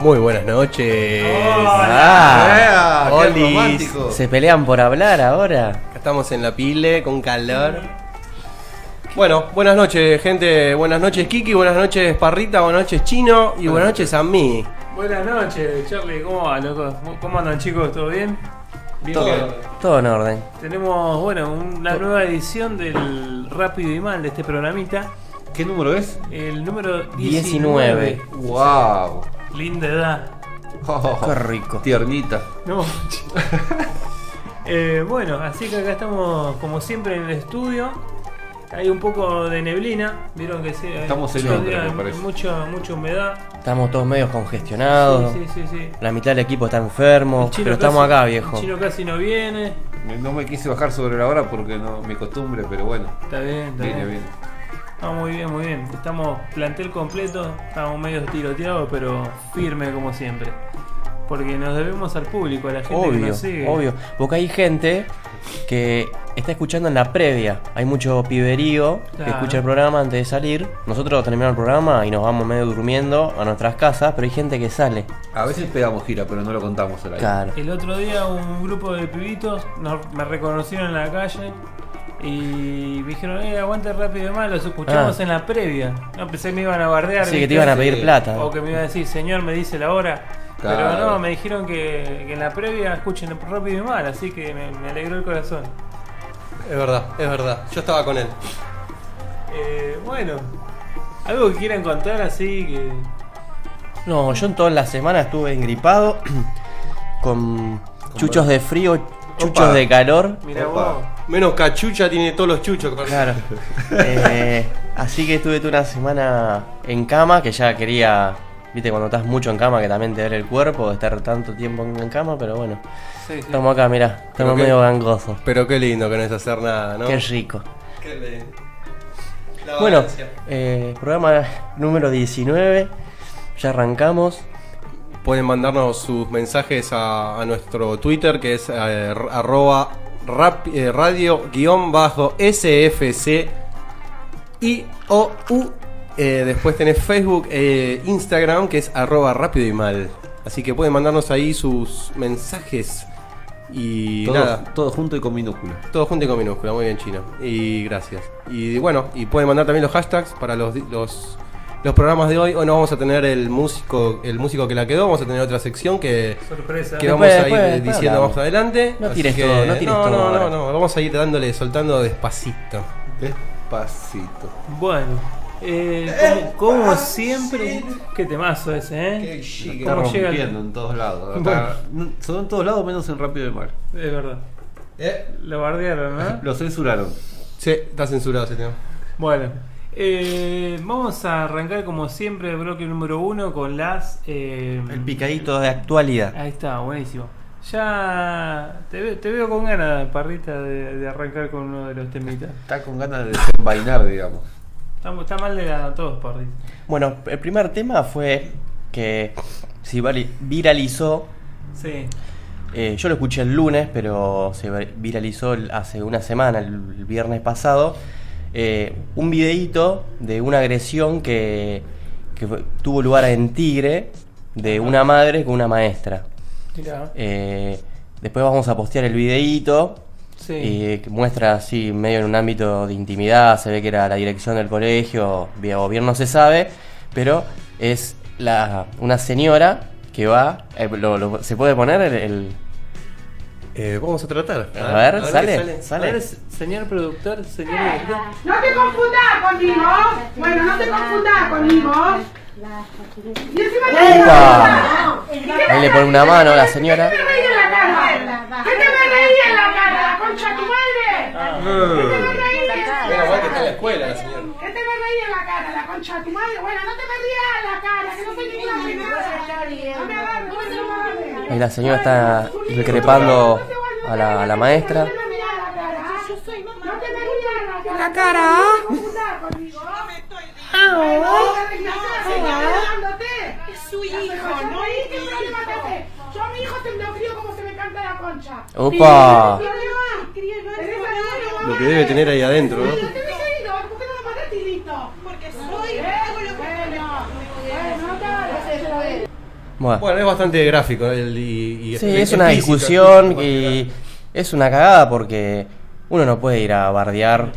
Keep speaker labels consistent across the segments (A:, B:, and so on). A: Muy buenas noches.
B: Hola.
A: Ah,
B: Ah, qué
A: olis.
B: romántico.
C: ¿Se pelean por hablar ahora?
A: Acá Estamos en la pile con calor. Bueno, buenas noches, gente. Buenas noches, Kiki. Buenas noches, Parrita. Buenas noches, Chino. Y buenas noches a mí.
D: Buenas noches, Charlie. ¿Cómo va, loco? ¿Cómo andan, chicos? ¿Todo bien? Bien. que
C: Todo en orden.
D: Tenemos, bueno, una nueva edición del Rápido y Mal de este programita.
B: ¿Qué número es?
D: El número 19.
C: 19.
B: ¡Wow!
D: Linda edad.
A: Oh.
C: Qué rico.
B: Oh, Tiernita.
D: No. Eh, bueno, así que acá estamos, como siempre, en el estudio. Hay un poco de neblina. Vieron que sí. hay
B: Estamos en
D: muchos
B: otra,
D: días,
B: me parece.
D: Mucha, mucha humedad.
C: Estamos todos medios congestionados.
D: Sí, sí, sí. sí.
C: La mitad del equipo está enfermo. Ah.
D: El chino
C: Oh, Pero estamos
D: casi-
C: acá,
D: El
C: viejo.
D: chino casi no viene.
B: Me- No me quise bajar sobre la hora porque no mi costumbre, pero bueno.
D: Está bien, está
B: Viene
D: bien.
B: bien.
D: Ah, muy bien, muy bien. Estamos plantel completo, estamos medio tiroteados, pero firme como siempre. Porque nos debemos al público, a la gente que nos sigue.
C: Obvio, obvio. Porque hay gente que está escuchando en la previa. Hay mucho piberío que
D: Claro.
C: escucha el programa antes de salir. Nosotros terminamos el programa y nos vamos medio durmiendo a nuestras casas, pero hay gente que sale.
B: A veces pegamos gira, pero no lo contamos al aire.
C: Claro.
D: El otro día un grupo de pibitos nos- me reconocieron en la calle y me dijeron, eh, aguante rápido y mal, los escuchamos
C: Ah.
D: en la previa. No, pensé que me iban a bardear.
C: Así que te
D: ¿viste?
C: iban a
B: sí.
C: pedir plata.
D: O que me iban a decir, señor, me dice la hora.
B: Claro.
D: Pero no, me dijeron que, que en la previa escuchen rápido y mal, así que me- me alegró el corazón.
A: Es verdad, es verdad. Yo estaba con él.
D: Eh, bueno, algo que quieran contar así que.
C: No, yo en toda la semana estuve engripado con chuchos de frío, chuchos
B: Opa.
C: de calor.
D: Mira
B: Opa.
D: vos.
A: Menos cachucha tiene todos los chuchos. que-
C: Claro. Eh, así que estuve toda una semana en cama, que ya quería. Viste, cuando estás mucho en cama, que también te duele el cuerpo, de estar tanto tiempo en cama, pero bueno. Estamos acá, mirá,
A: Pero
C: estamos
A: qué-
C: medio gangoso.
A: Pero qué lindo que no es hacer nada, ¿no?
C: Qué rico.
A: Qué lindo. La
C: Bueno,
A: vagancia.
C: eh, programa número 19. Ya arrancamos.
A: Pueden mandarnos sus mensajes a, a nuestro Twitter que es eh, r- arroba rap- eh, radio guión bajo SFC y o u. Eh, después tenés Facebook, eh, Instagram que es arroba rápido y mal. Así que pueden mandarnos ahí sus mensajes y
B: Todo,
A: nada.
B: todo junto y con minúscula.
A: Todo junto y con minúscula, muy bien chino. Y gracias. Y bueno, y pueden mandar también los hashtags para los, di- los, los programas de hoy. Hoy no vamos a tener el músico, el músico que la quedó, vamos a tener otra sección que,
D: Sorpresa.
A: que
C: Después,
A: vamos a ir
C: después, después
A: diciendo
C: hablamos.
A: más adelante.
C: No
A: Así
C: tires
A: que-
C: todo, no tires
A: no,
C: todo
A: No, no,
C: ahora.
A: no, vamos a ir dándole, soltando despacito.
B: Despacito.
D: Bueno, eh, como, como siempre, qué temazo ese, ¿eh?
B: Está
D: ¿Cómo llega?
B: rompiendo en todos lados. Acá- Son en todos lados menos en Rápido y Mal.
D: Es verdad. Lo bardearon, ¿no?
B: Lo censuraron.
A: Sí, está censurado ese tema.
D: bueno, eh, vamos a arrancar como siempre el bloque número uno con las. eh,
C: El picadito de actualidad.
D: Ahí está, buenísimo. Ya te, ve- te veo con ganas, parrita, de, de arrancar con uno de los temitas.
B: Está con ganas de desenvainar, digamos.
D: Estamos- Está mal de la todos, parrita.
C: Bueno, el primer tema fue que se vali- viralizó
D: Sí.
C: Eh, yo lo escuché el lunes, pero se vi- viralizó el- hace una semana, el, el viernes pasado, eh, un videíto de una agresión que, que fue- tuvo lugar en Tigre de una madre con una maestra.
D: Mirá.
C: Eh, después vamos a postear el videíto
D: Sí.
C: y que muestra así medio en un ámbito de intimidad, se ve que era la dirección del colegio, vía gobierno se sabe, pero es la, una señora que va, eh, lo- lo- se puede poner el- el
A: Eh, vamos a tratar.
C: A ver, sale, sale.
D: A ver, señor productor, señor director.
E: No te confundas conmigo. Bueno, no te confundas conmigo. Y encima te ríes en la cara.
C: Ahí le pone una mano a la señora.
E: ¿Qué te reí en la cara? ¿Qué te me reí en la cara? ¡Concha tu madre! ¿Qué te me
B: Eh.
E: reí en la cara?
A: escuela la señora.
E: ¿Qué te me reí en la cara? La concha de tu madre. Bueno, no te me rías en la cara, que no soy ninguna primera. No me agarres, no me agarres.
C: Ahí la señora está increpando a la, a la maestra.
E: La cara. ¿ah? Es su hijo, ¿no? ¿Qué problema te hace? Yo a mi hijo te lo crío como se me canta la concha.
C: ¡Opa!
A: Lo que debe tener ahí adentro, ¿no?
E: ¿Por qué no lo mataste y listo? Porque soy. Bueno, bueno, claro, eso es.
C: Bueno.
A: Bueno, es bastante gráfico. El, y, y
C: Sí,
A: expli-
C: es una
A: explícito,
C: discusión
A: explícito,
C: y es una cagada porque uno no puede ir a bardear.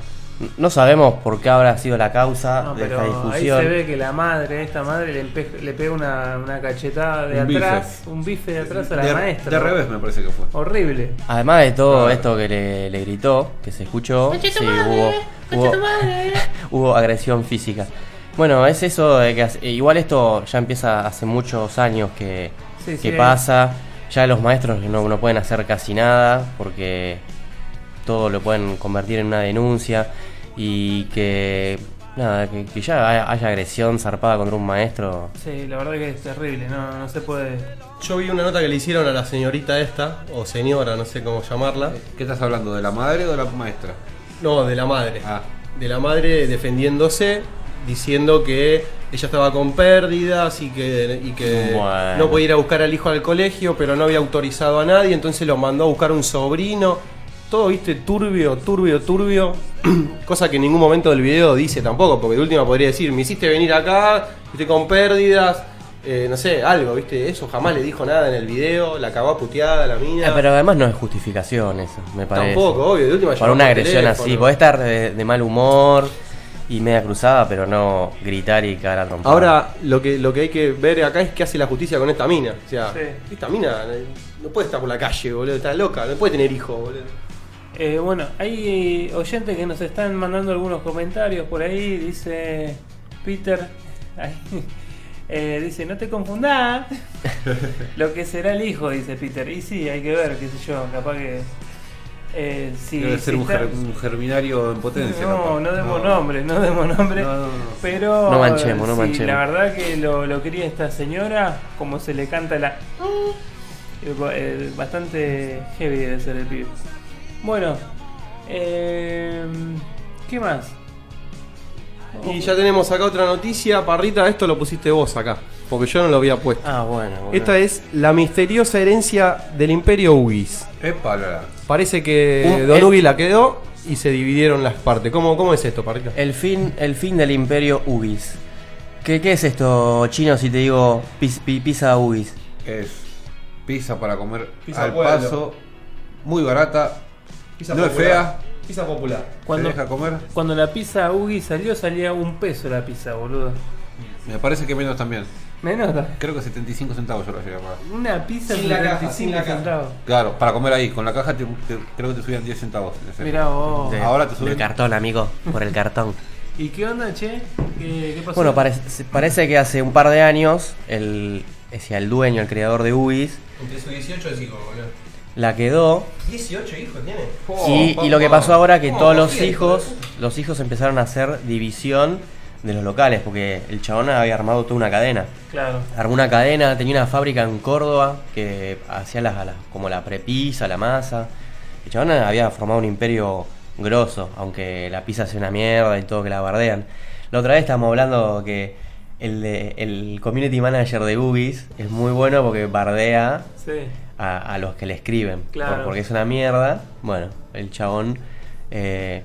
C: No sabemos por qué habrá sido la causa
D: No,
C: de esta
D: pero ahí se ve
C: discusión.
D: que la madre, esta madre, le, empe- le pega una, una cachetada de
A: Un bife.
D: atrás, un bife de atrás a la
B: de,
D: maestra.
B: de revés me parece que fue.
D: Horrible.
C: Además de todo
B: Claro.
C: esto que le, le gritó, que se escuchó,
F: Concha tu
C: sí,
F: madre,
C: hubo,
F: concha tu
C: hubo-
F: madre.
C: hubo agresión física. Bueno, es eso de que hace- e igual esto ya empieza hace muchos años que,
D: Sí,
C: que
D: sí, es.
C: pasa. Ya los maestros no, no pueden hacer casi nada porque todo lo pueden convertir en una denuncia y que nada, que, que ya haya, haya agresión zarpada contra un maestro.
D: Sí, la verdad que es terrible, no, no se puede.
A: Yo vi una nota que le hicieron a la señorita esta, o señora, no sé cómo llamarla.
B: ¿Qué estás hablando? ¿De la madre o de la maestra?
A: No, de la madre.
B: Ah.
A: De la madre defendiéndose, diciendo que ella estaba con pérdidas y que, y que
C: Bueno.
A: no podía ir a buscar al hijo al colegio, pero no había autorizado a nadie, entonces lo mandó a buscar un sobrino. Todo, viste, turbio, turbio, turbio. Cosa que en ningún momento del video dice tampoco, porque de última podría decir, me hiciste venir acá, estoy con pérdidas, eh, no sé, algo, viste. Eso jamás le dijo nada en el video, la cagó a puteada la mina.
C: Ah, pero además no es justificación eso, me parece.
A: tampoco, obvio, de última
C: Para
A: llamó
C: una
A: por
C: agresión
A: teléfono.
C: así, pues podés estar de, de mal humor y media cruzada, pero no gritar y cagar a trompada.
A: Ahora lo que, lo que hay que ver acá es qué hace la justicia con esta mina. O sea,
D: Sí.
A: esta mina eh, no puede estar por la calle, boludo, está loca, no puede tener hijos, boludo.
D: Eh, bueno, hay oyentes que nos están mandando algunos comentarios por ahí. Dice Peter, ahí, eh, dice, no te confundás. Lo que será el hijo, dice Peter. Y sí, hay que ver, qué sé yo, capaz que... eh, si-
B: Debe
D: si
B: ser un,
D: está-
B: ger- un germinario en potencia.
D: No,
B: capaz.
D: no demos nombre, no demos nombre.
B: No, no, no.
D: Pero
C: No manchemos, no
D: sí,
C: manchemos.
D: la verdad que lo, lo quería esta señora, como se le canta la... Eh, Bastante heavy debe ser el pibe. Bueno, eh, ¿qué más?
A: Y ya tenemos acá otra noticia, Parrita, esto lo pusiste vos acá, porque yo no lo había puesto.
C: Ah, bueno. bueno.
A: Esta es la misteriosa herencia del imperio Ugis.
B: Epa, la, la.
A: Parece que
C: Un-
A: Don
C: es-
A: Ugi la quedó y se dividieron las partes. ¿Cómo, cómo es esto, Parrita?
C: El fin, el fin del imperio Ubis. ¿Qué, qué es esto, chino, si te digo pis- pi- pizza Ubis?
B: Es pizza para comer
A: Pizza
B: al
A: pueblo.
B: paso. Muy barata. no es fea.
A: Pizza popular.
D: Cuando,
B: Te deja comer.
D: cuando la pizza Ugi salió, salía un peso la pizza, boludo.
B: Me parece que menos también.
D: Menos da-
B: Creo que 75 centavos yo lo llegué a pagar.
D: una pizza
A: Sin
D: por
A: la caja,
D: 25
A: sin la caja.
D: centavos.
B: Claro, para comer ahí. Con la caja te- te- creo que te subían 10 centavos. en ese.
D: Mirá vos.
C: De-
B: Ahora te
C: Del
B: suben.
C: cartón, amigo, por el cartón.
D: ¿Y qué onda, che? ¿Qué, qué pasó?
C: Bueno, parece, parece que hace un par de años el, es decir, el dueño, el creador de Ubis,
A: Entre sus 18 hijos, boludo.
C: la quedó.
A: 18 hijos tiene.
B: Oh,
C: y, y lo que pasó ahora que
A: Oh,
C: todos los
A: sí,
C: hijos,
A: hijo de
C: los hijos empezaron a hacer división de los locales, porque el chabón había armado toda una cadena.
D: Claro.
C: Armó una cadena, tenía una fábrica en Córdoba que hacía las, las- como la prepisa, la masa. El chabón había formado un imperio grosso, aunque la pizza sea una mierda y todo que la bardean. La otra vez estábamos hablando que el, de- el community manager de Boogies es muy bueno porque bardea
D: Sí.
C: a, a los que le escriben.
D: Claro.
C: por- Porque es una mierda. Bueno, el chabón eh,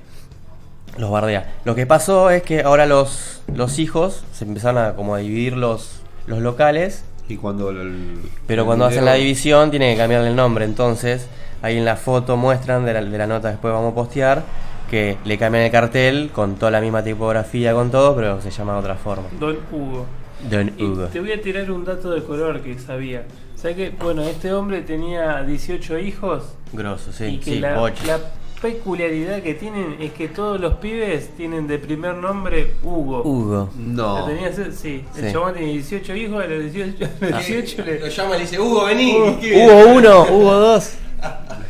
C: los bardea. Lo que pasó es que ahora los, los hijos se empezaron a como a dividir los, los locales.
B: Y cuando el-
C: Pero
B: el
C: cuando hacen la
B: video-
C: división tienen que cambiarle el nombre. Entonces, ahí en la foto muestran de la, de la nota después vamos a postear. Que le cambian el cartel con toda la misma tipografía, con todo, pero se llama de otra forma.
D: Don Hugo.
C: Don
D: Y
C: Hugo.
D: te voy a tirar un dato de color que sabía. O sea que, bueno, este hombre tenía 18 hijos
C: Grosso,
D: y
C: sí,
D: que
C: sí,
D: la,
C: bocha.
D: la peculiaridad que tienen es que todos los pibes tienen de primer nombre Hugo.
C: Hugo.
D: ¿La
B: No.
D: tenías? Sí, el
C: Sí. Ah.
D: chabón tiene 18 hijos, a los 18, a los 18
A: puta. Lo
D: le...
A: llama y le dice, Hugo, vení. ¿qué viene?
C: Hugo 1, Hugo 2,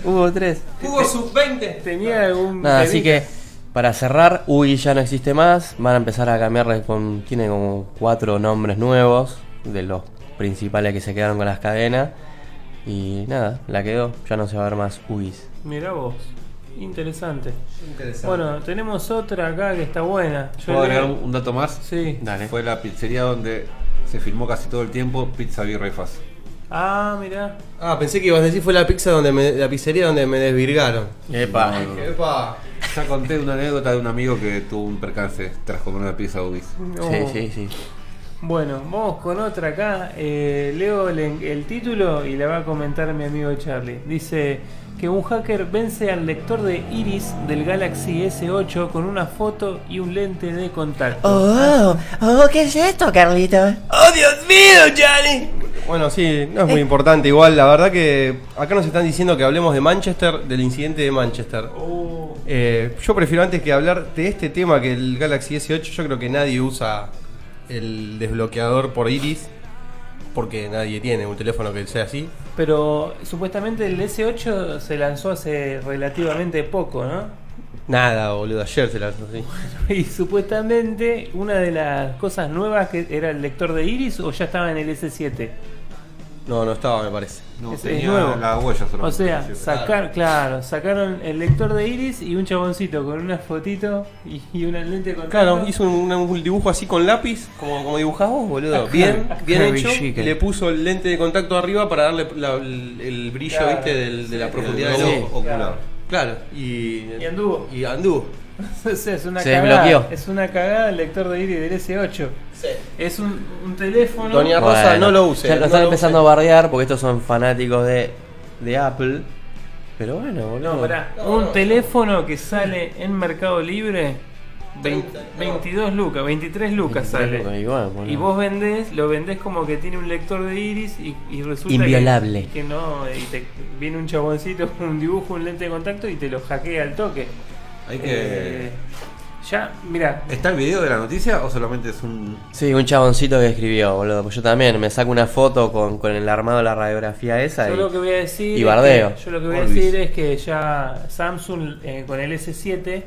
C: Hugo 3.
A: Hugo sub-20.
B: Ah.
D: Tenía algún...
C: Nada, Ah, así que
D: temita.
C: para cerrar, Ugi ya no existe más. Van a empezar a cambiarle con. Tiene como cuatro nombres nuevos de los principales que se quedaron con las cadenas. Y nada, la quedó. Ya no se va a ver más Ugis.
D: Mirá vos. Interesante.
A: Interesante.
D: Bueno, tenemos otra acá que está buena. Yo
B: ¿Puedo
D: le-
B: agregar un un dato más?
D: Sí.
C: Dale.
B: Fue la pizzería donde se filmó casi todo el tiempo Pizza Birra y Faz.
D: Ah, mirá.
A: Ah, pensé que ibas a decir fue la pizza donde me- la pizzería donde me desvirgaron.
C: Epa.
A: Epa.
B: Ya conté una anécdota de un amigo que tuvo un percance tras comer una pizza Ubis.
D: No.
A: Oh.
C: Sí, sí, sí.
D: Bueno, vamos con otra acá. Eh, leo el, el título y la va a comentar mi amigo Charlie. Dice que un hacker vence al lector de iris del Galaxy S8 con una foto y un lente de contacto.
F: Oh, oh, ¿qué es esto, Carlitos?
C: ¡Oh, Dios mío, Charlie!
A: Bueno, sí, no es muy importante. Igual, la verdad que acá nos están diciendo que hablemos de Manchester, del incidente de Manchester. Eh, yo prefiero antes que hablar de este tema que el Galaxy S8, yo creo que nadie usa el desbloqueador por iris, porque nadie tiene un teléfono que sea así.
D: Pero supuestamente el S8 se lanzó hace relativamente poco, ¿no?
A: Nada, boludo, ayer se lanzó así.
D: Y supuestamente una de las cosas nuevas que era el lector de iris o ya estaba en el S7.
A: No, no estaba, me parece.
B: No,
D: Es-
B: tenía
D: es nuevo.
B: la huella solamente.
D: O sea,
B: sí.
D: sacar, claro, sacaron el lector de iris y un chaboncito con una fotito y, y una lente con
A: Claro, hizo un, un dibujo así con lápiz, como, como dibujás vos, boludo.
D: Ah,
A: Bien, bien
C: Heavy
A: hecho.
C: chicken.
A: Le puso el lente de contacto arriba para darle la- el, el brillo,
D: Claro,
A: viste, del- de la
D: sí.
A: profundidad
B: El
A: del
B: globo
A: ojo.
B: ocular.
A: Claro, y,
D: Y anduvo.
A: Y anduvo.
D: O sea, es una
C: Se
D: cagada.
C: desbloqueó.
D: Es una cagada el lector de iris del S8. Es un, un teléfono.
A: Doña- Rosa, no lo use,
C: Ya lo
A: no
C: están
A: lo
C: empezando
A: use.
C: a bardear porque estos son fanáticos de, de Apple. Pero bueno, boludo.
D: No, pará. un teléfono que sale en Mercado Libre. vein- 22 lucas, 23
C: 23
D: lucas sale.
C: lucas, Este y bueno, boludo.
D: Y vos vendés, lo vendés como que tiene un lector de iris y, y resulta
C: Inviolable.
D: Que, que no, y te viene un chaboncito con un dibujo, un lente de contacto y te lo hackea al toque.
B: Hay que.
D: Eh, ya, mira,
B: ¿Está el video de la noticia o solamente es un.
C: Sí, un chaboncito que escribió, boludo. Pues yo también me saco una foto con, con el armado de la radiografía esa.
D: Yo
C: Y,
D: lo que voy a decir.
C: y
D: es
C: bardeo.
D: que- yo lo que voy a
B: Olvis.
D: decir es que ya Samsung eh, con el S7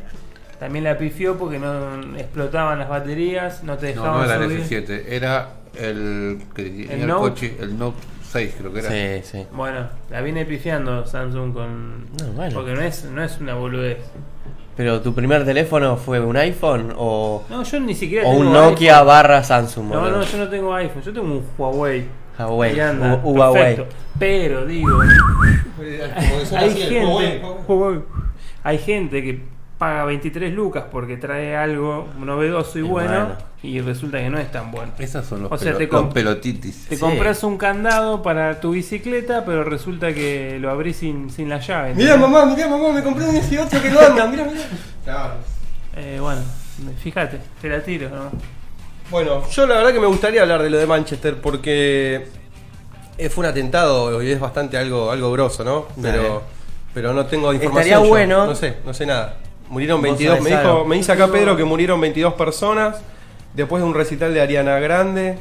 D: también la pifió porque no explotaban las baterías, no te
B: No,
D: dejaban
B: no era
D: subir.
B: el S7, era el. Que tenía
D: ¿El
B: el,
D: Note?
B: coche, el Note 6, creo que era.
C: Sí, sí.
D: Bueno, la viene pifiando Samsung con.
C: No, Ah, bueno.
D: Porque no es, no es una boludez.
C: Pero tu primer teléfono fue un iPhone o,
D: No, yo ni siquiera.
C: o
D: tengo
C: un Nokia
D: iPhone.
C: barra Samsung,
D: No,
C: boludo.
D: no, yo no tengo iPhone, yo tengo un Huawei.
C: Huawei,
D: Ahí anda,
C: U- Huawei.
D: perfecto. Pero digo, hay gente, Huawei. hay gente que paga 23 lucas porque trae algo novedoso y
C: Y
D: bueno,
C: bueno.
D: y resulta que no es tan bueno.
B: Esas son los,
D: O sea,
B: pelo-
D: te
B: los
D: com-
B: pelotitis.
D: Te
C: Sí.
D: compras un candado para tu bicicleta, pero resulta que lo abrís sin, sin la llave.
A: Mirá,
D: ¿entendés?
A: mamá, mirá, mamá, me compré un S8 que no anda, mirá, mirá. Claro.
D: Eh, bueno, fíjate, te la tiro. ¿no?
A: Bueno, yo la verdad que me gustaría hablar de lo de Manchester porque eh, fue un atentado y es bastante algo, algo grosso, ¿no?
C: Dale.
A: Pero, pero no tengo información.
C: Estaría
A: yo.
C: bueno-
A: No sé, no sé nada. Murieron
C: Vos
A: 22, me
C: sabés
A: dijo,
C: algo.
A: me dice acá Pedro que murieron 22 personas después de un recital de Ariana Grande.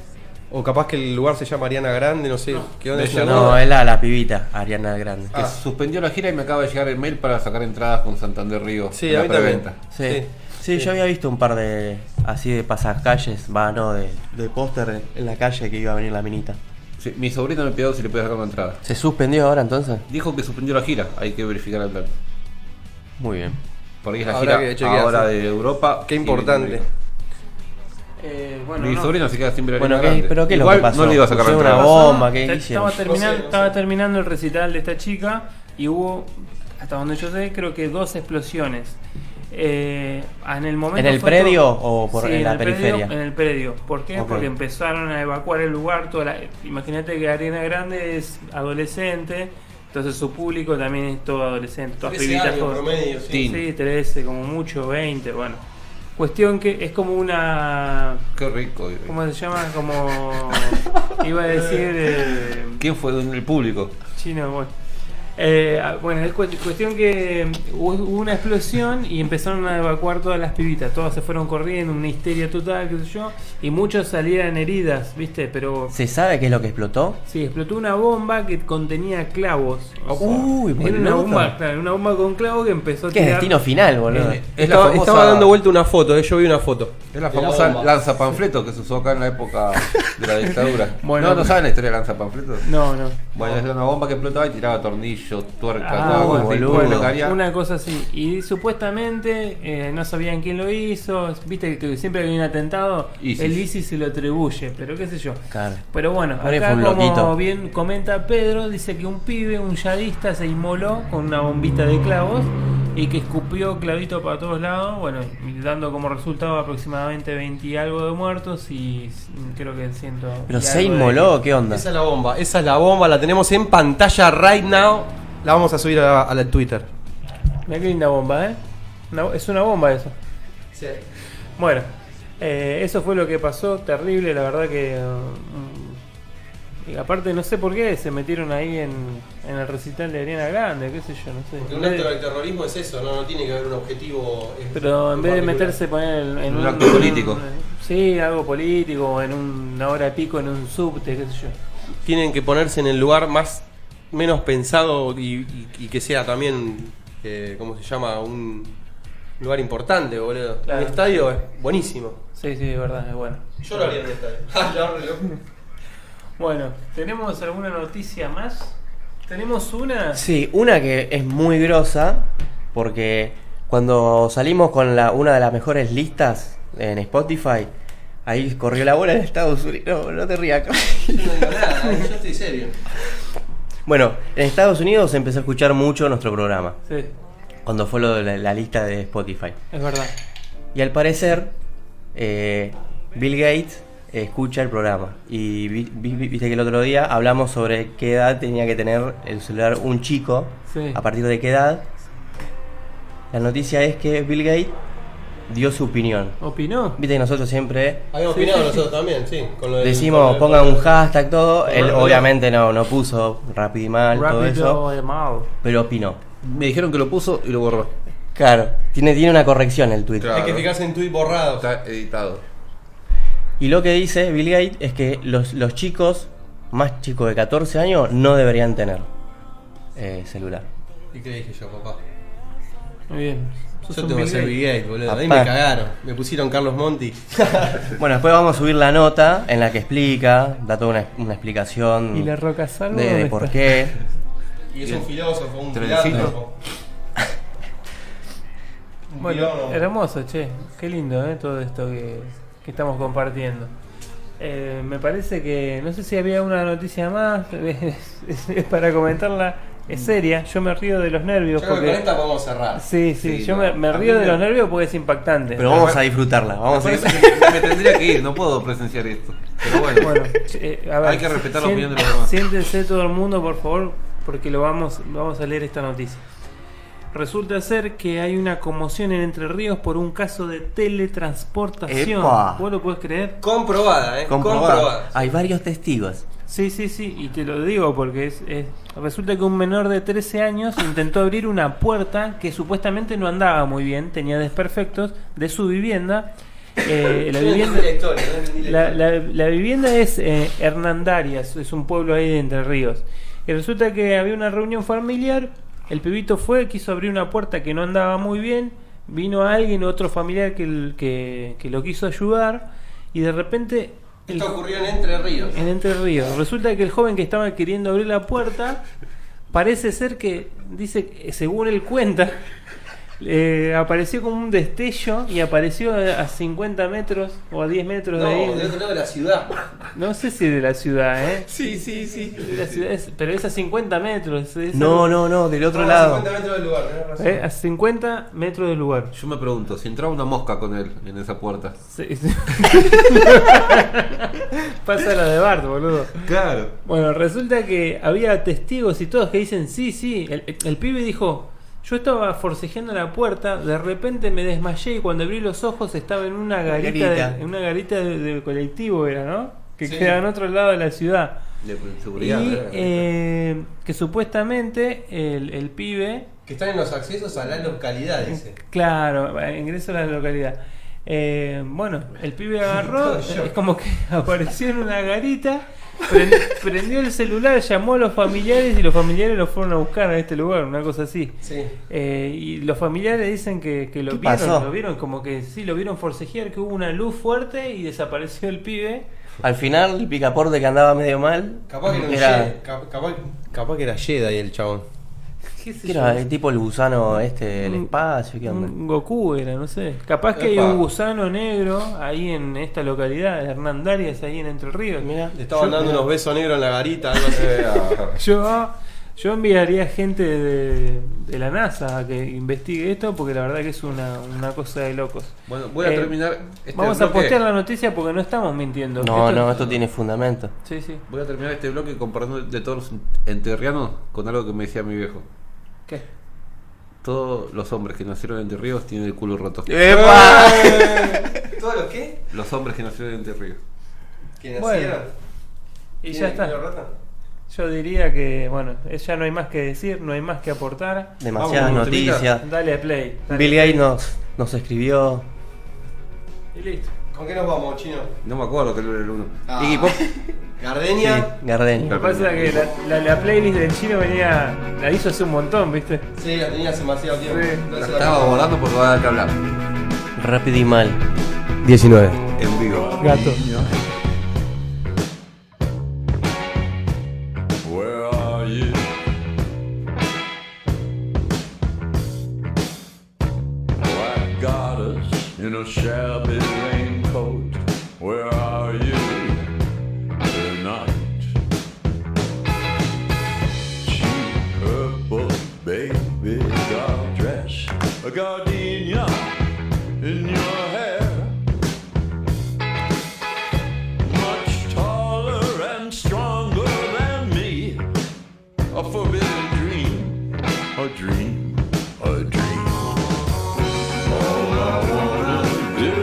A: O capaz que el lugar se llama Ariana Grande, no sé. ¿Qué onda
B: de
A: es
B: Ella
A: una
C: No,
A: duda.
C: es Ah, la, la pibita, Ariana Grande.
D: Ah.
B: Que suspendió la gira y me acaba de llegar el mail para sacar entradas con Santander Río.
A: Sí,
B: en
A: a
B: la
A: mí también.
B: preventa.
C: Sí. Sí, yo había visto un par de así de pasacalles, va, no, de, de póster en la calle que iba a venir la minita.
B: Sí, mi sobrino me pidió si le podía sacar una entrada.
C: ¿Se suspendió ahora entonces?
B: Dijo que suspendió la gira, hay que verificar el plan.
C: Muy bien.
B: Porque es la
A: Habrá que
B: gira
A: chequear,
B: ahora
A: sí.
B: de Europa.
A: Qué
B: y
A: importante.
B: Latinoamérica.
D: Eh, bueno,
B: Mi
D: no.
B: sobrino se queda siempre
C: Bueno, ¿qué- pero ¿qué es lo
B: Igual
C: que pasó?
B: no le iba a sacar la
C: Pusieron
B: entrada.
C: una bomba, ¿qué
D: Está-
C: hicieron?
D: Estaba, terminando,
A: No sé, no
D: estaba
A: sé.
D: terminando el recital de esta chica y hubo, hasta donde yo sé, creo que dos explosiones. Eh, en el momento
C: ¿En el
D: fue
C: predio
D: todo-
C: o por-
D: Sí,
C: en la
D: el predio-
C: periferia?
D: en el predio. ¿Por qué?
C: Ok.
D: Porque empezaron a evacuar el lugar. toda la- Imagínate que Arena Grande es adolescente, entonces su público también es todo adolescente, todas
A: 13
D: pibitas
A: años
D: jóvenes.
A: promedio, sí.
B: Teen.
D: Sí, 13, como mucho, 20, bueno. Cuestión que es como una
B: Qué rico. eh.
D: ¿Cómo se llama? Como. Iba a decir. eh,
B: ¿Quién fue en el público?
D: chino, bueno. Eh, ah, bueno, es cuest- cuestión que mm, hubo hubo una explosión y empezaron a evacuar todas las pibitas. Todas se fueron corriendo, una histeria total, qué sé yo. Y muchos salieron heridas, ¿viste? Pero. Sí.
C: ¿Se sabe qué es lo que explotó?
D: explotó una bomba que contenía clavos. O sea,
C: Uy,
D: era una
C: boludo.
D: bomba, claro, una bomba con clavos que empezó a
C: ¿Qué es
D: tirar-
C: destino final, boludo?
B: Es- es la
A: Estaba,
B: famosa-
A: estaba dando vuelta una foto, eh, yo vi una foto.
B: Es la famosa lanza panfleto que se usó acá en la época de la dictadura.
D: Bueno.
B: no, no saben la historia de lanza panfletos.
D: No, no.
B: Bueno, es una bomba que explotaba y tiraba tornillos, tuercas,
D: Ah,
B: todo,
C: bueno,
B: así,
C: boludo.
B: todo lo que había.
D: Una cosa así. Y supuestamente eh, no sabían quién lo hizo. Viste que siempre que hay un atentado,
B: ISIS.
D: el ISIS se lo atribuye, pero qué sé yo.
C: Claro.
D: Pero bueno,
C: Ahora
D: acá
C: fue un
D: como
C: loquito.
D: bien comenta Pedro, dice que un pibe, un yadista, se inmoló con una bombita de clavos y y que escupió Clavito para todos lados, bueno, dando como resultado aproximadamente 20 y algo de muertos y s- creo que siento.
C: Pero se inmoló, ¿qué onda?
A: Esa es la bomba, esa es la bomba, la tenemos en pantalla right now. La vamos a subir a, a la Twitter.
D: Mira qué linda bomba, ¿eh? Una bo- es una bomba eso. Bueno, eh, eso fue lo que pasó, terrible, la verdad que... mm, y aparte no sé por qué se metieron ahí en, en el recital de Ariana Grande, qué sé yo, no sé. En vez de-
A: terrorismo es eso, no, tiene que haber un objetivo. eh,
D: pero en vez de meterse poner en,
B: En un acto político.
D: sí, algo político, o en un- una hora de pico, en un subte, qué sé yo.
A: Tienen que ponerse en el lugar más menos pensado y, y- y que sea también, eh, ¿cómo se llama? Un lugar importante, boludo.
D: Claro.
A: El estadio es buenísimo. Ah,
D: Sí, sí, es verdad, es bueno.
A: Yo lo haría en el estadio.
D: Bueno, ¿tenemos alguna noticia más? ¿Tenemos una?
C: Sí, una que es muy grosa, porque cuando salimos con la, una de las mejores listas en Spotify, ahí corrió la bola en Estados Unidos. No, no te rías.
A: Yo no digo nada, yo estoy serio.
C: bueno, en Estados Unidos se empezó a escuchar mucho nuestro programa,
D: Sí,
C: cuando fue lo de la, la lista de Spotify.
D: es verdad.
C: Y al parecer, eh, Bill Gates escucha el programa. Y vi- vi- vi- viste que el otro día hablamos sobre qué edad tenía que tener el celular un chico,
D: Sí.
C: a partir de qué edad. La noticia es que Bill Gates dio su opinión.
D: ¿Opinó?
C: Viste que nosotros siempre
A: Habíamos
D: Sí,
A: opinado
D: sí, sí.
A: nosotros también, sí. Con lo del- con lo
C: decimos
A: del-
C: pongan un hashtag, todo.
A: Con
C: Él
A: el reloj.
C: obviamente no, no puso rápido y mal, todo eso,
D: de eh, mal.
C: pero opinó.
B: Me dijeron que lo puso y lo borró.
C: Claro, tiene, tiene una corrección el tweet.
B: Claro.
A: Hay que fijarse en tweets borrados.
B: Está editado.
C: Y lo que dice Bill Gates es que los, los chicos más chicos de 14 años no deberían tener eh, celular.
A: ¿Y qué dije yo, papá?
D: Muy bien. Sos
A: Yo
D: un
A: tengo que
D: Bill
A: ser
D: Gates.
A: Bill Gates, boludo. Ahí
C: Apá.
A: me cagaron. Me pusieron Carlos Monti.
C: Bueno, después vamos a subir la nota en la que explica, da toda una, una explicación
D: ¿Y la roca salva?
C: de, de
D: dónde
C: por
D: está?
C: qué.
A: Y es un filósofo, un
B: Trencito.
A: filántropo. Un
D: Bueno,
A: pilón,
D: hermoso, che. Qué lindo, ¿eh? Todo esto que, que estamos compartiendo. Eh, me parece que. No sé si había una noticia más. es- es- es para comentarla.
C: Mm.
D: Es seria. Yo me río de los nervios.
A: Yo creo que con
D: porque
A: esta podemos cerrar.
D: Sí, sí,
B: Sí,
D: yo
B: no.
D: me, me
B: A
D: río
B: mí
D: de
B: me-
D: los nervios porque es impactante.
C: Pero vamos a disfrutarla, vamos a
B: Parece que me tendría que ir, no puedo presenciar esto. Pero bueno,
D: Bueno, eh, a ver,
B: Hay que respetar la
D: sien-
B: opinión de los demás.
D: Siéntense todo el mundo, por favor, porque lo vamos, vamos a leer esta noticia. Resulta ser que hay una conmoción en Entre Ríos por un caso de teletransportación.
C: ¡Epa!
D: ¿Vos lo puedes creer?
A: Comprobada, eh.
C: comprobar.
A: Comprobada.
C: Hay varios testigos.
D: Sí, sí, sí, y te lo digo porque es, es- resulta que un menor de 13 años intentó abrir una puerta que supuestamente no andaba muy bien, tenía desperfectos de su vivienda. Eh, la
A: Yo no
D: vivienda
A: entendí la historia, no entendí la
D: la,
A: historia.
D: la- la vivienda es eh, Hernandarias, es un pueblo ahí de Entre Ríos. Y resulta que había una reunión familiar, el pibito fue, quiso abrir una puerta que no andaba muy bien, vino alguien, otro familiar que, el- que, que lo quiso ayudar, y de repente... el-
A: Esto ocurrió en Entre Ríos.
D: en Entre Ríos. Resulta que el joven que estaba queriendo abrir la puerta, parece ser que, dice, eh, según él cuenta, eh, apareció como un destello y apareció a a 50 metros o a 10 metros
A: No,
D: de ahí.
A: del otro lado de la ciudad.
D: No sé si de la ciudad, ¿eh?
A: Sí, sí, sí.
D: De la ciudad es- pero es a 50 metros. es
C: No,
D: algo-
C: no, no, del otro
A: No,
C: lado.
A: 50 metros del lugar, tenés razón.
D: Eh, A 50 metros del lugar.
B: yo me pregunto, si entraba una mosca con él en esa puerta.
D: Sí, sí. Pasa la de Bart, boludo.
B: Claro.
D: Bueno, resulta que había testigos y todos que dicen, sí, sí, el, el- el pibe dijo, yo estaba forcejeando la puerta, de repente me desmayé y cuando abrí los ojos estaba en una garita, de-
C: Garita.
D: en una garita de, de colectivo, era, ¿no? Que
A: Sí.
D: quedaba en otro lado de la ciudad.
B: De de
D: Y
B: seguridad. ¿verdad?
D: eh, que supuestamente el, el pibe,
A: Que están en los accesos a la localidad, dice.
D: claro, eh, ingreso a la localidad. Eh, bueno, el pibe agarró,
A: Todo yo.
D: es como que apareció en una garita, prend- prendió el celular, llamó a los familiares y los familiares lo fueron a buscar a este lugar, una cosa así.
A: Sí.
D: Eh, y los familiares dicen que, que lo
C: ¿Qué
D: vieron,
C: pasó?
D: lo vieron como que sí, lo vieron forcejear, que hubo una luz fuerte y desapareció el pibe.
C: Al final, el picaporte que andaba medio mal
A: Capaz que era un
C: era,
A: Jedi, cap- capaz, capaz que era Jedi el chabón.
D: ¿Qué sé
C: ¿qué
D: yo?
C: era el tipo el gusano este del
A: Mm.
D: Un-
C: espacio, ¿qué onda?
D: Un Goku era, no sé. Capaz que hay
A: Epa.
D: un gusano negro ahí en esta localidad, Hernán Darias, ahí en Entre Ríos.
C: Mirá.
A: Le estaban dando unos besos negros en la garita, algo así.
B: Eh, ah,
D: Yo Yo enviaría gente de, de la NASA a que investigue esto porque la verdad que es una, una cosa de locos.
B: Bueno, voy a
D: Eh,
B: terminar. Este
D: Vamos a
B: bloque-
D: postear la noticia porque no estamos mintiendo.
C: No,
D: Esto-
C: no, esto tiene fundamento.
D: Sí, sí.
B: Voy a terminar este bloque comparando de todos los enterrianos con algo que me decía mi viejo.
D: ¿Qué?
B: Todos los hombres que nacieron en Entre Ríos tienen el culo roto.
C: Eh.
A: ¿Todo lo qué?
B: Los hombres que nacieron en Entre Ríos.
A: ¿Que
D: Bueno,
A: nacieron?
D: Y
A: ¿Tienen
D: ya
A: el
D: está.
A: culo roto?
D: Yo diría que, bueno, eh, ya no hay más que decir, no hay más que aportar.
C: Demasiadas
B: Vamos,
C: noticias.
D: Dale a play. dale.
C: Bill Gates nos, nos escribió.
D: Y listo.
A: ¿Con qué nos vamos, chino?
B: No me acuerdo que era el uno.
A: Ah.
B: Iggy Pop.
C: Sí,
A: ¿Gardenia?
C: Gardenia.
D: Me pasa que la, la- la playlist del chino venía. La hizo hace un montón, ¿viste?
A: Sí, la tenía hace demasiado tiempo.
D: Sí.
A: No
B: La
A: se
B: estaba volando porque va a dar que hablar.
C: Rápido y mal.
A: 19.
B: En vivo.
D: Gato.
B: Where are you?
G: Black goddess in a shabby raincoat. Where are you tonight? Cheap purple baby doll dress, a gardenia in your hair. Much taller and stronger than me. A forbidden dream, a dream, a dream. All I wanna do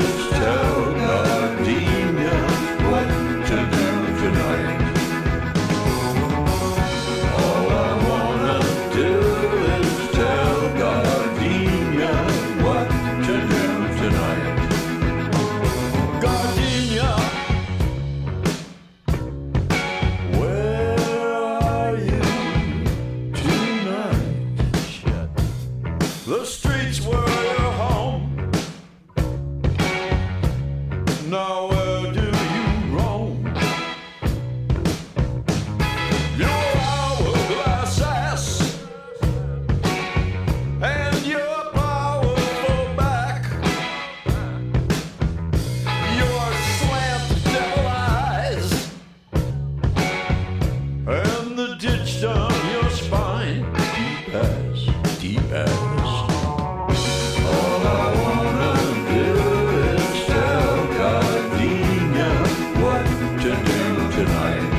G: is tell Gardenia what to do tonight. All I wanna do is tell Gardenia what to do tonight. Gardenia, where are you tonight? The streets were your home. Now where do you roam? Your hourglass ass and your powerful back, your slant devil eyes, and the ditch down your spine, deep as, deep as. All I wanna do is tell Gardenia what to do tonight.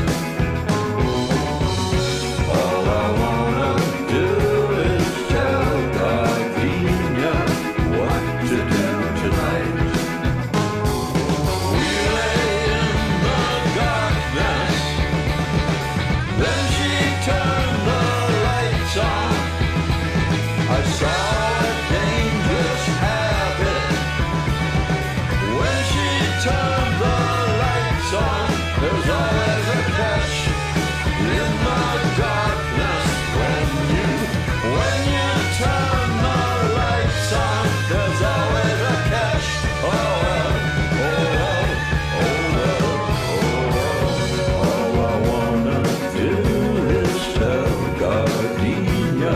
G: All I wanna do is tell Gardenia what to do tonight. We lay in the darkness. Then she turned the lights on. I saw a dangerous habit. When she turned the lights on, there's always a catch in the darkness. When you, when you turn the lights on, there's always a catch. Oh well, oh well, oh well, oh well. All I wanna do is tell Gardenia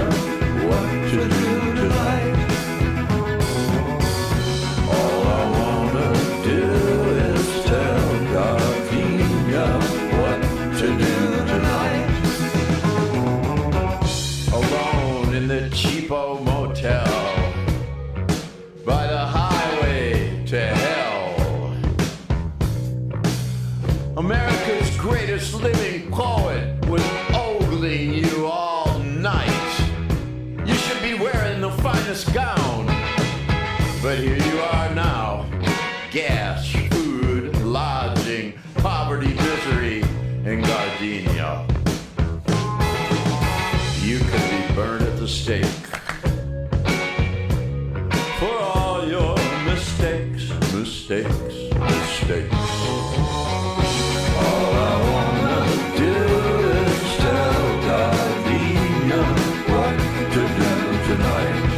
G: what to do tonight. All I wanna do is tell Gardenia what to do tonight. Alone in the cheapo motel by the highway to hell. America's greatest living poet was ogling you all night. You should be wearing the finest gown. But here you are now. Gas, food, lodging, poverty, misery, and gardenia. You could be burned at the stake for all your mistakes, mistakes, mistakes. All I wanna do is tell Gardenia what to do tonight.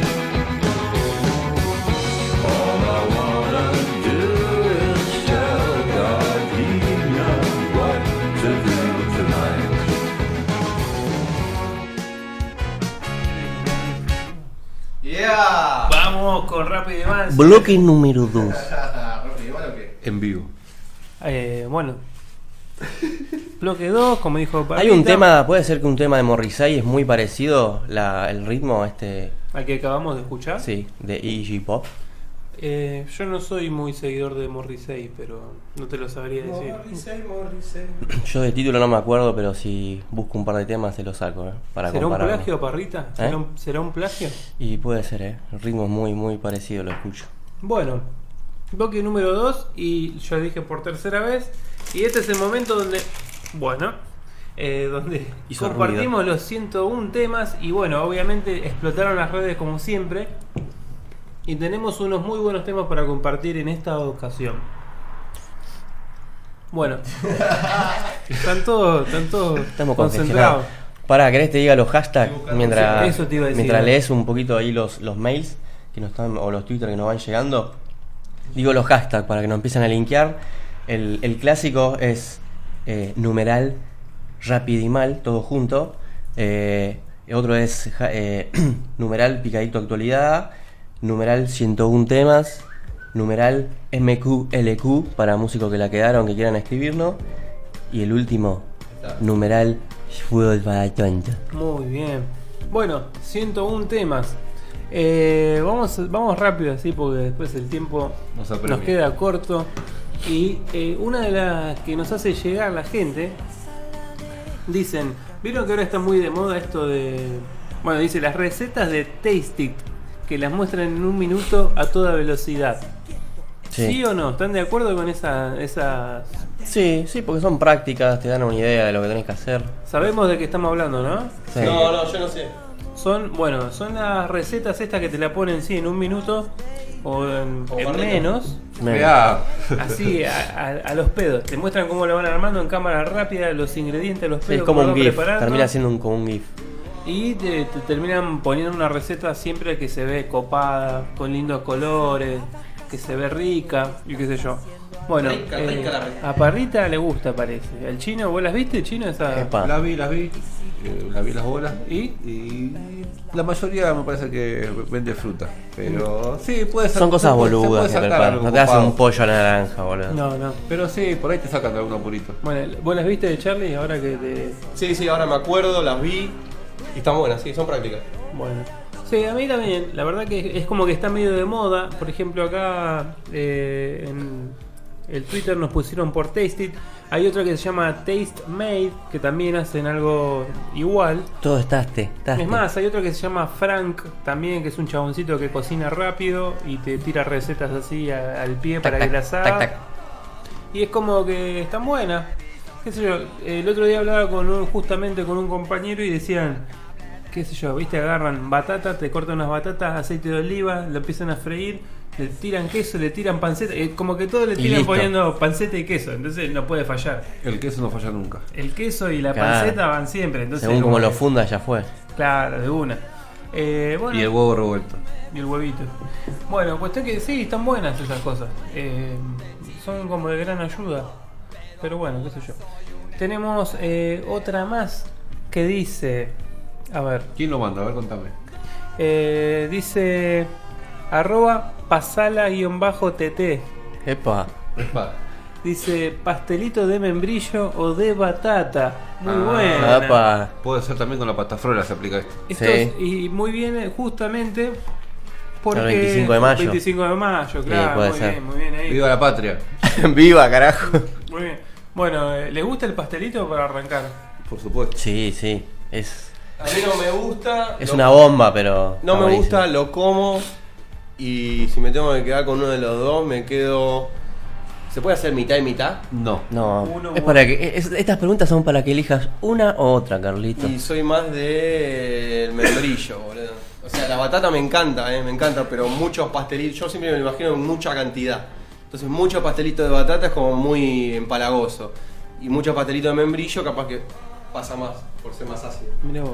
G: All I wanna do is tell Gardenia what to do tonight.
A: ¡Yeah!
D: Vamos con Rápido Avance.
C: Bloque número 2.
A: ¿Rápido igual o qué?
B: En vivo.
D: Eh, bueno. Bloque 2, como dijo
C: Hay un
D: Pablito,
C: tema, puede ser que un tema de Morrissey es muy parecido la- el ritmo este,
D: Al que acabamos de escuchar.
C: sí, de Iggy Pop.
D: Eh, yo no soy muy seguidor de Morrissey, pero no te lo sabría decir.
C: Yo de título no me acuerdo, pero si busco un par de temas se los saco, eh, para
D: ¿Será un
C: compararlo.
D: plagio, Parrita? ¿Será,
C: ¿Eh?
D: un, será un plagio?
C: Y puede ser, eh, el ritmo es muy muy parecido, lo escucho.
D: Bueno, bloque número 2 y yo dije por tercera vez. Y este es el momento donde, bueno, eh, donde
C: Hizo
D: compartimos los 101 temas y bueno, obviamente explotaron las redes como siempre. Y tenemos unos muy buenos temas para compartir en esta ocasión. Bueno, están todos, están todos
C: Estamos
D: concentrados.
C: congestionados. Pará, ¿querés te diga los hashtags mientras,
D: Sí, eso te iba a decir.
C: mientras lees un poquito ahí los, los mails que nos están, o los Twitter que nos van llegando? Digo los hashtags para que nos empiecen a linkear. El, el clásico es eh, numeral rapidimal, todo junto. Eh, otro es ja- eh, numeral picadito actualidad, numeral 101 temas, numeral MQLQ para músicos que la quedaron que quieran escribirnos. Y el último, numeral fútbol para tonto.
D: Muy bien. Bueno, 101 temas. Eh, vamos, vamos rápido así porque después el tiempo
B: Nos
D: nos,
B: apremia.
D: queda corto. Y eh, una de las que nos hace llegar la gente, dicen, vieron que ahora está muy de moda esto de... Bueno, dice las recetas de Taste It, que las muestran en un minuto a toda velocidad. Sí.
C: Sí.
D: o no? ¿Están de acuerdo con esa, esas...
C: Sí, sí, porque son prácticas, te dan una idea de lo que tenés que hacer.
D: Sabemos de qué estamos hablando, ¿no?
C: Sí.
A: no, yo no sé.
D: Son, bueno, son las recetas estas que te la ponen, sí, en un minuto o en,
A: O
D: en
A: barrita.
D: menos.
C: Me-
B: Mirá.
D: Así, a, a- a los pedos. Te muestran cómo lo van armando en cámara rápida, los ingredientes, los
C: sí,
D: pedos.
C: es como
D: cómo
C: un
D: van
C: GIF,
D: preparando.
C: termina siendo un, como un GIF.
D: Y te, te terminan poniendo una receta siempre que se ve copada, con lindos colores, que se ve rica y qué sé yo. Bueno,
A: Rica,
D: eh,
A: rica la receta.
D: a Parrita le gusta, parece. ¿El chino? ¿Vos las viste, chino? Esa...
C: Epa.
B: Las vi, las vi. eh, las vi las bolas.
D: ¿Y?
B: Y la mayoría me parece que vende fruta. Pero sí, puede ser.
C: Son cosas
B: se puede- se puede
C: boludas que
B: sacar
C: preparan.
B: algo
C: No te hacen
B: copado.
C: un pollo a la naranja, boludo.
D: No, no.
B: Pero sí, por ahí te sacan de algún apurito.
D: Bueno, ¿vos las viste de Charlie ahora que te,
A: Sí, sí, ahora me acuerdo, las vi. Y están buenas, sí, son prácticas.
D: Bueno. Sí, a mí también. La verdad que es como que está medio de moda. Por ejemplo, acá eh, en el Twitter nos pusieron por Tasted. Hay otra que se llama Taste Made, que también hacen algo igual.
C: Todo este, estaste, estaste.
D: Es más, hay otro que se llama Frank también, que es un chaboncito que cocina rápido y te tira recetas así a- al pie para
C: tac,
D: engrasar.
C: tac, tac.
D: Y es como que están buenas. Qué sé yo, el otro día hablaba con un- justamente con un compañero y decían, qué sé yo, viste, agarran batata, te cortan unas batatas, aceite de oliva, lo empiezan a freír, le tiran queso, le tiran panceta, eh, como que todo le tiran
C: listo.
D: poniendo panceta y queso, entonces no puede fallar.
B: El queso no falla nunca.
D: El queso y la
C: Claro.
D: panceta van siempre, entonces
C: Según como
D: que-
C: lo funda, ya fue.
D: Claro, de una. Eh, bueno,
B: Y el huevo revuelto.
D: y el huevito. Bueno, cuestión que sí, están buenas esas cosas. Eh, son como de gran ayuda. Pero bueno, qué sé yo. Tenemos eh, otra más que dice... A ver.
B: ¿Quién lo manda? A ver, contame.
D: eh, dice... Arroba pasala-tt.
C: Epa.
B: Va.
D: Dice pastelito de membrillo o de batata. Muy
B: Ah,
D: bueno.
C: Epa.
B: Puede ser también con la pastafrola se aplica esto.
D: Esto
C: Sí.
D: es- y muy bien, eh, justamente porque.
C: El 25 de mayo.
D: 25 de mayo, claro.
C: puede
D: muy
C: ser.
D: bien, muy bien ahí.
B: Viva la patria.
C: Viva, carajo.
D: Muy bien. Bueno, eh, ¿les gusta el pastelito para arrancar?
B: Por supuesto.
C: Sí, sí. Es,
A: A mí no me gusta.
C: es
A: no-
C: una bomba, pero.
A: No
C: está
A: me
C: buenísimo.
A: gusta, lo como. Y si me tengo que quedar con uno de los dos, me quedo. ¿Se puede hacer mitad y mitad?
B: No.
C: No,
D: Uno
C: es
D: u
C: para que, es- estas preguntas son para que elijas una u otra, Carlito.
A: Y soy más de el membrillo, boludo. O sea, la batata me encanta, eh, me encanta, pero muchos pastelitos, yo siempre me lo imagino en mucha cantidad. Entonces, muchos pastelitos de batata es como muy empalagoso. Y muchos pastelitos de membrillo capaz que pasa más, por ser más ácido.
D: Mira vos.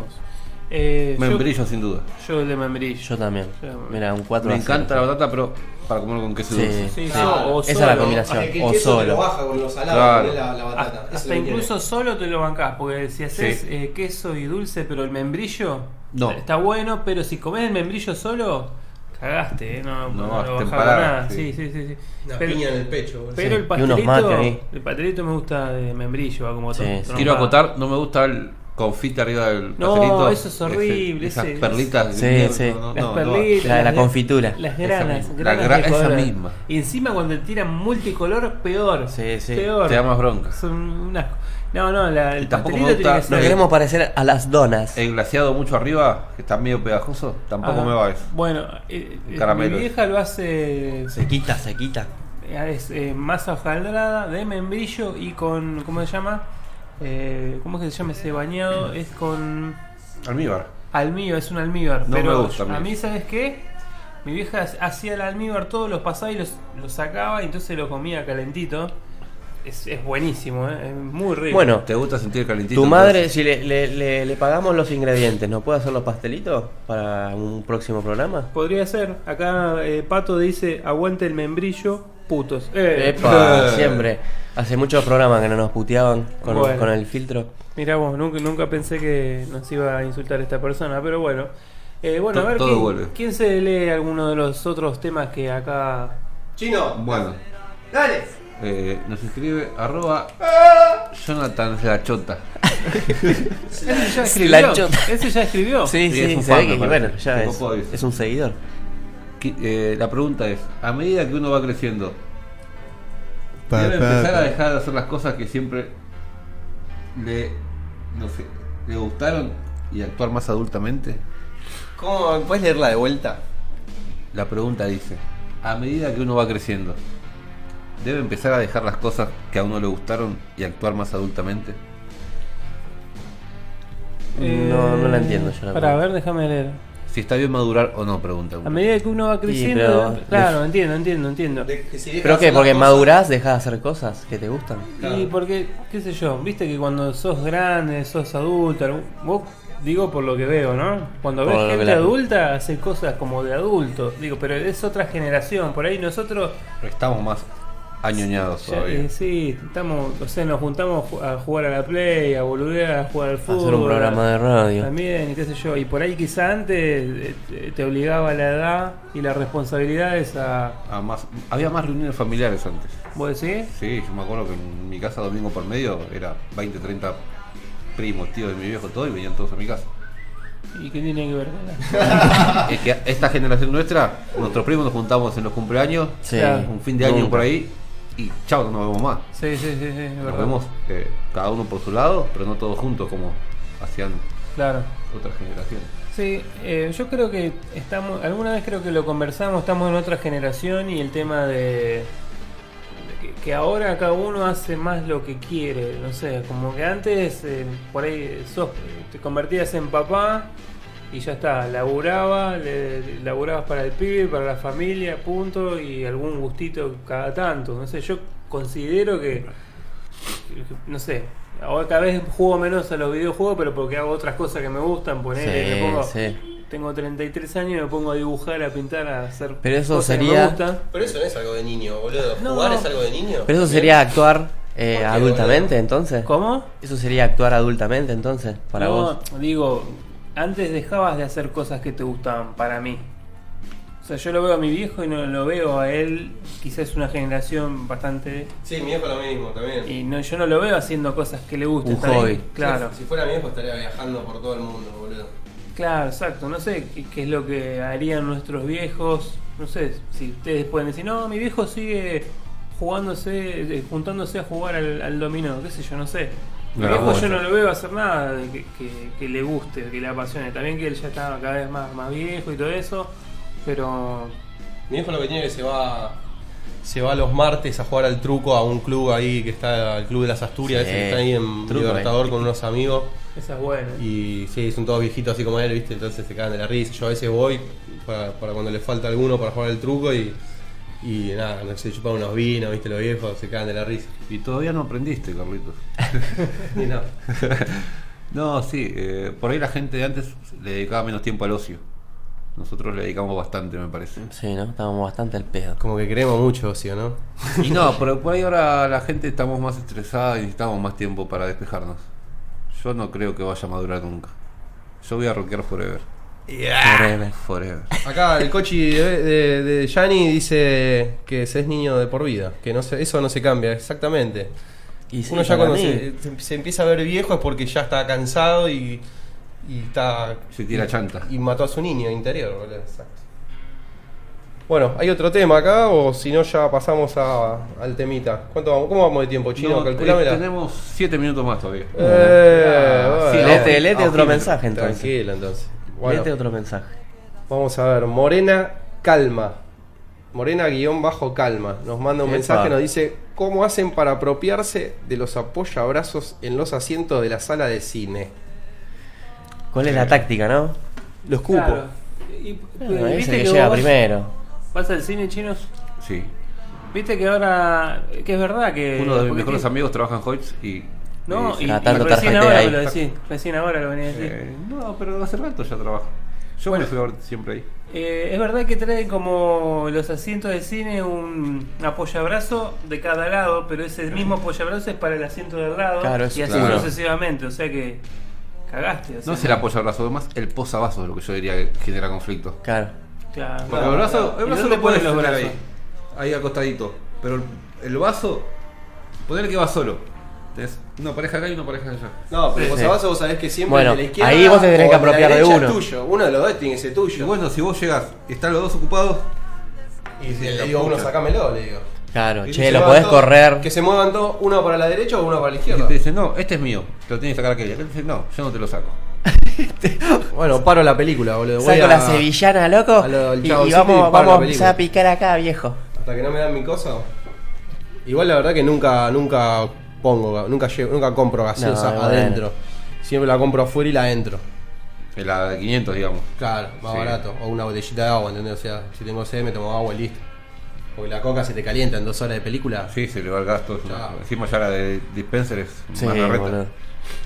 D: Eh, yo-
B: Membrillo sin duda.
D: Yo, el de membrillo.
C: Yo también.
D: Yo también.
C: Mira, un 4
B: Me encanta la batata, pero para comer con queso
C: Sí,
B: dulce.
D: Sí,
C: sí.
D: sí, o
C: Esa es
D: solo.
C: la combinación.
A: Hasta que el
C: Ah, O
A: queso te lo
C: solo.
A: baja con lo salado,
B: Claro.
A: ponés la, la batata.
D: Hasta,
A: Eso
D: hasta
A: le viene.
D: incluso solo te lo bancás, porque si haces
B: Sí.
D: eh, queso y dulce, pero el membrillo
B: No.
D: está bueno, pero si comés el membrillo solo, Cagaste, ¿eh? No,
B: No,
D: no,
B: te
D: lo bajaba
B: empalagas,
D: nada.
B: sí.
D: Sí, sí, sí. sí.
A: Una piña en el pecho, boludo.
D: Pero
A: Sí.
D: el
C: Y unos
D: pastelito.
C: mates ahí.
D: El pastelito me gusta de membrillo, va como
C: Sí,
D: todo.
C: sí.
D: trompado.
B: Quiero acotar, no me gusta el confite arriba del
D: No,
B: pastelito.
D: eso es horrible,
B: Ese-
D: ese-
B: esas perlitas.
C: Sí,
B: mierda,
C: sí.
B: no, no,
D: Las
B: no,
D: perlitas.
C: La de la
D: las-
C: confitura.
D: Las
B: Esa
D: granas.
B: misma.
D: granas
B: La gra-
D: de
B: esa
D: color.
B: misma.
D: Y encima cuando te tiran multicolor, peor.
C: Sí, sí.
D: Peor.
B: Te da más bronca.
D: Son un asco. No, no, la, el
B: Y tampoco
D: pastelito tiene que
B: me gusta-
D: ser.
C: Nos queremos parecer a las donas.
B: El glaciado mucho arriba, que está medio pegajoso, tampoco
D: Ajá.
B: me va eso.
D: Bueno, eh, eh,
B: Caramelo.
D: mi vieja lo hace
C: Sequita, sequita.
D: Es eh, masa hojaldrada de membrillo y con. ¿Cómo se llama? Eh, ¿Cómo es que se llama ese bañado? Es con
B: Almíbar.
D: almíbar, es un almíbar.
B: No
D: pero
B: me gusta a mí.
D: a mí, ¿sabes qué? Mi vieja hacía el almíbar todos los pasaba y los, los sacaba y entonces lo comía calentito. Es, es buenísimo, ¿eh? es muy rico.
C: Bueno,
B: ¿Te gusta sentir calentito?
C: tu madre,
B: entonces?
C: si le, le- le- le pagamos los ingredientes, ¿nos puede hacer los pastelitos para un próximo programa?
D: podría ser. Acá eh, Pato dice: aguante el membrillo, putos. Eh,
C: Epa, siempre. Hace muchos programas que no nos puteaban con,
D: Bueno.
C: con el filtro.
D: Mirá vos, nunca, nunca pensé que nos iba a insultar esta persona, pero bueno. Eh, bueno,
B: To-
D: a ver
B: todo
D: quién,
B: vuelve.
D: quién se lee alguno de los otros temas que acá.
A: Chino,
B: Bueno,
A: dale.
B: eh, nos escribe arroba Jonathan la chota.
D: Ese ya
C: Sí, la
D: escribió.
C: chota.
D: Ese ya escribió.
C: Sí,
B: Sí, es
C: sí,
B: un
C: se ve
B: fan,
C: que
B: me
C: bueno,
B: parece.
C: ya
B: Tipo
C: es,
B: Pobis.
C: es un seguidor.
B: Qui- eh, la pregunta es, a medida que uno va creciendo, debe empezar a dejar de hacer las cosas que siempre le, no sé, le gustaron y actuar más adultamente.
A: ¿Cómo? ¿Puedes leerla de vuelta?
B: La pregunta dice, a medida que uno va creciendo, ¿debe empezar a dejar las cosas que a uno le gustaron y actuar más adultamente?
C: No, no la entiendo yo. La
D: Para
C: verdad.
D: Eh, ver, déjame leer.
B: Si está bien madurar o no, pregunta.
D: A medida que uno va creciendo. ¿eh?
C: pero-
D: claro, entiendo, entiendo, entiendo.
C: ¿Pero qué? ¿Porque madurás, dejás de hacer cosas que te gustan?
D: Y porque, qué sé yo, viste que cuando sos grande, sos adulto, algún- vos digo por lo que veo, ¿no? Cuando
C: Por
D: ves
C: lo que
D: gente
C: la-
D: adulta, hace cosas como de adulto. Digo, pero es otra generación. Por ahí nosotros
B: Estamos más añoñados
D: Ya,
B: todavía.
D: eh, sí, estamos, o sea, nos juntamos ju- a jugar a la play, a boludear, a jugar al fútbol.
C: Hacer un programa de radio.
D: También, qué sé yo. Y por ahí quizá antes eh, te- te obligaba la edad y las responsabilidades a...
B: A Ah, más- había más reuniones familiares antes.
D: ¿Vos decís?
B: Sí, yo me acuerdo que en mi casa domingo por medio era 20, 30 primos, tíos de mi viejo, todo y venían todos a mi casa.
D: ¿Y qué tiene que ver con la-
B: Es que esta generación nuestra, nuestros primos nos juntamos en los cumpleaños,
C: Sí.
B: un fin de año
C: Nunca.
B: por ahí y chao, no nos vemos más.
D: Sí, sí, sí, sí, es
B: Nos
D: verdad.
B: vemos eh, cada uno por su lado, pero no todos juntos como hacían
D: Claro.
B: otras generaciones.
D: Sí, eh, yo creo que estamos, alguna vez creo que lo conversamos, estamos en otra generación y el tema de, de que, que ahora cada uno hace más lo que quiere, no sé, como que antes eh, por ahí sos- te convertías en papá y ya está, laburaba, le- laburabas para el pibe, para la familia, punto, y algún gustito cada tanto, no sé, yo considero que no sé, ahora cada vez juego menos a los videojuegos, pero porque hago otras cosas que me gustan, poner,
C: Sí,
D: pongo,
C: sí.
D: tengo 33 años y me pongo a dibujar, a pintar, a hacer
C: Pero eso
D: cosas que
C: sería-
D: me gustan.
A: Pero eso no es algo de niño, boludo.
D: No.
A: ¿Jugar es algo de niño?
C: Pero eso sería actuar eh,
A: ¿Por qué,
C: adultamente,
A: boludo?
C: entonces.
D: ¿Cómo?
C: Eso sería actuar adultamente, entonces, para
D: No,
C: vos.
D: digo, antes dejabas de hacer cosas que te gustaban para mí. O sea, yo lo veo a mi viejo y no lo veo a él, quizás es una generación bastante
A: Sí, mi viejo lo mismo también.
D: y no yo no lo veo haciendo cosas que le gusten.
C: Un
D: está bien,
C: hobby.
D: Claro.
A: Si, si fuera mi viejo estaría viajando por todo el mundo, boludo.
D: Claro, exacto. No sé qué, qué es lo que harían nuestros viejos. No sé si ustedes pueden decir, no, mi viejo sigue jugándose, eh, juntándose a jugar al, al dominó, qué sé yo, no sé. Mi
B: No,
D: viejo
B: bueno.
D: yo no lo veo hacer nada de que, que- que le guste, que le apasione. También que él ya está cada vez más, más viejo y todo eso, pero...
A: Mi viejo lo que tiene es que se va. Se va los martes a jugar al truco a un club ahí que está, el Club de las Asturias,
C: Sí.
A: ese que está ahí en
C: Truco,
A: Libertador con unos amigos.
D: Esa es buena.
A: Y sí, son todos viejitos así como él, ¿viste? Entonces se cagan de la risa. Yo a veces voy para, para cuando le falta alguno para jugar el truco y, y nada, no sé, chupan unos vinos, ¿viste? Los viejos se cagan de la risa.
B: Y todavía no aprendiste, Carlitos.
A: Y no.
B: no, sí, eh, por ahí la gente de antes le dedicaba menos tiempo al ocio. Nosotros le dedicamos bastante, me parece.
C: Sí, ¿no? Estábamos bastante al pedo.
A: Como que queremos mucho ocio, ¿no?
B: Y no, pero por ahí ahora la gente estamos más estresada y necesitamos más tiempo para despejarnos. Yo no creo que vaya a madurar nunca. Yo voy a rockear forever.
A: Ah.
C: Forever.
B: Forever.
A: Acá el cochi de- de de Gianni dice que se es niño de por vida, que no se- eso no se cambia, exactamente.
C: Y sí,
A: Uno ya
C: para
A: cuando
C: mí,
A: se, se- se empieza a ver viejo es porque ya está cansado y, y está...
B: Se tira chanta.
A: Y mató a su niño interior, boludo, exacto. Bueno, ¿hay otro tema acá o si no ya pasamos a- al temita? ¿Cuánto vamos? ¿Cómo vamos de tiempo, Chino?
B: No,
A: Calculámela.
B: eh, tenemos 7 minutos más todavía.
A: Eh,
C: Ah,
A: bueno.
C: sí, léete- léete
A: Ah,
C: otro
A: sí,
C: mensaje, entonces.
A: Tranquilo, entonces. Bueno,
C: Léete otro mensaje.
A: Vamos a ver, Morena Calma. Morena guión bajo calma. Nos manda un
C: Epa.
A: mensaje, nos dice, ¿cómo hacen para apropiarse de los apoyabrazos en los asientos de la sala de cine?
C: ¿Cuál es la táctica, no?
A: Los cupo.
D: Claro. Y, pero
C: Bueno, Ah,
D: viste
C: ese que
D: que
C: llega
D: vos
C: primero.
D: ¿Vas al cine chinos?
B: Sí.
D: Viste que ahora. que es verdad que.
B: Uno de mis
D: Eh, porque
B: mejores
D: tiene-
B: amigos trabaja en Hoyts y.
D: No,
B: y-
D: y, y
C: Tratando
D: recién
C: tarjetea
D: ahora
C: ahí.
D: me lo decís. Recién ahora lo venía a decir.
B: eh, no, pero hace rato ya trabaja. Yo me fui a ver siempre ahí.
D: Eh, es verdad que traen como los asientos de cine un apoyabrazo de cada lado, pero ese mismo apoyabrazo es para el asiento del lado
C: Claro, eso
D: y así
B: claro.
D: sucesivamente, o sea que cagaste. o sea,
B: No es el apoyabrazo, más el posavasos es lo que yo diría que genera conflicto.
C: Claro.
D: claro.
B: Porque el brazo,
D: ¿Y
B: el brazo
D: dónde
B: lo puedes
D: pones los
B: tener
D: brazos?
B: ahí, ahí acostadito. Pero el, el vaso, poner que va solo. Tenés una pareja acá y una pareja allá.
A: No, pero vos
C: Sí.
A: abajo vos sabés que siempre
C: Bueno,
A: el de la izquierda
C: ahí vos te tenés
A: o
C: que
A: el de la
C: apropiar de
A: derecha
C: uno.
A: Es tuyo. Uno de los dos tiene que ser
B: Y
A: tuyo.
B: bueno, si vos llegas, están los dos ocupados,
A: Y
B: Sí,
A: le
B: la
A: digo a uno,
B: pucha.
A: sacámelo, le digo.
C: Claro,
A: Y
C: che,
A: se
C: lo
A: van
C: podés
A: todos-
C: correr.
A: Que se muevan todos, uno para la derecha o uno para la
B: y
A: izquierda.
B: te dicen, no, este es mío, te lo tienes que sacar aquel. Y aquel dice, no, yo no te lo saco.
A: Bueno, paro la película, boludo. Voy
C: Saco
A: a-
C: la sevillana, loco.
A: a lo del
C: y,
A: Chavo
C: y
A: City y
C: vamos,
A: paro la
C: vamos a
A: película.
C: empezar a picar acá, viejo.
A: Hasta que no me dan mi cosa. Igual la verdad que nunca, nunca pongo, nunca llevo, nunca compro gaseosa
C: No, bueno.
A: adentro. Siempre la compro afuera y la adentro.
B: En la de 500, digamos.
A: Claro, más
B: Sí.
A: barato. O una botellita de agua, ¿entendés? O sea, si tengo sed me tomo agua y listo. Porque la coca se te calienta en dos horas de película.
B: Sí, se le va el gasto. es una-
A: Claro.
B: Encima ya la de dispenser es
C: Sí,
B: más berreta.
C: boludo.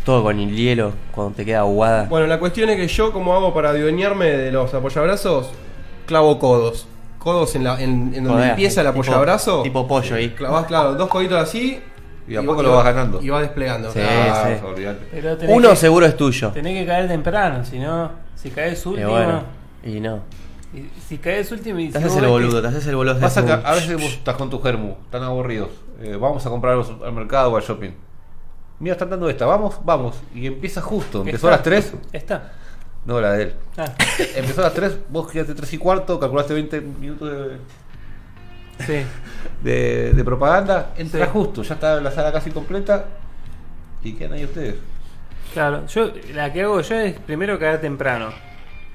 C: Todo con el hielo, cuando te queda aguada.
A: Bueno, la cuestión es que yo, como hago para adueñarme de los apoyabrazos, clavo codos. Codos en, la, en, en donde
C: Joder,
A: empieza el
C: tipo-
A: apoyabrazo.
C: Tipo pollo ahí.
A: Clavas, claro, dos coditos así.
B: Y a
A: vos-
B: poco lo vas ganando.
A: Y vas desplegando.
C: Sí,
A: Claro.
B: Ah,
C: sí.
B: olvidate.
D: Pero tenés
C: Uno
D: que,
C: seguro es tuyo.
D: tenés que caer temprano, si no, si caes
C: Y
D: último,
C: bueno, y no.
D: y- si caes último y
C: Te
D: si
C: haces
D: vos
C: el
D: ves que-
C: boludo, te haces el boludo. te
B: Pasa
C: haces
B: que
C: un-
B: a veces vos estás con tu germu, están aburridos. Eh, vamos a comprar algo al mercado o al shopping. Mira, están dando esta, vamos, vamos. Y empieza justo, empezó a las 3.
D: Está.
B: No, la de él.
D: Ah,
B: Empezó a las 3, vos quedaste 3 y cuarto, calculaste 20 minutos de,
D: sí.
B: de- de propaganda. Entra
D: Sí.
B: justo, ya está la sala casi completa. Y quedan ahí ustedes.
D: Claro, yo la que hago yo es primero caer temprano.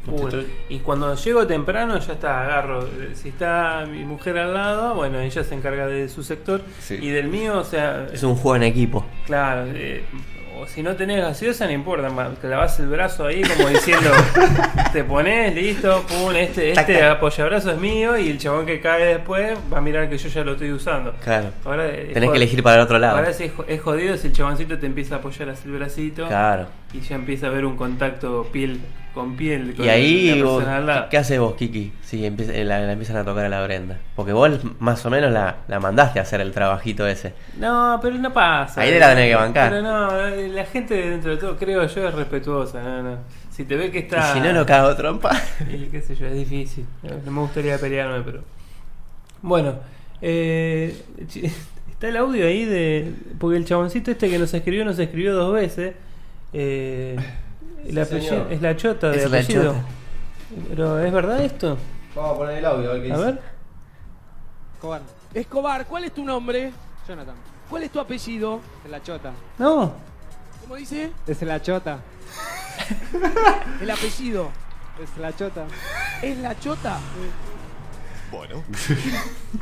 D: Uy, y cuando llego temprano ya está, agarro. eh, Si está mi mujer al lado, bueno, ella se encarga de su sector
B: Sí.
D: y del mío, o sea,
C: Es un juego en equipo.
D: claro, eh, o si no tenés gaseosa no importa, ma- clavas el brazo ahí como diciendo, te pones, listo, pum, este,
C: Tac,
D: este
C: tac.
D: apoyabrazo es mío y el chabón que cae después va a mirar que yo ya lo estoy usando.
C: Claro.
D: Ahora, eh,
C: Tenés
D: jod-
C: que elegir para el otro lado.
D: Ahora sí es jo- es jodido si el chaboncito te empieza a apoyar así el bracito.
C: Claro.
D: Y ya empieza a haber un contacto piel con piel. Con
C: Y ahí,
D: la
C: vos-
D: persona al lado.
C: ¿qué haces vos, Kiki? Si empieza- eh, la, la empiezan a tocar a la Brenda. Porque vos más o menos la, la mandaste a hacer el trabajito ese.
D: No, pero no pasa.
C: Ahí te la tenés que bancar.
D: Pero no, eh, la gente dentro de todo, creo yo, es respetuosa. No, no. Si te ve que está.
C: Y si no, no cago trompa.
D: Y qué sé yo, es difícil. No me gustaría pelearme, pero. Bueno, eh, chi- está el audio ahí de. Porque el chaboncito este que nos escribió, nos escribió dos veces. Eh, el
A: Sí,
D: apellido-
A: señor.
D: es la chota de
C: Es la
D: apellido.
C: chota.
D: Pero, ¿es verdad esto?
A: Vamos a poner el audio, a ver qué
D: A
A: dice.
D: ver.
H: Escobar. Escobar, ¿cuál es tu nombre? Jonathan. ¿Cuál es tu apellido? Es la chota.
D: No.
H: ¿Cómo dice? Es la chota. ¿El apellido? Es la chota. ¿Es la chota?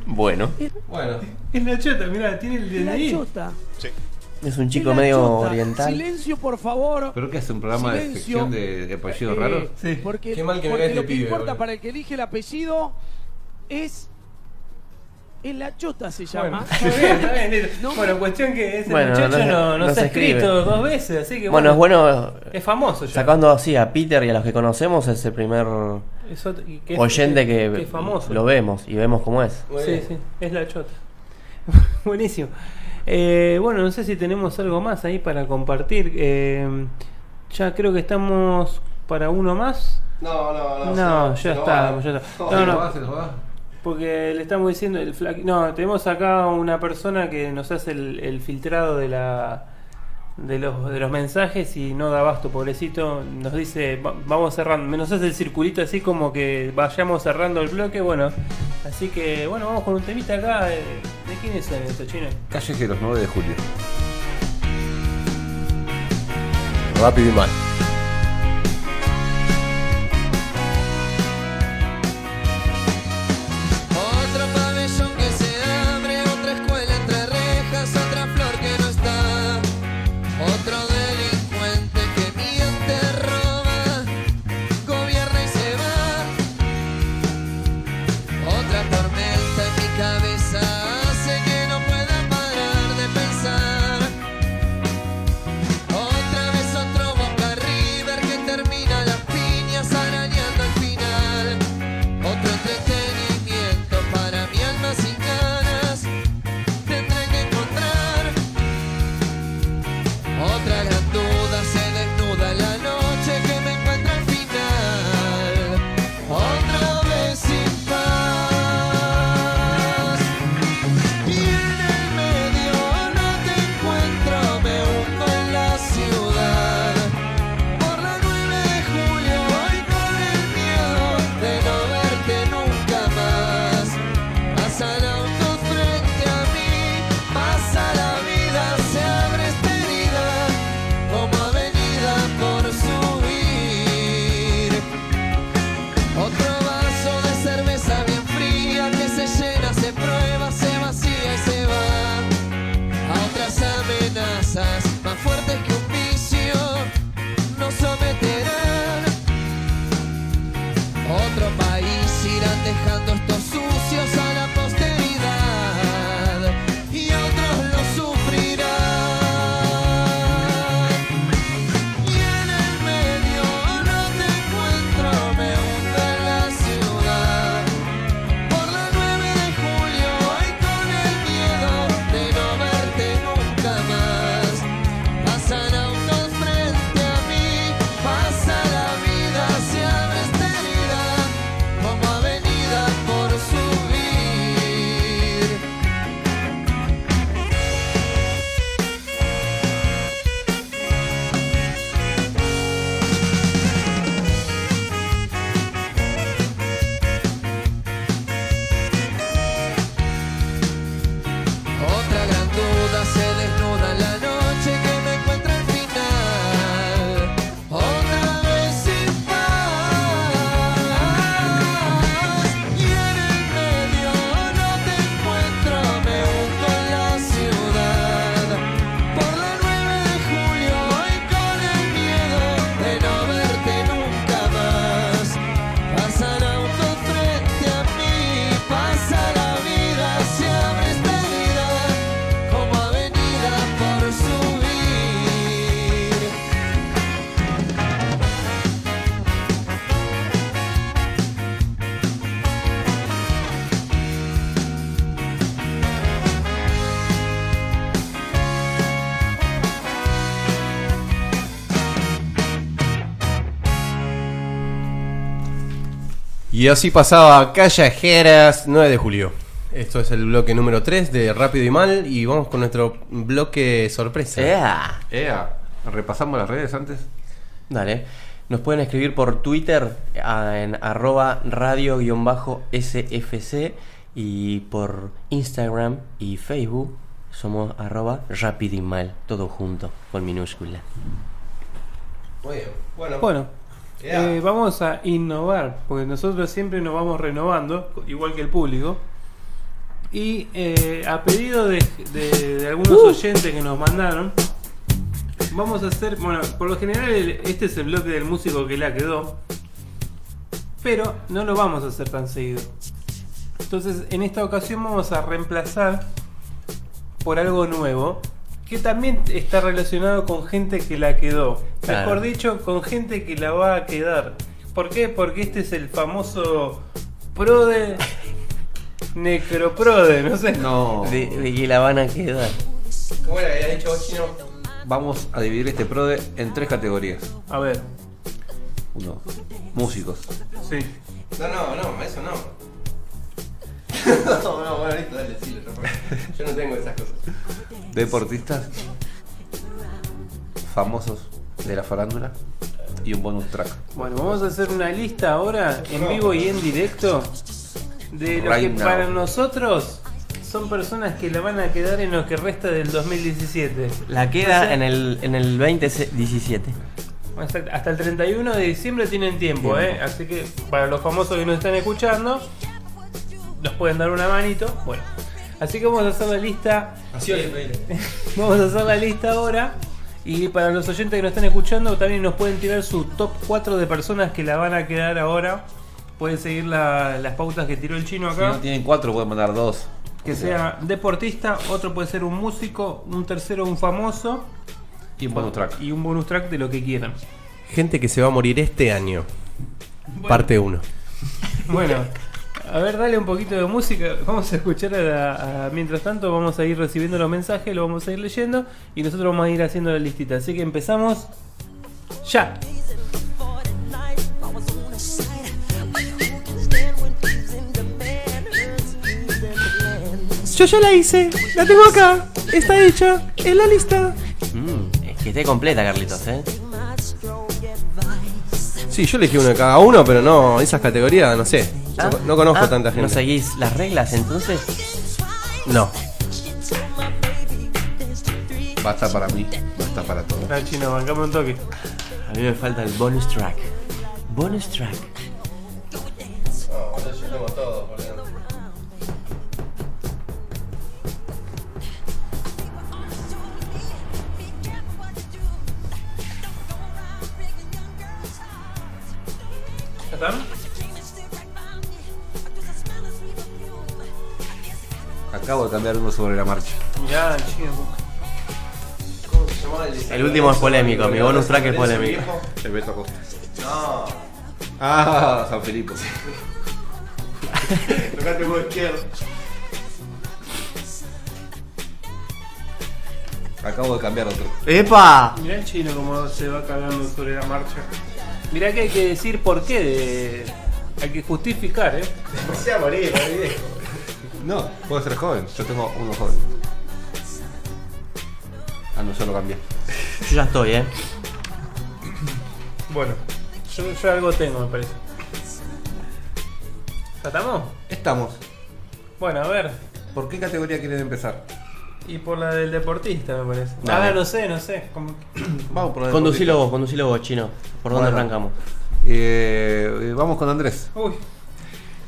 C: Bueno,
A: Bueno,
D: Es la chota, mirá, tiene el
H: La chota.
C: es un chico
H: Es la
C: medio
H: chota.
C: oriental.
H: Silencio, por favor.
B: ¿Pero qué es un programa de
H: Silencio.
B: sección de, de apellidos
H: Eh,
B: raros?
D: Sí.
H: Porque,
A: Qué mal que me
H: porque
A: cae
H: lo
A: este
H: que
A: pibe,
H: importa
A: boludo.
H: para el que elige el apellido es. Es la chota se llama. No
D: bueno,
H: me-
D: cuestión que ese
C: Bueno,
D: muchacho
C: no se-
D: no, no
C: no
D: se ha
C: se escribe.
D: escrito dos veces, así que
C: Bueno, es bueno.
D: Es famoso ya.
C: Sacando así a Peter y a los que conocemos, es el primer
D: Es otro- y que es-
C: oyente que,
D: es famoso.
C: lo vemos y vemos cómo es.
A: muy
D: Sí,
A: bien.
D: sí, es la chota. Buenísimo. Eh, bueno, no sé si tenemos algo más ahí para compartir. Eh, ya creo que estamos para uno más.
A: No, no, no.
D: No,
A: se-
D: ya
A: se
D: está,
A: va.
D: ya está.
A: No,
D: No,
B: ¿Se
D: no.
B: lo va? ¿Se lo va?
D: Porque le estamos diciendo el fla- No, tenemos acá una persona que nos hace el, el filtrado de la de los, de los mensajes y no da abasto, pobrecito. Nos dice, "Va- vamos cerrando. Nos hace el circulito así como que vayamos cerrando el bloque. Bueno, así que bueno, vamos con un temita acá. eh, ¿De quiénes son estos chinos?
B: Calles de los 9 de julio.
A: Rápido y mal.
I: Otro pabellón que se abre, otra escuela entre rejas, otra flor que no está. Otro delincuente que miente, roba, gobierna y se va. Otra tormenta en mi cabeza hace que no pueda parar de pensar. Otra vez otro boca river que termina las piñas arañando al final. Otro entretenimiento para mi alma sin ganas Tendré que encontrar Otra gran duda se desnuda en la noche que me encuentra al final Otra vez sin paz Y en el medio no te encuentro, me hundo en la ciudad por la 9 de julio voy con el miedo de no verte nunca más. Pasa el auto frente a mí, pasa la vida, se abre esta herida como avenida por subir. Otro vaso de cerveza bien fría que se llena, se prueba, se vacía y se va. A otras amenazas más fuertes que un vicio nos someterán. Otro país irán dejando estos sucios a la posteridad y otros lo sufrirán. Y en el medio no te encuentro, me hundo en la ciudad. Por la 9 de julio voy con el miedo de no verte nunca más. Pasan autos frente a mí, pasa la vida, se abre esta herida como avenida por subir. Otra gran duda se desnuda en la noche que me encuentra al final. Otra vez sin paz. Y en el medio no te encuentro, me hundo en la ciudad. Por la 9 de julio voy con el miedo de no verte nunca más. Pasan autos frente a mí, pasa la vida, se abre esta herida como avenida por subir.
A: Y así pasaba Callejeras 9 de julio. Esto es el bloque número 3 de Rápido y Mal y vamos con nuestro bloque sorpresa.
C: ¡Ea!
B: Ea, repasamos las redes antes.
C: Dale. Nos pueden escribir por Twitter a- en arroba radio-sfc y por Instagram y Facebook somos arroba rapidimal, todo junto, con minúscula.
A: Muy bien. Bueno,
D: Bueno,
A: Ea.
D: eh, vamos a innovar, porque nosotros siempre nos vamos renovando, igual que el público. Y eh, a pedido de, de- de algunos oyentes que nos mandaron, vamos a hacer, bueno, por lo general el- este es el bloque del músico que la quedó, pero no lo vamos a hacer tan seguido. Entonces, en esta ocasión vamos a reemplazar por algo nuevo que también está relacionado con gente que la quedó.
C: Claro.
D: Mejor dicho, con gente que la va a quedar. ¿Por qué? Porque este es el famoso prode necroprode, no sé.
B: No.
C: De, de que la van a quedar.
A: ¿Cómo era que habías dicho vos, Chino?
B: Vamos a dividir este PRODE en tres categorías.
D: A ver,
B: uno, músicos.
D: Sí.
A: No, no, no, eso no. no, no, bueno, listo, dale, sí, yo no tengo esas cosas.
B: Deportistas famosos de la farándula y un bonus track.
D: Bueno, vamos a hacer una lista ahora, en vivo y en directo, de lo
B: Right
D: que
B: now.
D: para nosotros son personas que la van a quedar en lo que resta del 2017.
C: La
D: No sé.
C: queda en el, en el 2017.
D: Hasta, hasta el 31 de diciembre tienen tiempo, ¿eh? Así que para los famosos que nos están escuchando, nos pueden dar una manito. Bueno, así que vamos a hacer la lista. Vamos a hacer la lista ahora. Y para los oyentes que nos están escuchando, también nos pueden tirar su top 4 de personas que la van a quedar ahora. Pueden seguir la- las pautas que tiró el chino
B: Si
D: acá.
B: no tienen cuatro, pueden mandar dos.
D: Que sea deportista, otro puede ser un músico, un tercero un famoso
B: Y un bonus track.
D: y un bonus track de lo que quieran.
A: Gente que se va a morir este año. Parte 1.
D: Bueno, a ver, dale un poquito de música. Vamos a escuchar a la- a- mientras tanto, vamos a ir recibiendo los mensajes, lo vamos a ir leyendo y nosotros vamos a ir haciendo la listita. Así que empezamos ya.
F: Yo ya la hice, la tengo acá, está hecha, es la lista.
C: Mm, es que esté completa, Carlitos, ¿eh?
A: Sí, yo elegí uno de cada uno, pero no, esas categorías, no sé.
C: Ah,
A: No, no conozco
C: ah,
A: tanta gente.
C: ¿No seguís las reglas entonces?
A: No.
B: Basta para mí, basta para todos.
D: Ah, chino, bancamos un toque.
C: A mí me falta el bonus track. Bonus track.
D: ¿Ya están?
B: Acabo de cambiar uno sobre la marcha.
D: Ya, chino.
C: El último es polémico, mi bonus track es polémico.
B: El Beto Costa. No. Ah, San Filipo. Acabo de cambiar otro.
C: ¡Epa!
D: Mirá el chino como se va cagando sobre la marcha. Mirá que hay que decir por qué. de- Hay que justificar, ¿eh?
B: No, puede ser joven. Yo tengo uno joven. Ah, no, yo lo cambié.
C: Yo ya estoy, ¿eh?
D: Bueno, yo, yo algo tengo, me parece. ¿Ya estamos?
B: Estamos.
D: Bueno, a ver.
B: ¿Por qué categoría quieren empezar?
D: Y por la del deportista, me parece.
B: Dale.
D: Ah, no sé, no sé. como-
B: Vamos por la
C: Conducilo vos, conducilo vos, chino. ¿Por dónde
B: Bueno.
C: arrancamos?
B: deportiva. Eh, eh, vamos con Andrés.
D: Uy.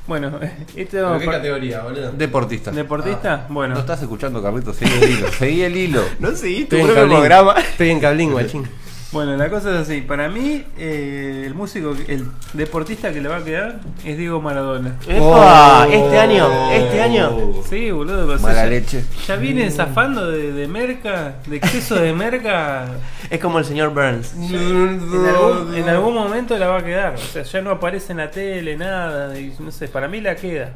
D: Bueno, esto.
A: ¿Pero qué categoría, boludo?
B: Deportista.
D: ¿Deportista? bueno.
B: Ah. No estás escuchando, Carlitos. Seguí el hilo. Seguí el hilo. Eh,
C: No seguiste
A: Estoy en Cablín. Estoy en Cablín, guachín.
D: Bueno, la cosa es así. Para mí, eh, el músico, el deportista que le va a quedar es Diego Maradona.
B: Oh.
C: ¡Epa! Este año, este año.
D: Sí, boludo. o sea,
B: Mala
D: ya-
B: leche.
D: Ya vienen zafando de, de merca, de exceso de merca.
C: Es como el señor Burns.
D: En algún, en algún momento la va a quedar. O sea, ya no aparece en la tele, nada. Y no sé, para mí la queda.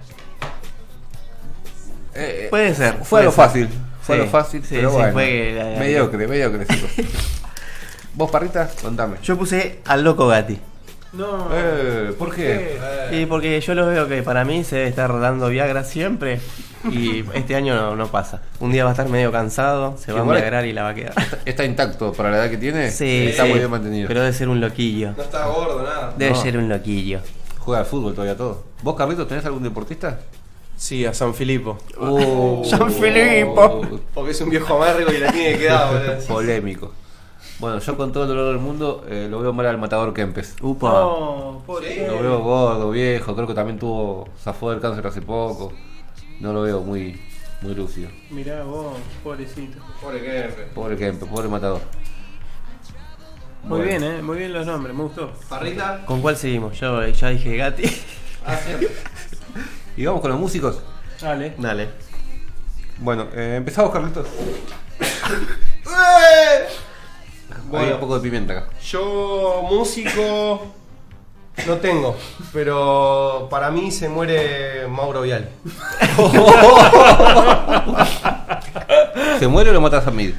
B: Eh, eh,
C: Puede ser.
B: Fue a
C: puede
B: lo
C: ser.
B: fácil. Fue a
C: Sí,
B: lo fácil,
C: sí,
B: pero
C: sí,
B: bueno.
C: fue que la- la-
B: mediocre, mediocre, chicos. ¿Vos, Parrita? Contame.
C: Yo puse al loco Gatti.
D: No.
B: Eh, ¿Por qué?
C: Y porque yo lo veo que para mí se debe estar dando Viagra siempre. Y este año no, no pasa. Un día va a estar medio cansado, se va a
B: Igual-
C: embriagar y la va a quedar.
B: Está intacto para la edad que tiene.
C: Sí,
B: está
C: sí,
B: muy bien mantenido.
C: Pero debe ser un loquillo.
A: No está gordo, nada.
C: Debe
B: No.
C: ser un loquillo.
B: Juega al fútbol todavía todo. ¿Vos, Carlitos, tenés algún deportista?
A: Sí, a San Filipo.
B: Oh,
C: San Filipo.
A: Porque es un viejo amargo y la tiene que dar, boludo.
B: Polémico. Bueno, yo con todo el dolor del mundo eh, lo veo mal al matador Kempes.
C: Upa.
D: No, pobre.
B: Ah. Lo veo gordo, viejo, creo que también tuvo zafó del cáncer hace poco. No lo veo muy, muy lúcido.
D: Mirá vos, pobrecito.
A: Pobre que
B: Pobre Kempes, pobre matador.
D: Muy
B: Bueno.
D: bien, eh. Muy bien los nombres, me gustó.
A: Parrita. ah,
C: ¿Con cuál seguimos? Yo eh, ya dije Gatti.
B: Y vamos con los músicos.
D: Dale.
C: Dale.
B: Bueno, eh, empezamos Carlitos. Hay
A: Bueno.
B: un poco de pimienta acá.
A: Yo, músico. No tengo, pero para mí se muere Mauro Vial.
B: ¿Se muere o lo matas a Mid?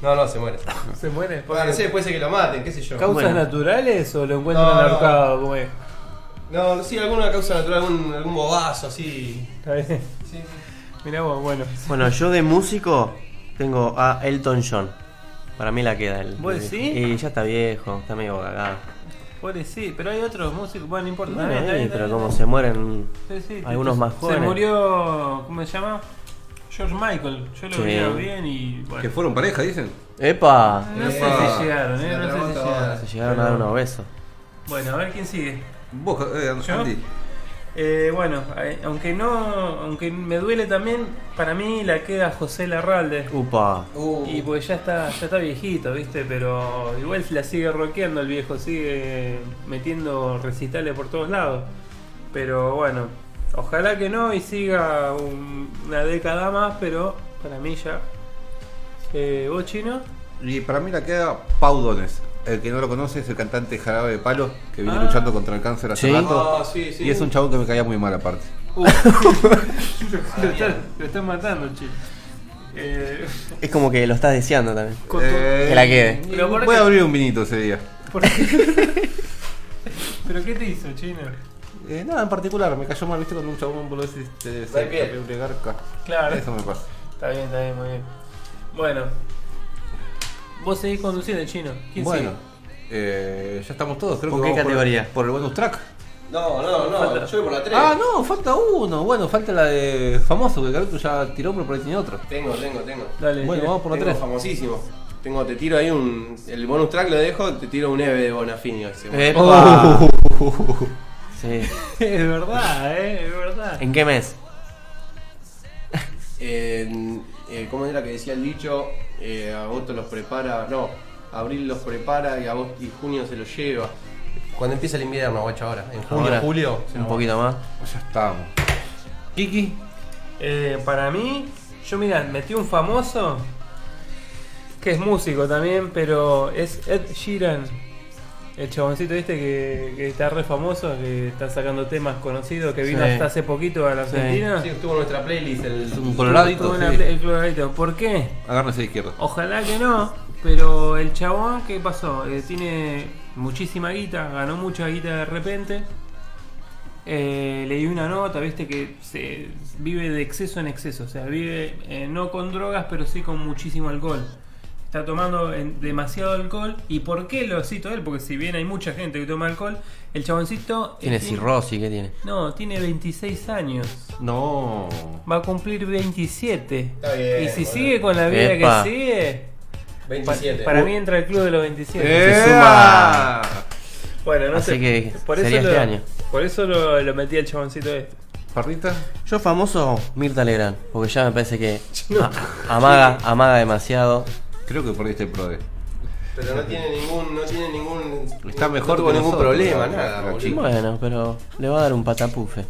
A: No, no, se muere.
D: ¿Se mueren? ¿Por
A: Bueno,
D: qué?
A: no sé, puede ser que lo maten, qué sé yo.
D: ¿Causas
C: Bueno.
D: naturales o lo encuentran
A: No, no.
D: ahorcado? ¿Cómo es?
A: No, sí, alguna causa natural, algún, algún bobazo así.
D: ¿Está bien?
A: Sí, sí.
D: Mirá vos, bueno.
C: Bueno, yo de músico tengo a Elton John. Para mí la queda el.
D: ¿Vos decís?
C: Y ya está viejo, está medio cagado.
D: Pobre sí, pero hay otros músicos. Bueno, no importa.
C: Bueno,
D: Está bien,
C: eh,
D: está
C: pero
D: bien.
C: como se mueren.
D: Sí, sí,
C: Algunos
D: se-
C: más jóvenes.
D: Se murió, ¿cómo se llama? George Michael. Yo lo
C: Sí.
D: veía bien y bueno.
B: Que fueron pareja, dicen.
C: ¡Epa!
D: No sé
B: Epa.
D: si llegaron, eh,
A: Se
D: no sé si
A: atraganta
D: llegaron.
A: ahora.
C: Se llegaron a dar unos besos.
D: Bueno, a ver quién sigue.
B: Vos, eh,
D: ¿Yo?
B: Andy.
D: Eh, bueno, eh, aunque no, aunque me duele también, para mí la queda José Larralde.
C: ¡Upa!
D: Y pues ya está, ya está viejito, viste, pero igual la sigue rockeando el viejo, sigue metiendo recitales por todos lados. Pero bueno, ojalá que no y siga un- una década más, pero para mí ya. Eh, ¿Vos chino?
B: Y para mí la queda Paudones. El que no lo conoce es el cantante Jarabe de Palo, que viene
D: Ah.
B: luchando contra el cáncer hace
C: Sí.
B: rato.
A: Ah, sí, sí.
B: Y es un chabón que me caía muy mal aparte.
D: Uh. lo, están, lo están matando, chino. Eh,
C: Es como que lo estás deseando también.
D: con tu-
B: Eh,
C: Que la quede.
D: Pero ¿por
B: voy
D: qué?
B: a abrir un vinito ese día.
D: ¿por qué? ¿Pero qué te hizo, chino?
B: Eh, nada en particular, me cayó mal, viste, cuando un chabón boludo ese este, se
A: Re bien.
B: te garca.
D: Claro.
B: Eso me pasa.
D: Está bien, está bien, muy bien. Bueno, vos seguís conduciendo, chino. ¿Quién
B: Bueno,
D: sigue?
B: eh, ya estamos todos, creo
C: ¿Por
B: que
C: qué
B: vamos por-
C: categoría?
B: Por, el bonus track.
A: No, no, no, yo voy por la 3.
B: Ah, no, falta uno. Bueno, falta la de famoso, que Garuto ya tiró, pero por ahí tiene otro.
A: Tengo, tengo, tengo.
D: Dale,
B: Bueno,
D: tira.
B: vamos por la
A: Tengo
B: 3.
A: famosísimo. Tengo, te tiro ahí un. El bonus track lo dejo, te tiro un EVE de Bonafini. ese.
C: ¡Epa!
B: Oh.
C: Sí.
D: Es verdad, eh, es verdad.
C: ¿En qué mes?
A: En- eh, ¿Cómo era que decía el dicho? Eh, agosto los prepara. No, abril los prepara y, agosto, y junio se los lleva. Cuando empieza el invierno, guacho, ahora. En junio,
C: Ahora,
A: julio. se
C: Un
A: nos va.
C: poquito más.
B: Ya estamos.
D: Kiki. Eh, para mí, yo mira, metí un famoso que es músico también, pero es Ed Sheeran. El chaboncito este que, que está re famoso, que está sacando temas conocidos, que vino
C: Sí.
D: hasta hace poquito a la
C: Sí.
D: Argentina.
A: Sí, estuvo en nuestra playlist el.
B: Un coloradito.
D: Tuvo una-
B: sí.
D: el coloradito. ¿Por qué?
B: Agárrense de izquierda.
D: Ojalá que no, pero el chabón, ¿qué pasó? Eh, tiene muchísima guita, ganó mucha guita de repente. Eh, leí una nota, viste, que se vive de exceso en exceso. O sea, vive eh, no con drogas, pero sí con muchísimo alcohol. Está tomando eh, demasiado alcohol. ¿Y por qué lo cito a él? Porque si bien hay mucha gente que toma alcohol, el chaboncito... eh,
C: Tiene cirrosis, ¿qué tiene?
D: No, tiene 26 años.
B: No.
D: Va a cumplir 27.
A: Está bien,
D: y si
A: boludo.
D: sigue con la vida
C: Epa.
D: que sigue...
A: 27.
D: Para mí entra el club de los 27.
C: Se
B: ¡Ea!
C: suma.
D: Bueno, no
C: Así
D: sé.
C: que sería
D: lo,
C: este año.
D: Por eso lo, lo metí al chaboncito este.
B: Parrita.
C: Yo famoso Mirta Legrand, porque ya me parece que a- amaga, amaga demasiado.
B: Creo que perdiste el PRODE.
A: Pero no tiene ningún. No tiene ningún
B: Está
A: no
B: mejor
A: tuvo
B: que
A: ningún
B: nosotros,
A: problema,
B: la-
A: nada,
B: la
A: boludo.
B: chica.
C: Bueno, pero le va a dar un patapufe.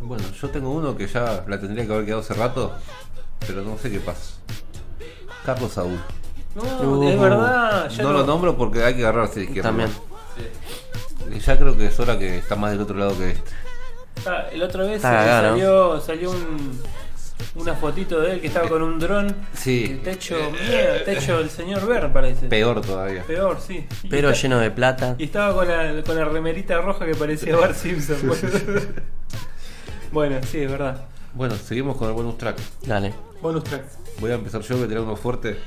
B: Bueno, yo tengo uno que ya la tendría que haber quedado hace rato, pero no sé qué pasa. Carlos Saúl.
D: No,
C: Uh,
D: es verdad. ya
B: Ah, no,
D: no-
B: lo nombro porque hay que agarrarse de izquierda.
C: También.
B: Y ya creo que es hora que está más del otro lado que este.
D: Ah, el otro vez
C: Está
D: eh,
C: cagado, ¿no?
D: salió, salió un, una fotito de él que estaba con un dron.
B: Sí,
D: El techo, mierda, techo del señor Ver parece.
B: peor todavía.
D: Peor, sí. Y
C: Pero
D: está-
C: lleno de plata.
D: Y estaba con la, con la remerita roja que parecía Bart Simpson. boludo. bueno, sí, es verdad.
B: Bueno, seguimos con el bonus track.
C: Dale.
D: Bonus track.
B: Voy a empezar yo que tenía uno fuerte.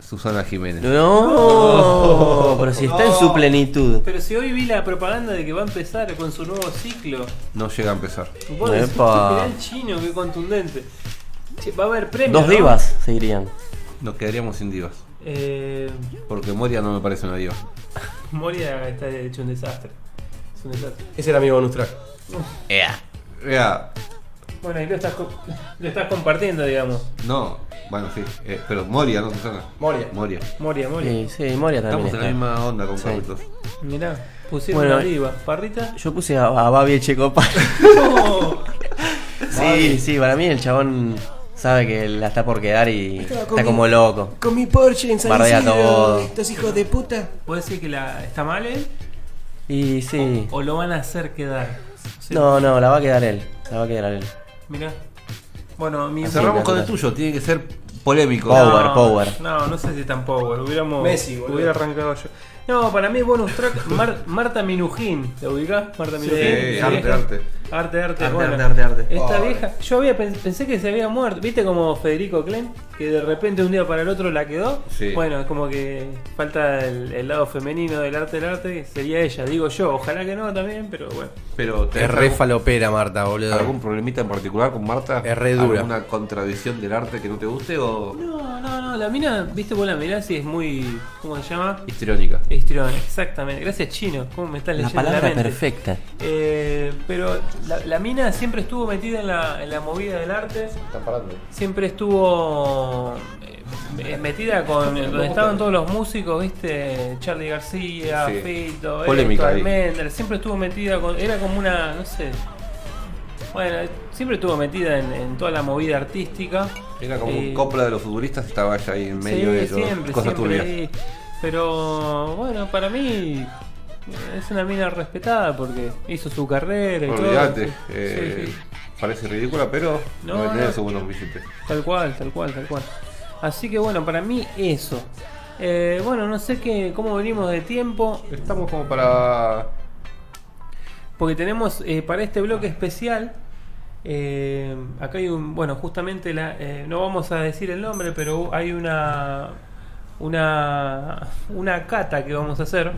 B: Susana Jiménez.
C: No, pero si está en su plenitud.
D: Pero si hoy vi la propaganda de que va a empezar con su nuevo ciclo.
B: No llega a empezar.
D: Vos decís,
C: Epa.
D: "Che, mirá el chino, qué contundente. Che, va a haber premios.
C: Dos
D: ¿no?
C: divas seguirían.
B: Nos quedaríamos sin divas.
D: Eh,
B: Porque Moria no me parece una diva.
D: Moria está hecho un desastre. Es un desastre.
A: Ese era mi bonus track.
B: Vea,
D: Bueno, ahí lo estás, co- lo estás compartiendo, digamos.
B: no. Bueno, sí. eh, pero Moria, no Susana.
A: Moria.
B: Moria.
D: Moria, Moria.
C: Sí, sí, Moria
B: Estamos
C: también.
B: en la
C: está.
B: misma onda con
C: Sí.
B: Carlitos.
D: Mirá, pusieron
C: Bueno,
D: una diva. ¿Parrita?
C: Yo puse a, a Babi Echecopar.
D: No.
C: sí, sí, para mí el chabón sabe que la está por quedar y
F: con
C: está
F: mi-
C: como loco.
F: Con mi Porsche en San
C: Bardea todo.
F: Isidro. Estos hijos de puta.
D: ¿Puedes decir que la está mal él?
C: Y sí.
D: ¿O lo van a hacer quedar? O sea,
C: No, no, la va a quedar él. La va a quedar él.
D: Mirá. Bueno, mi
C: Así
B: Cerramos con el
C: natural.
B: tuyo, tiene que ser Polémico.
A: eh,
C: Power,
D: No,
C: power.
D: No, no sé si tan power. Hubiéramos,
A: Messi, boludo.
D: hubiera arrancado yo. No, para mí es bonus track Mar- Marta Minujín. ¿Te ubicás? Marta Minujín.
B: Sí,
D: Esa
B: eh, arte,
D: vieja.
B: arte.
D: Arte, arte,
C: Arte,
D: bueno.
C: arte, arte, arte.
D: Esta
A: Pobre.
D: vieja, yo había pen- pensé que se había muerto. ¿Viste como Federico Klein? Que de repente un día para el otro la quedó.
B: Sí.
D: Bueno, es como que falta el, el lado femenino del arte del arte, que sería ella, digo yo. Ojalá que no también, pero bueno.
B: Pero ¿tenés
A: Es re
B: algún,
A: falopera, Marta, boludo.
B: algún problemita en particular con Marta?
A: Es re dura.
B: ¿Alguna contradicción del arte que no te guste o
D: No, no, no. La mina, viste, vos la mirás y es muy. ¿Cómo se llama?
B: histriónica?
D: Histrión, exactamente. Gracias, Chino. ¿Cómo me estás
C: La
D: leyendo?
C: palabra
D: mente?
C: perfecta.
D: Eh, pero la, la mina siempre estuvo metida en la, en la movida del arte. Siempre estuvo eh, metida con. donde estaban todos los músicos, ¿viste? Charlie García,
B: Sí.
D: Fito,
B: Polémica ahí.
D: Almendra. Siempre estuvo metida con. Era como una. No sé. Bueno, siempre estuvo metida en, en toda la movida artística.
B: Era como
D: Eh,
B: un copla de los futbolistas, estaba ella ahí en medio
D: sí,
B: de ellos,
D: siempre,
B: cosas
D: siempre
B: turbias.
D: ahí. Pero bueno, para mí es una mina respetada porque hizo su carrera y
B: Olvídate,
D: todo.
B: eh,
D: Sí, sí.
B: parece ridícula, pero
D: No,
B: no, no
D: no.
B: tenés segundos billetes.
D: Tal cual, tal cual, tal cual. Así que bueno, para mí eso. Eh, bueno, no sé qué, cómo venimos de tiempo,
B: Estamos como para.
D: porque tenemos eh, para este bloque especial. eh, acá hay un, bueno, justamente la, eh, no vamos a decir el nombre, pero hay una una una cata que vamos a hacer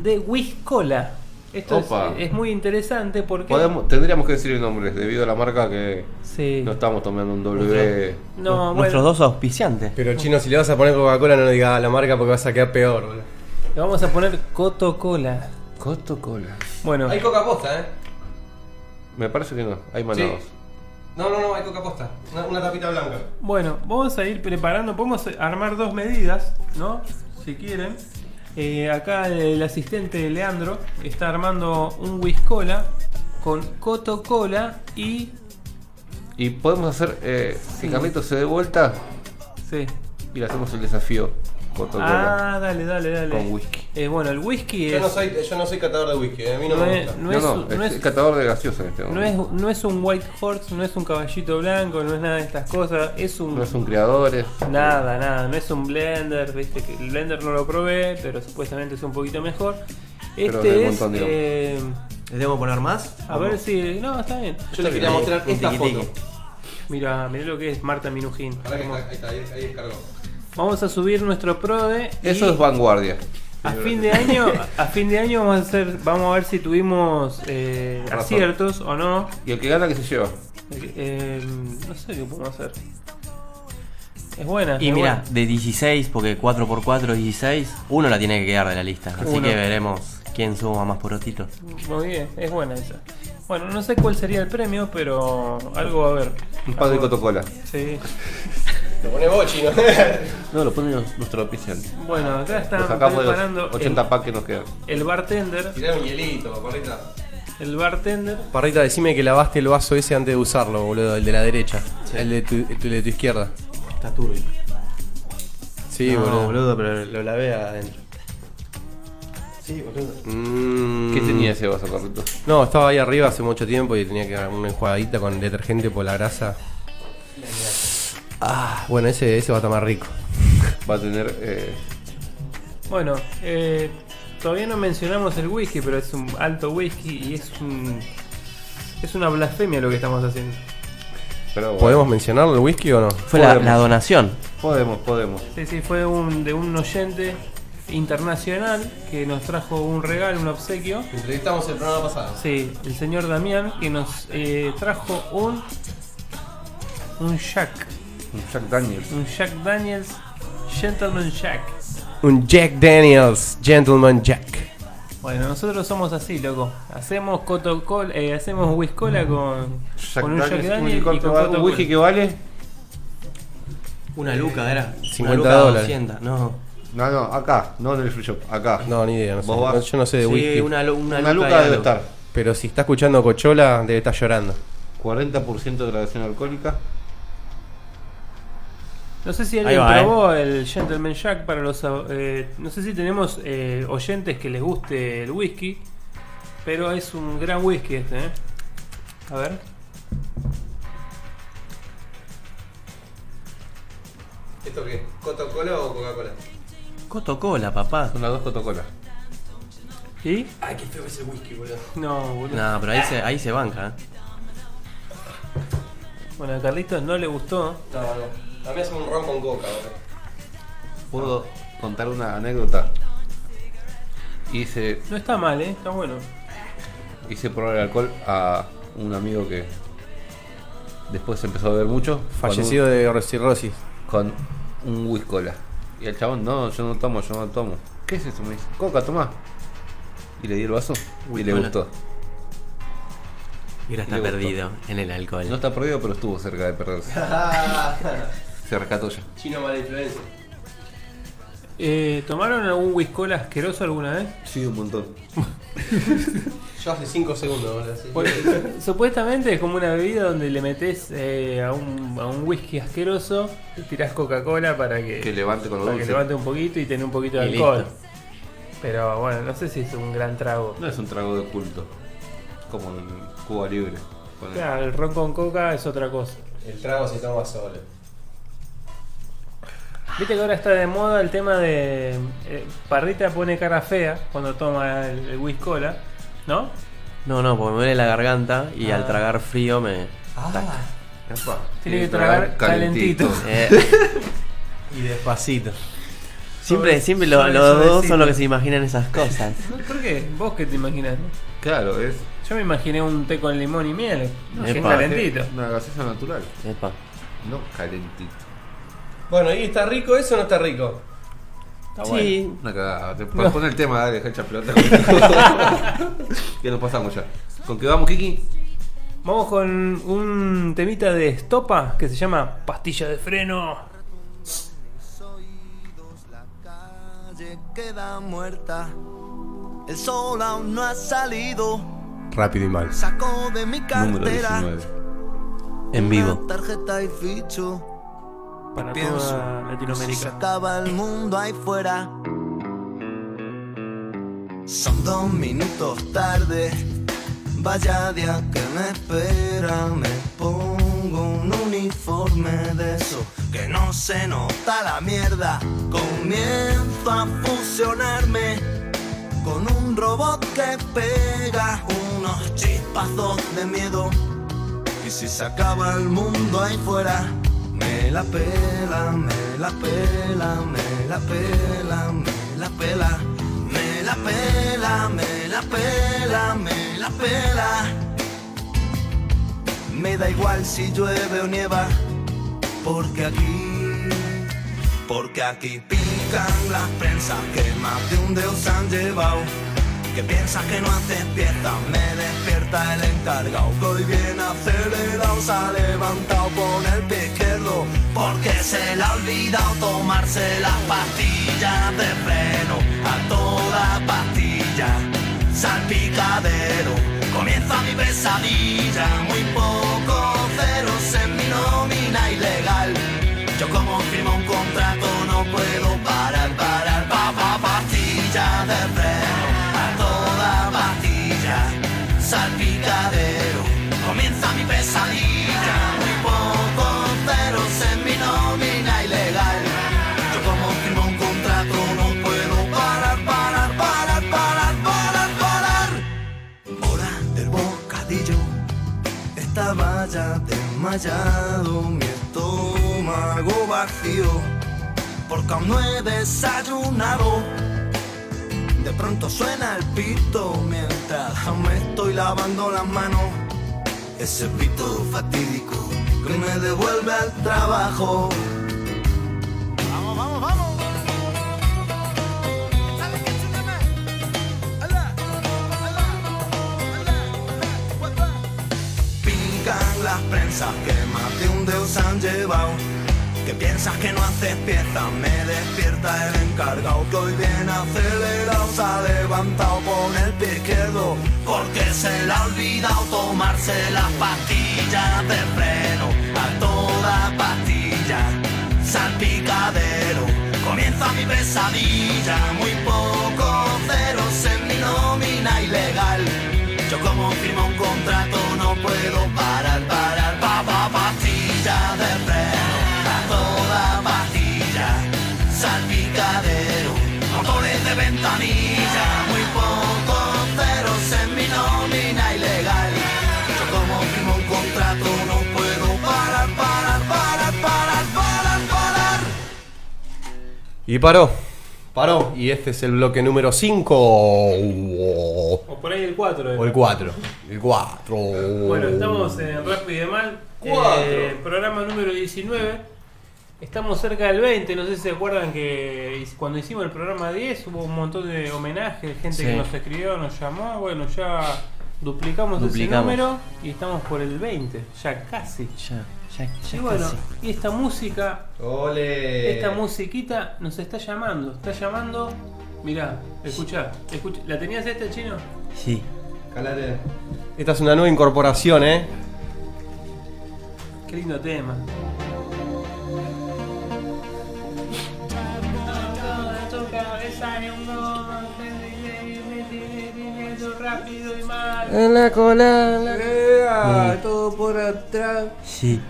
D: de Whiskola. Esto es,
B: Opa.
D: es muy interesante porque
B: Podemos- tendríamos que decir el nombre, debido a la marca que
D: Sí.
B: no estamos tomando un W.
D: No,
C: Nuestros
D: bueno,
C: dos auspiciantes.
A: Pero chino, si le vas a poner Coca-Cola, no le digas a la marca porque vas a quedar peor, boludo.
D: le vamos a poner Coto Cola.
B: Costo Cola.
D: Bueno,
A: Hay Coca posta, eh.
B: Me parece que no, hay manados.
A: Sí. No, no, no, hay Coca posta. Una, una tapita blanca.
D: Bueno, vamos a ir preparando, podemos armar dos medidas, ¿no? Si quieren. Eh, acá el asistente Leandro está armando un whiskola con Coto Cola y...
B: Y podemos hacer eh, que Carlitos se dé vuelta
D: Sí.
B: y le hacemos el desafío. Costo Cola.
D: Ah, dale, dale, dale.
B: Con whisky.
D: Eh, bueno, el whisky
A: Yo
D: es...
A: no, soy, yo no soy catador de whisky, eh, a mí no,
D: no
A: me
D: es-
A: gusta.
D: no
B: No,
D: es-
B: no,
D: no
B: es
D: es-
B: el catador de gaseosa en este
D: no
B: momento.
D: es, no es un white horse, no es un caballito blanco, no es nada de estas cosas, es un...
B: No es un creador, es-
D: Nada, nada, no es un blender, viste que el blender no lo probé, pero supuestamente es un poquito mejor.
B: Pero
D: Este
B: de un
D: es...
B: montón, digamos.
D: eh,
C: ¿Le debo poner más?
D: a ver si... este No, está bien.
A: Yo les quería mostrar esta foto.
D: Mira, mira lo que es Marta Minujín.
A: Pará que está- ahí está, ahí, ahí descargó.
D: Vamos a subir nuestro prode. y
B: Eso es vanguardia.
D: a fin de año, a fin de año vamos a hacer, vamos a ver si tuvimos eh,
B: Razón.
D: aciertos o no.
B: Y el que gana, que se lleva?
D: Eh, no sé qué podemos hacer. Es buena.
C: Y
D: es
C: mira,
D: buena.
C: de 16, porque 4x4 es 16, uno la tiene que quedar de la lista. Así
D: Uno.
C: que veremos quién suma más porotitos.
D: Muy bien, es buena esa. Bueno, no sé cuál sería el premio, pero algo va a haber.
B: Un par de
D: Algo-
B: Coca-Cola.
D: Sí.
A: Lo pones vos, chino.
B: No, lo ponen los- nuestro auspiciante.
D: Bueno, acá están
B: Nos sacamos de
D: preparando
B: los
D: el,
B: 80 packs que nos quedan.
D: el bartender.
A: Tirá un hielito, parrita.
D: El bartender.
A: Parrita, decime que lavaste el vaso ese antes de usarlo, boludo, el de la derecha. El, de tu, el de tu izquierda.
C: Está turbio.
A: Sí, boludo.
C: pero lo lavé adentro. Sí, boludo.
A: Mm.
B: ¿Qué tenía ese vaso, Carlito?
A: No, estaba ahí arriba hace mucho tiempo y tenía que dar una enjuagadita con detergente por la grasa. Ah, bueno, ese, ese va a estar más rico.
B: Va a tener. eh,
D: Bueno, eh, todavía no mencionamos el whisky, pero es un alto whisky y es un. Es una blasfemia lo que estamos haciendo.
B: pero bueno.
A: ¿Podemos mencionarlo el whisky o no?
C: Fue la,
B: Podemos.
C: la donación.
B: Podemos, podemos.
D: Sí, sí, fue un, de un oyente internacional que nos trajo un regalo, un obsequio.
A: Entrevistamos el programa pasado.
D: Sí, el señor Damián que nos eh, trajo un. Un Jack.
B: Un Jack Daniels.
D: Un Jack Daniels Gentleman Jack.
A: Un Jack Daniels, Gentleman Jack.
D: Bueno, nosotros somos asasí, loco. Hacemos Coca-Cola, eh, hacemos Whiskola con,
B: Jack
D: con un Jack
B: Daniels, un
D: Daniels
B: licor
D: y
B: que
D: con
B: vale- un
D: Coca-Cola.
B: whisky que vale.
C: Una luca, era.
A: 50 dólares.
C: 200, no.
B: No, no, acá, no en el free shop, acá.
A: No, ni idea, no sé.
B: Vos vas-
A: No, Yo no sé de whisky.
C: Sí, una, lu- una, luca,
B: Una,
C: y
B: luca
C: algo.
B: debe estar.
A: Pero si está escuchando Cochola, debe estar llorando.
B: 40% de graduación alcohólica.
D: No sé si
C: Ahí
D: alguien
C: va, eh.
D: probó el Gentleman Jack para los. eh, no sé si tenemos eh, oyentes que les guste el whisky, pero es un gran whisky este, ¿eh? A ver.
A: ¿Esto qué? ¿Coca-Cola o Coca-Cola?
C: Cotocola, papá.
B: Son las dos Cotocola.
D: ¿Y?
A: Ay, qué feo ese whisky, boludo.
D: No, boludo.
C: No, pero ahí se, ahí se banca. ¿eh?
D: Bueno, a Carlitos no le gustó.
A: No, no. A mí hacemos un ron con coca, boludo.
B: Puedo contar una anécdota. Hice,
D: No está mal, ¿eh? Está bueno.
B: hice probar el alcohol a un amigo que después empezó a beber mucho.
A: Fallecido de cirrosis.
B: con un whiskola. Y el chabón, no, yo no tomo, yo no tomo. ¿Qué es eso? Me dice, coca, tomá. Y le di el vaso y le
C: Whiskola.
B: gustó.
C: Mira, está
B: Le gustó.
C: perdido en el alcohol.
B: No está perdido, pero estuvo cerca de perderse. Se rescató ya.
A: Chino mala influencia.
D: Eh, ¿Tomaron algún whiskola asqueroso alguna vez?
B: Sí, un montón.
A: Yo hace 5 segundos, boludo. así.
D: Supuestamente es como una bebida donde le metes eh, a, un, a un whisky asqueroso y tirás Coca-Cola para que,
B: Que levante con lo
D: para que
B: dulce.
D: levante un poquito y tenga un poquito de
C: Y
D: alcohol.
C: listo.
D: Pero bueno, no sé si es un gran trago.
B: No es un trago de culto. Como en Cuba Libre. Ponele.
D: Claro, el ron con coca es otra cosa.
A: El trago se toma solo.
D: Viste que ahora está de moda el tema de. eh, Parrita pone cara fea cuando toma el, el whiskola, ¿no?
C: No, no, porque me duele la garganta y
D: Ah.
C: al tragar frío me.
A: Ah.
D: Tiene que tragar calentito.
C: Eh,
A: Y despacito.
C: siempre
D: Sobre-
C: siempre lo-
D: sobre-
C: los dos
D: sobrecito.
C: son los que se imaginan esas cosas.
D: No, ¿Por qué? ¿Vos qué te imaginas? no?
B: Claro, es.
D: Yo me imaginé un té con limón y miel. No, que es
C: Epa.
D: calentito.
B: Una gaseosa natural.
C: Epa.
B: No calentito.
A: Bueno, ¿y está rico eso o no está rico?
C: sí,
B: Una cagada. Te puedes poner el tema, dale, deja echar pelota. ya nos pasamos ya. ¿Con qué vamos, Kiki?
D: Vamos con un temita de estopa que se llama pastilla de freno.
I: oídos, la calle queda muerta. El sol aún no ha salido.
A: Rápido y mal.
I: Sacó de mi
B: Número
I: cartera
B: 19.
C: en vivo.
I: una tarjeta y ficho.
D: Para
I: Pienso.
D: toda
I: Se
D: Latinoamérica.
I: acaba el mundo ahí fuera. Son dos minutos tarde. Vaya día que me espera. Me pongo un uniforme de eso que no se nota la mierda. Comienzo a fusionarme con un robot que pega unos chispazos de miedo. Y si se acaba el mundo ahí fuera, me la pela, me la pela, me la pela, me la pela, me la pela, me la pela, me la pela. Me da igual si llueve o nieva, porque aquí, porque aquí pican las prensas que más de un deus han llevado. Que piensas que no haces fiesta, me despierta el encargado. Que hoy bien acelerado se ha levantado con el pie izquierdo, porque se le ha olvidado tomarse las pastillas de freno a toda pastilla salpicadero. Comienza mi pesadilla, muy poco ceros en mi nómina ilegal. Yo como firmo un contrato no puedo parar, parar, pa, pa, pastilla de freno, a toda pastilla, salpicadero. Comienza mi pesadilla, muy poco ceros en mi nómina ilegal. Yo como firmo un contrato no puedo parar, parar, parar, parar, parar, parar. Hora del bocadillo, estaba ya desmayado, mi estómago vacío, porque aún no he desayunado. De pronto suena el pito mientras aún me estoy lavando las manos. Ese pito fatídico que me devuelve al trabajo. Vamos, vamos, vamos. Dale, que chútame. Ala, ala, ala, ala, guapa. Pican las prensas que más de un deus han llevado. Que piensas que no haces piezas, me despierta el encargado que hoy bien acelerado se ha levantado con el pie izquierdo porque se le ha olvidado tomarse las pastillas de freno a toda pastilla salpicadero. Comienza mi pesadilla, muy poco ceros en mi nómina ilegal. Yo como firmo un contrato no puedo parar, parar, pa, pa, pastilla de freno, a toda pastilla.
A: Y paró. Paró. Y este es el bloque número 5. O
D: O por ahí el 4.
A: el 4. El 4.
D: Bueno, estamos en Rápido y de Mal.
B: Cuatro.
D: Eh, programa número 19. Estamos cerca del 20. No sé si se acuerdan que hic- cuando hicimos el programa 10 hubo un montón de homenajes, gente
C: Sí.
D: que nos escribió, nos llamó. Bueno, ya duplicamos,
C: Duplicamos.
D: ese número y estamos por el 20. Ya casi.
C: Ya, ya, ya
D: Y bueno,
C: casi.
D: y esta música,
A: Ole.
D: esta musiquita nos está llamando. Está llamando. Mirá, escuchá. escuchá. ¿La tenías esta, chino?
C: Sí.
A: Calate. Esta es una nueva incorporación, ¿eh?
D: Qué lindo tema. Rápido y mal.
C: En la cola,
B: todo por atrás.
C: Sí,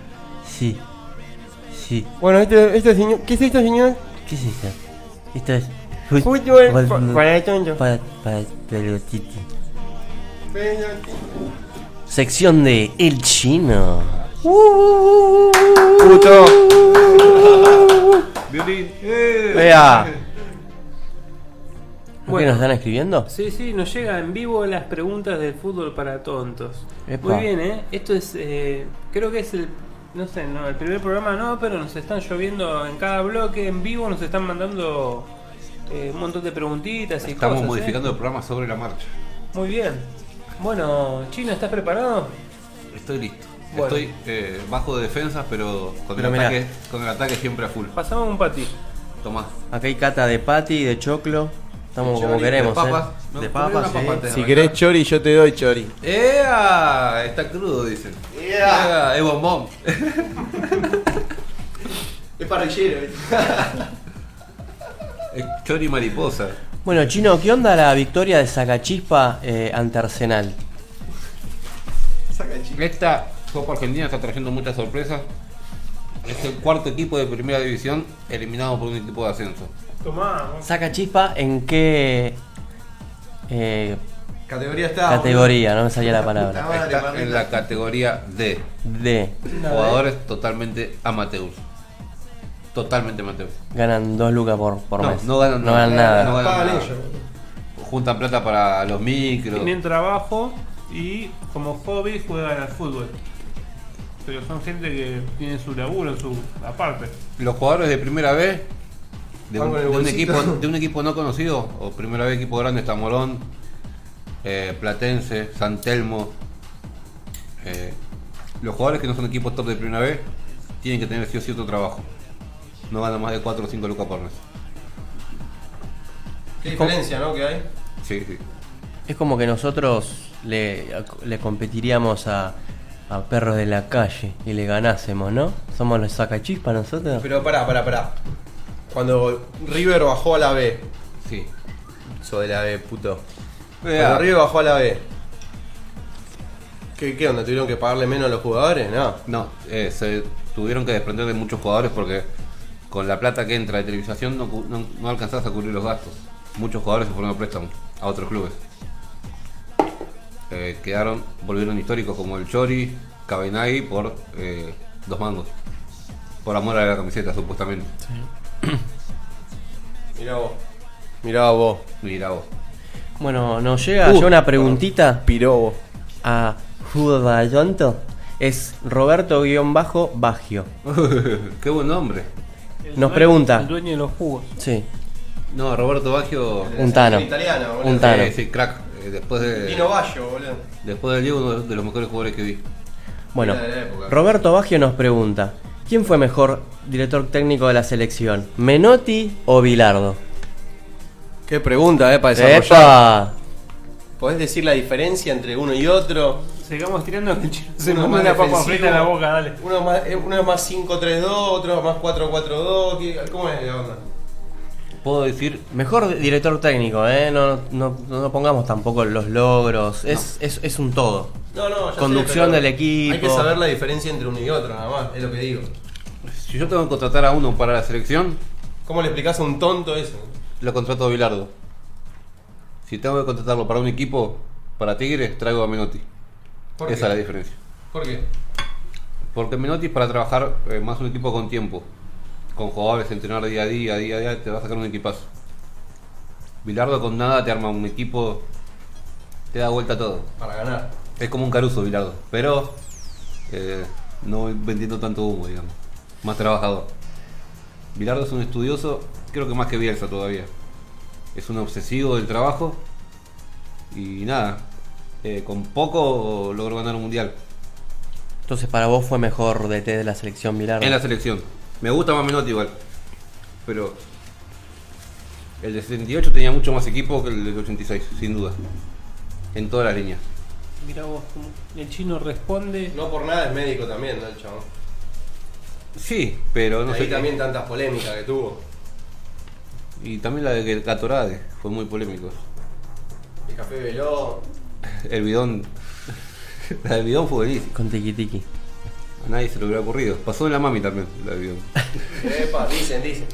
C: sí, sí.
A: Bueno, este, este señor. ¿Qué es esto, señor?
C: ¿Qué es esto? Esto es... fut-
A: Fútbol
C: fut-
A: pa- para el choncho.
C: Para, para el pelotiti. Sección de El Chino. uh,
A: Puto.
B: Violín. ¡Eh!
C: Vea. ¿Por qué
D: Bueno.
C: nos están escribiendo?
D: Sí, sí, nos llega en vivo las preguntas del fútbol para tontos.
C: Epa.
D: Muy bien, ¿eh? Esto es, eh, creo que es el, no sé, no, el primer programa no, pero nos están lloviendo en cada bloque en vivo, nos están mandando eh, un montón de preguntitas y
B: Estamos
D: cosas, ¿eh?
B: modificando el programa sobre la marcha.
D: Muy bien. Bueno, Chino, ¿estás preparado?
B: Estoy listo.
D: Bueno.
B: Estoy eh, bajo de defensas, pero con
C: Pero
B: el
C: mirá.
B: ataque, con el ataque siempre a full.
D: Pasamos un pati.
B: Tomás.
C: Acá hay cata de pati, de choclo. Estamos como
B: Chori,
C: queremos,
B: de papas.
C: ¿eh?
B: No,
C: de
B: ponle
C: papas,
B: una
C: sí.
B: papa antes de
A: Si
B: arrancar.
A: querés chori, yo te doy chori.
B: ¡Ea! Está crudo, dicen. ¡Ea! ¡Es bombón!
A: Es parrillero,
B: Es chori mariposa.
C: Bueno, Chino, ¿qué onda la victoria de Sacachispa eh, ante Arsenal?
B: Esta Copa Argentina está trayendo muchas sorpresas. Es el cuarto equipo de primera división eliminado por un equipo de ascenso.
D: Tomá.
C: Sacachispa, ¿en qué eh,
A: Categoría está.
B: Ah,
C: categoría? No me salía la palabra.
A: Madre,
B: Está
A: mamita.
B: en la categoría D.
C: D.
A: eh.
B: Jugadores totalmente amateurs. Totalmente amateurs.
C: Ganan dos lucas por, por
B: No,
C: mes.
B: no ganan nada.
C: nada.
B: No ganan
A: Pagan
B: nada.
A: ellos.
B: Juntan plata para los micros.
D: Tienen trabajo y como hobby juegan al fútbol. Pero son gente que tiene su laburo, su aparte.
B: Los jugadores de primera vez de
A: Van
B: un,
A: con el
B: de un
A: bolsito.
B: equipo, de un equipo no conocido, o primera vez equipo grande, está Morón, eh, Platense, San Telmo. eh, los jugadores que no son equipos top de primera vez tienen que tener sí o sí otro trabajo. No ganan más de 4 o 5 lucas por mes.
A: Qué diferencia, ¿no? Que hay.
B: Sí, sí.
C: Es como que nosotros le, le competiríamos a, a perros de la calle y le ganásemos, ¿no? Somos los sacachispas nosotros.
A: Pero pará, pará, pará. Cuando River bajó a la B.
B: sí.
A: Eso de la B, puto.
B: Vea,
A: Cuando River bajó a la B. ¿Qué, ¿Qué onda? ¿Tuvieron que pagarle menos a los jugadores? No.
B: No, eh, se tuvieron que desprender de muchos jugadores porque con la plata que entra de televisación no, cu- no, no alcanzás a cubrir los gastos. Muchos jugadores se fueron a préstamo a otros clubes. Eh, quedaron, volvieron históricos como el Chori, Cabenagui por eh, dos mangos. Por amor a la camiseta, supuestamente.
A: Mirá vos. Mirá vos.
B: Mira vos.
C: Bueno, nos llega
A: Uh,
C: ya una preguntita
A: Pirobo.
C: a Judayonto. Es Roberto-Bagio.
B: Qué buen nombre.
D: El
C: Nos pregunta.
D: El dueño de los jugos.
C: Sí,
B: No, Roberto Baggio.
C: Un tano.
A: italiano,
C: Un tano.
B: eh, sí, crack. Eh, después,
A: Dino
B: de,
A: Bayo, boludo.
B: después del Diego, uno de los mejores jugadores que vi.
C: Bueno,
A: Era de la época.
C: Roberto Baggio nos pregunta: ¿Quién fue mejor director técnico de la selección? ¿Menotti o Bilardo?
A: Qué pregunta, eh, para desarrollar.
C: ¡Epa!
A: ¿Podés decir la diferencia entre uno y otro?
D: Sigamos tirando que el chino se
A: Uno
D: mandó
A: más
D: una papa
A: defensivo.
D: frita en la boca, dale.
A: Uno es más, eh, uno es más 5-3-2, otro es más 4-4-2. ¿qué- ¿Cómo es la onda?
B: Puedo decir
C: Mejor director técnico, ¿eh? No, no, no pongamos tampoco los logros. Es, es, es un todo.
A: No, no, ya sé,
C: Conducción
A: pero
C: del equipo.
A: Hay que saber la diferencia entre uno y otro, nada más, es lo que digo.
B: Si yo tengo que contratar a uno para la selección,
A: ¿Cómo le explicás a un tonto eso?
B: lo contrato a Bilardo. Si tengo que contratarlo para un equipo, para Tigres, traigo a Menotti. Esa
A: ¿Por qué?
B: es la diferencia.
A: ¿Por qué?
B: Porque Menotti es para trabajar eh, más un equipo con tiempo. con jugadores, entrenar día a día, día a día, te va a sacar un equipazo. Bilardo con nada te arma un equipo, te da vuelta a todo.
A: Para ganar.
B: Es como un caruso, Bilardo, pero eh, no vendiendo tanto humo, digamos. Más trabajador. Bilardo es un estudioso, creo que más que Bielsa todavía. Es un obsesivo del trabajo y nada, eh, con poco logró ganar un mundial.
C: Entonces para vos fue mejor DT de la selección Bilardo.
B: En la selección. Me gusta más Menotti igual. Pero el de 78 tenía mucho más equipo que el del 86, sin duda. En todas las líneas.
D: Mirá vos, cómo el chino responde.
A: No por nada es médico también, ¿no? El chabón.
B: Sí, pero no
A: Ahí
B: sé.
A: también tantas polémicas que tuvo.
B: Y también la de Catorade, fue muy polémico.
A: El café veló.
B: El bidón. La del bidón fue buenísima.
C: Con tiki tiki.
B: A nadie se le hubiera ocurrido. Pasó en la mami también, la del bidón.
A: Epa, dicen, dicen.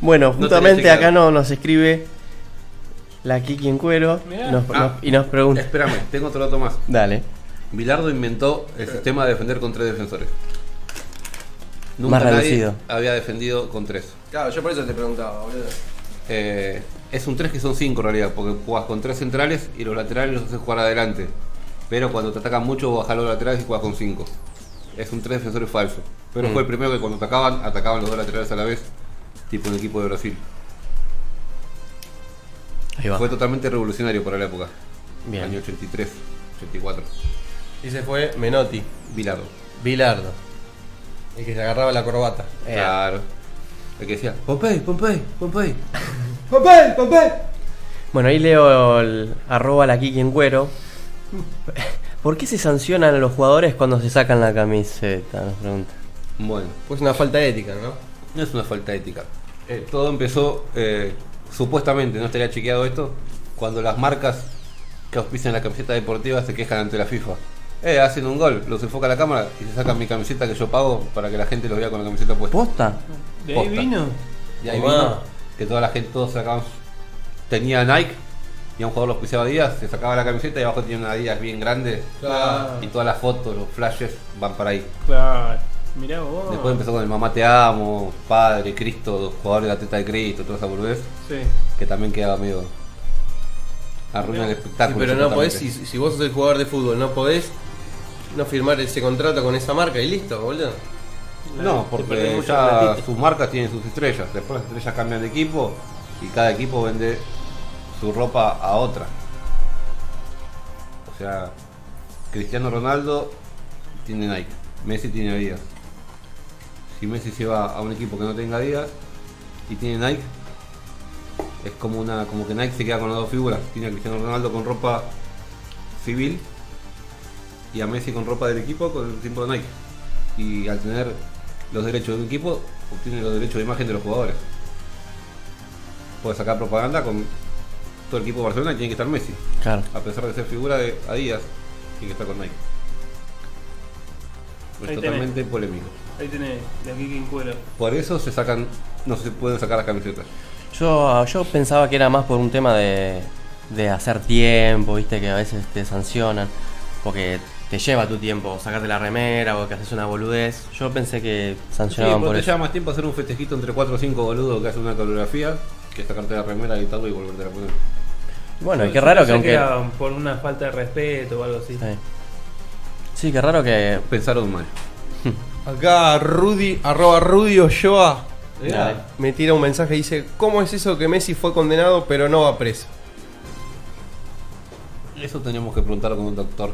C: Bueno,
B: No
C: justamente
B: tenés
C: acá
B: teclado.
C: no, nos escribe la Kiki en cuero
D: Mirá.
C: nos-
B: Ah.
C: nos- y nos pregunta.
B: Espérame, tengo otro dato más.
C: Dale.
B: Bilardo inventó el sistema de defender con tres defensores.
C: Más
B: nadie
C: reducido.
B: había defendido con tres.
A: Claro, yo por eso te preguntaba, boludo.
B: Eh, es un 3 que son 5 en realidad, porque jugás con 3 centrales y los laterales los haces jugar adelante. Pero cuando te atacan mucho, vos bajás los laterales y jugás con 5. Es un 3 defensores falso. Pero
C: Mm.
B: fue el primero que cuando atacaban, atacaban los dos laterales a la vez, tipo un equipo de Brasil.
C: Ahí va.
B: Fue totalmente revolucionario para la época.
C: Bien.
B: Año 83, 84.
A: Y se fue Menotti,
B: Bilardo.
A: Bilardo. El que se agarraba la corbata.
C: Eh,
B: Claro. El que decía, Pompey, Pompey, Pompey.
A: ¡Pompey! ¡Pompey!
C: Bueno, ahí leo el arroba la Kiki en cuero. ¿Por qué se sancionan a los jugadores cuando se sacan la camiseta? Nos pregunta.
B: Bueno,
A: Pues una falta de ética, ¿no?
B: no es una falta de ética. Eh, todo empezó, eh, supuestamente, no estaría chequeado esto, cuando las marcas que auspician la camiseta deportiva se quejan ante la FIFA. Eh, hacen un gol, los enfoca la cámara y se sacan mi camiseta que yo pago para que la gente los vea con la camiseta puesta.
C: ¿Posta?
D: ¿De ahí
B: Posta.
D: vino?
B: Y ahí
A: Tomá.
B: vino que toda la gente, todos sacaban. su- Tenía Nike y a un jugador los pisaba Díaz, se sacaba la camiseta y abajo tenía una Adidas bien grande.
A: Claro.
B: Y todas las fotos, los flashes van para ahí.
D: Claro. Mirá vos.
B: Después empezó con el Mamá Te Amo, Padre, Cristo, los jugadores de la teta de Cristo, toda esa boludez,
D: Sí.
B: que también quedaba medio. Arruina el espectáculo.
A: pero no podés, si,
B: exactamente.
A: si vos sos el jugador de fútbol, no podés no firmar ese contrato con esa marca y listo, boludo.
B: No,
D: te perdés
B: porque
D: mucha
B: ya
D: platita.
B: sus marcas tienen sus estrellas. Después las estrellas cambian de equipo y cada equipo vende su ropa a otra. O sea, Cristiano Ronaldo tiene Nike, Messi tiene Adidas. Si Messi se va a un equipo que no tenga Adidas y tiene Nike, es como una como que Nike se queda con las dos figuras. Tiene a Cristiano Ronaldo con ropa civil y a Messi con ropa del equipo con el símbolo Nike. Y al tener los derechos de un equipo, obtiene los derechos de imagen de los jugadores. Puede sacar propaganda con todo el equipo de Barcelona y tiene que estar Messi.
C: Claro.
B: A pesar de ser figura de Adidas, tiene que estar con Nike. Es
D: Ahí tenés.
B: totalmente polémico.
D: Ahí tenés, la Kiki en cuero.
B: Por eso se sacan, no se pueden sacar las camisetas.
C: Yo, yo pensaba que era más por un tema de, de hacer tiempo, viste, que a veces te sancionan, porque te lleva tu tiempo sacarte la remera o que haces una boludez. Yo pensé que
B: Sí,
C: sancionaban
B: porque
C: por
B: te
C: eso.
B: lleva más tiempo hacer un festejito entre 4 o 5 boludos que hacen una coreografía que sacarte la remera, guitarra y volverte a poner.
C: Bueno, y qué
D: Yo
C: raro que
D: pensé
C: aunque.
D: era por una falta de respeto o algo así.
C: Sí. Sí, qué raro que.
B: Pensaron mal.
A: Acá Rudy, arroba Rudy Ochoa, ¿eh?
C: Dale.
A: me tira un mensaje y dice, ¿cómo es eso que Messi fue condenado pero no va preso?
B: Eso tenemos que preguntar con un doctor.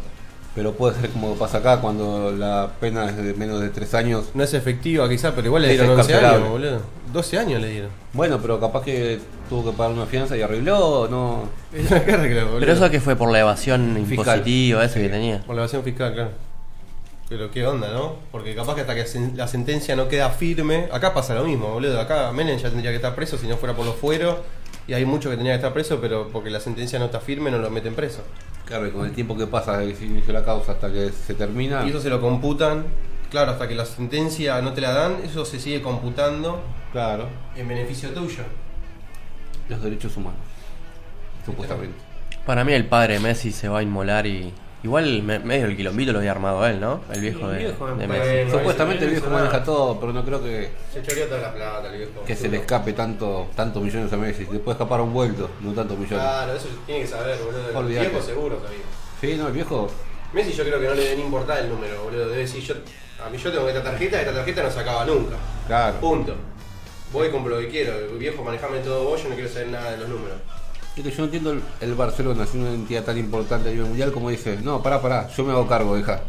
B: Pero puede ser como pasa acá cuando la pena es de menos de 3 años.
A: No es efectiva quizá, pero igual le
B: Es
A: dieron 11 años,
B: excarcerable.
A: boludo. 12 años le dieron.
B: Bueno, pero capaz que tuvo que pagar una fianza y arregló, no.
A: Es una carga, boludo.
C: Pero eso que fue por la evasión
B: Fiscal.
C: impositiva, eso que tenía.
A: Por la evasión fiscal, claro. Pero qué onda, ¿no? Porque capaz que hasta que sen- la sentencia no queda firme. Acá pasa lo mismo, boludo. Acá Menem ya tendría que estar preso si no fuera por los fueros. Y hay mucho que tendría que estar preso, pero porque la sentencia no está firme, no lo meten preso.
B: Claro, y con el tiempo que pasa desde que se inició la causa hasta que se termina.
A: Y eso se lo computan. Claro, hasta que la sentencia no te la dan, eso se sigue computando
B: Claro,
A: en beneficio tuyo.
B: los derechos humanos. Supuestamente.
C: Para mí, el padre de Messi se va a inmolar y Igual me- medio el quilombito lo había armado él, ¿no? El viejo
D: el
C: de,
D: viejo,
C: de
D: eh,
C: Messi.
B: Supuestamente el
A: sí,
B: viejo
A: sí, sí,
B: maneja
A: sí.
B: todo, pero no creo que,
A: Se choreó toda la plata, el viejo.
B: que se le escape tanto, tantos millones a Messi. Te puede escapar un vuelto, no tantos millones.
A: Claro, eso tiene que saber, boludo. El
B: Olvídate.
A: viejo seguro sabía.
B: Sí, no, el viejo.
A: Messi yo creo que no le deben importar el número, boludo. Debe decir, yo, a mí yo tengo esta tarjeta, esta tarjeta no se acaba nunca.
B: Claro.
A: Punto. Voy y compro lo que quiero. El viejo, manejame todo vos, yo no quiero saber nada de los números.
B: Es que yo no entiendo el, el Barcelona, siendo una entidad tan importante a nivel mundial, como dice, no, pará, pará, yo me hago cargo, deja.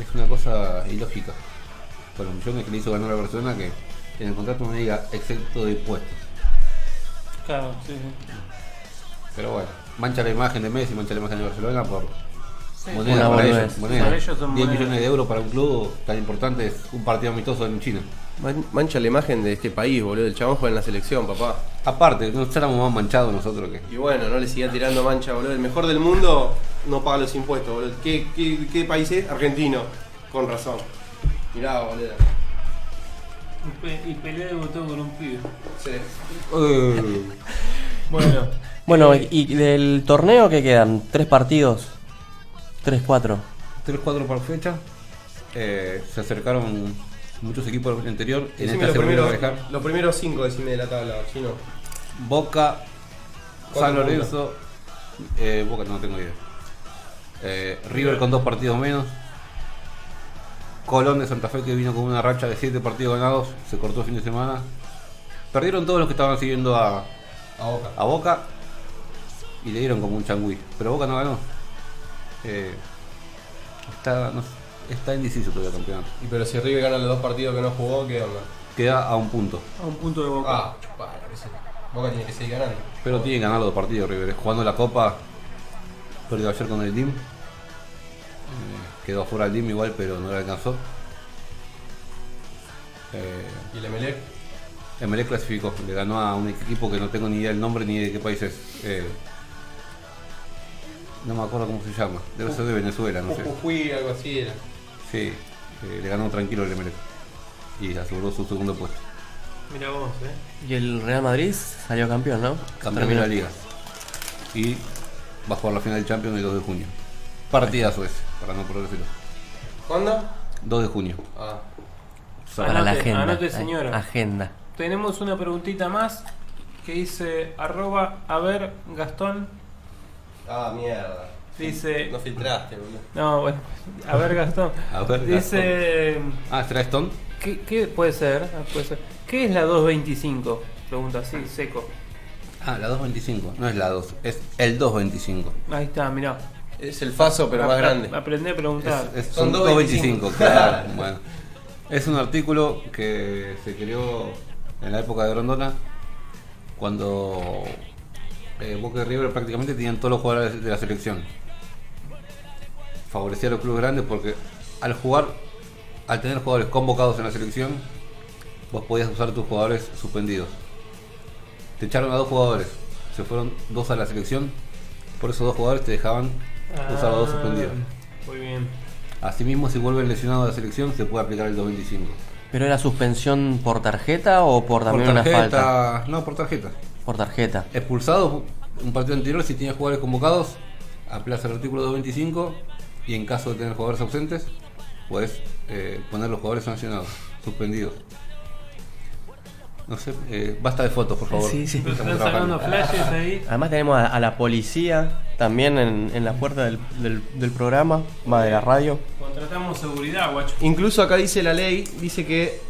B: Es una cosa ilógica. Con los millones que le hizo ganar a Barcelona, que en el contrato no diga excepto de impuestos.
D: Claro, sí, sí.
B: Pero bueno, mancha la imagen de Messi, mancha la imagen de Barcelona por
C: Una
B: moneda para
C: boludez.
B: ellos. moneda.
D: Para ellos son
B: 10
D: monedas.
B: millones de euros para un club tan importante es un partido amistoso en China.
A: Man- mancha la imagen de este país, boludo. El chabón juega en la selección, papá.
B: Aparte, no estamos más manchados nosotros que.
A: Y bueno, no le sigan tirando mancha, boludo. El mejor del mundo no paga los impuestos, boludo. ¿Qué, qué, qué país es? Argentino. Con razón. Mirá, boludo.
D: Y pe- Y peleé de botón con un pibe.
A: Sí.
B: Eh,
D: Bueno,
C: Bueno, y- y del torneo que quedan, tres partidos. Tres, cuatro.
B: 3-4 por fecha. Eh, se acercaron muchos equipos del anterior. En
A: Decime
B: esta
A: los
B: se volvieron a
A: primeros,
B: dejar.
A: los primeros cinco, decime de la tabla, chino.
B: Boca,
A: Cuatro
B: San
A: puntos.
B: Lorenzo. eh, Boca no tengo idea. Eh, River con dos partidos menos. Colón de Santa Fe que vino con una racha de siete partidos ganados. Se cortó el fin de semana. Perdieron todos los que estaban siguiendo a,
A: A boca.
B: a Boca. Y le dieron como un changüí. Pero Boca no ganó. Eh, está, no sé, está indeciso todavía el campeonato.
A: Y pero si River gana los dos partidos que no jugó, ¿qué onda?
B: Queda a un punto.
D: a un punto de boca.
A: Ah, para, que sí. Boca tiene que seguir ganando.
B: Pero tiene que ganar los dos partidos River. ¿eh? Jugando la Copa, perdió ayer con el DIM. Eh, quedó fuera el DIM igual, pero no le alcanzó. Eh,
A: ¿Y el Emelec?
B: Emelec clasificó, le ganó a un equipo que no tengo ni idea del nombre ni de qué país es. Eh, no me acuerdo cómo se llama. Debe ser de Venezuela, no sé.
A: Jujuy, algo así era.
B: Sí, eh, le ganó tranquilo el Emelec. Y aseguró su segundo puesto.
D: Mira vos, eh.
C: Y el Real Madrid salió campeón, ¿no?
B: Campeón de la liga. Y va a jugar la final del Champions el 2 de junio. Partidazo ese, para no perdérselo.
A: ¿Cuándo?
B: 2 de junio.
A: Ah.
C: Para la
D: Anote,
C: agenda.
D: anote,
C: eh,
D: señora.
C: Agenda.
D: Tenemos una preguntita más que dice arroba a ver Gastón.
A: Ah, mierda.
D: Dice.
A: No filtraste, boludo.
D: No, bueno, a ver Gastón.
B: A ver,
D: Dice,
B: Ah, ¿será Stone?
D: ¿qué, qué puede, ser? Ah, puede ser? ¿Qué es la 225? Pregunta así, seco.
B: Ah, la 2.25. No es la 2, es el 2.25.
D: Ahí está, mirá.
A: Es el Faso, pero más
D: Ap-
A: grande.
D: Aprendí a preguntar.
B: Es- es-
A: Son
B: son 2.25, claro.
A: 2.25, claro.
B: bueno. Es un artículo que se creó en la época de Grondona, cuando eh, Boca y River prácticamente tenían todos los jugadores de la selección. Favorecía a los clubes grandes porque al jugar, al tener jugadores convocados en la selección, vos podías usar tus jugadores suspendidos. Te echaron a dos jugadores, se fueron dos a la selección, por esos dos jugadores te dejaban usar a dos
D: Ah,
B: suspendidos.
D: Muy bien.
B: Asimismo, si vuelven lesionados de la selección, se puede aplicar el 225.
C: ¿Pero era suspensión por tarjeta o por también una falta?
B: no, por tarjeta.
C: Por tarjeta.
B: Expulsados, un partido anterior, si tienes jugadores convocados, aplaza el artículo 225 y en caso de tener jugadores ausentes, puedes eh, poner los jugadores sancionados, suspendidos. No sé, eh, basta de fotos, por favor.
C: Sí, sí.
B: Estamos
D: Están
B: trabajando.
D: sacando flashes ahí.
C: Además tenemos a, a la policía también en, en la puerta del, del- del programa, va de la radio.
D: Contratamos seguridad, guacho.
A: Incluso acá dice la ley, dice que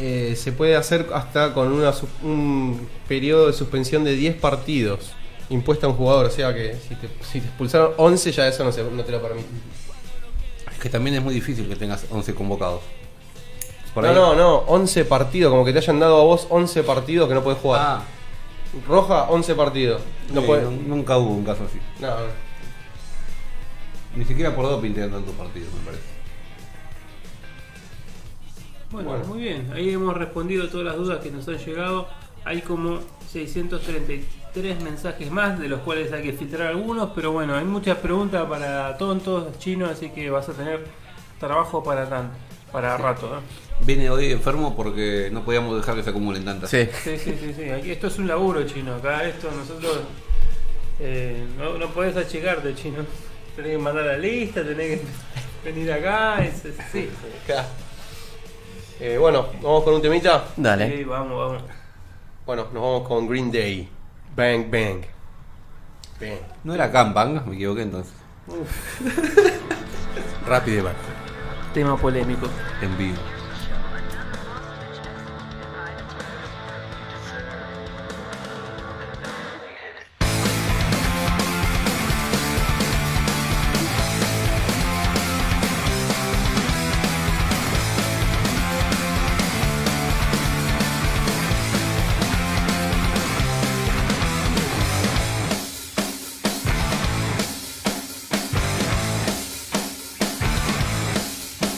A: eh, se puede hacer hasta con una, sus- un periodo de suspensión de 10 partidos impuesta a un jugador. O sea que si te, si te expulsaron 11 ya eso no, se, no te lo permite.
B: Es que también es muy difícil que tengas 11 convocados. Por
A: No,
B: ahí-
A: no, no. 11 partidos, como que te hayan dado a vos 11 partidos que no puedes jugar.
B: Ah,
A: Roja, 11 partidos. No
B: eh,
A: puedes...
B: nun- nunca hubo un caso así.
A: No, no.
B: Ni siquiera por doping tenían tantos partidos, me parece.
D: Bueno,
A: Bueno.
D: muy bien. Ahí hemos respondido todas las dudas que nos han llegado. Hay como 633 mensajes más, de los cuales hay que filtrar algunos. Pero bueno, hay muchas preguntas para tontos chinos, así que vas a tener trabajo para tan, para rato. ¿eh?
B: Viene hoy enfermo porque no podíamos dejar que se acumulen tantas.
D: Sí, sí, sí, sí. Aquí- esto es un laburo chino. Acá esto nosotros eh, no, no podés achicarte chino. tenés que mandar la lista, tenés que venir acá. Es, es- sí.
A: Acá. Eh, bueno, vamos con un temita.
C: Dale.
D: Sí, vamos, vamos.
A: Bueno, nos vamos con Green Day. Bang, bang. Bang.
B: No era Kanban, me equivoqué entonces.
A: Rápido, man.
D: Tema polémico.
B: En vivo.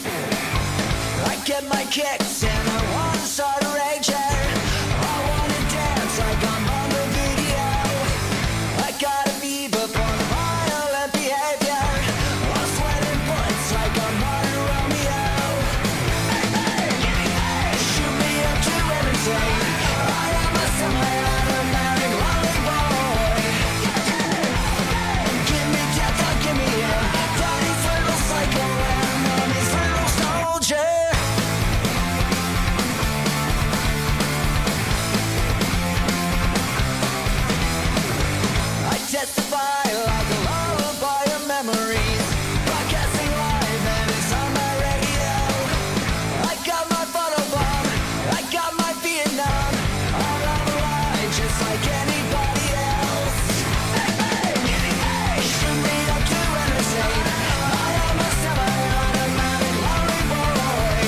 I: I get my kicks and I wanna start a rage here. I wanna dance like I'm on the video. I gotta be before violent behavior. I'm sweating bullets like I'm on Romeo. Hey, hey, hey, shoot me up to everything. I am a somewhere automatic lonely boy. Give me death or give me air. Bloody infernal psycho and I'm infernal soldier. I testify like a lullaby of memories. Broadcasting live and it's on my radio. I got my photo bomb. I got my Vietnam. All on the line, just like anybody else. Hey, hey, hey, shoot me up to anything. I am a semi-automatic lorry boy.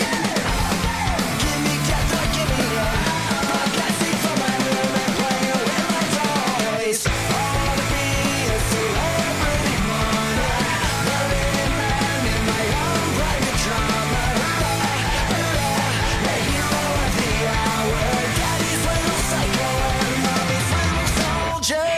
I: Give me death or give me life. Broadcasting from my room and playing with my toys. I wanna be a celebrity miner. Burning man in my own private drama. The hero of the hour. Daddy's little psycho and mommy's little soldier.